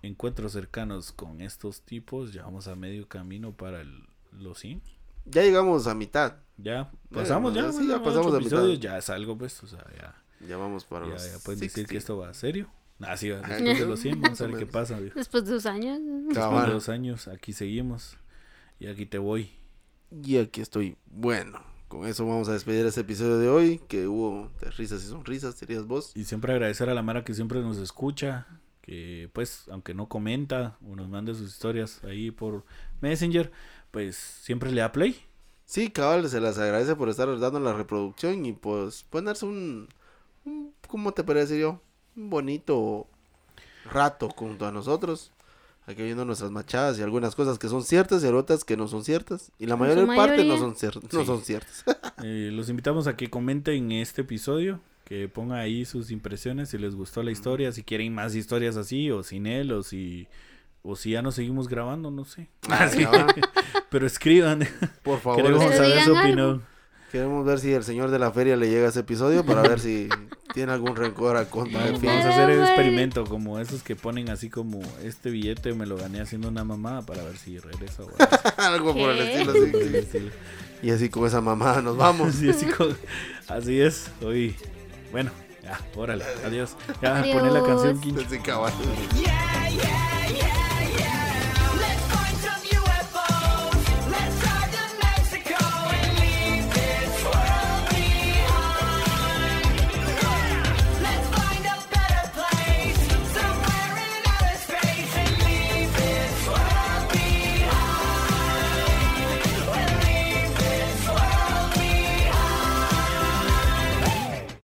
B: Encuentros cercanos con estos tipos. Ya vamos a medio camino para el- los 100.
A: Ya llegamos a mitad.
B: Ya pasamos,
A: ya
B: ya,
A: sí,
B: bueno,
A: ya
B: ocho
A: pasamos la mitad.
B: episodios, Ya es algo, pues. O sea, ya,
A: Ya vamos para
B: ya,
A: los.
B: ya pueden decir
A: 60.
B: que esto va a serio. Ah, sí,
A: Ajá.
B: después de los 100, vamos a ver qué
A: Menos.
B: pasa. viejo.
C: Después de dos años.
B: Después de
A: Cabal.
B: dos años, aquí seguimos. Y aquí te voy.
A: Y aquí estoy. Bueno, con eso vamos a despedir este episodio de hoy. Que hubo de risas y sonrisas, serías vos.
B: Y siempre agradecer a la Mara que siempre nos escucha. Que, pues, aunque no comenta o nos mande sus historias ahí por Messenger, pues siempre le da play.
A: Sí, cabal, se las agradece por estar dando la reproducción y pues ponerse un, un- ¿cómo te podría decir yo? Un bonito rato junto a nosotros. Aquí viendo nuestras machadas y algunas cosas que son ciertas y otras que no son ciertas. Y la
C: En
A: mayor
C: su
A: parte no
C: mayoría.
A: son, cier- no
B: Sí.
A: son ciertas.
B: Eh, los invitamos a que comenten este episodio, que pongan ahí sus impresiones, si les gustó la historia, si quieren más historias así, o sin él, o si, o si ya nos seguimos grabando, no
A: [LAUGHS]
B: sé. Así,
A: cabal.
B: [LAUGHS] pero escriban,
A: [LAUGHS] Ah, Por favor,
B: queremos
C: Pero
B: saber
C: digan
B: su
C: algo.
B: opinión.
A: queremos ver si el señor de la feria le llega ese episodio para ver si
C: [LAUGHS]
A: tiene algún rencor a contra
B: Vamos,
A: el fin.
B: vamos a hacer
C: Pero,
B: el
C: güey.
B: experimento, como esos que ponen así como este billete me lo gané haciendo una mamada para ver si
A: [LAUGHS]
B: regresa o algo
A: [LAUGHS] Algo por el
C: ¿Qué?
A: estilo.
B: así
A: sí,
B: por el
A: sí.
B: estilo.
A: Y así con esa mamá nos vamos. [LAUGHS]
B: Sí, así, co- así es, hoy. Bueno, ya, órale, adiós. Ya, poné la
C: Adiós.
B: canción, Quincho.
A: Así cabal.
D: Yeah, yeah.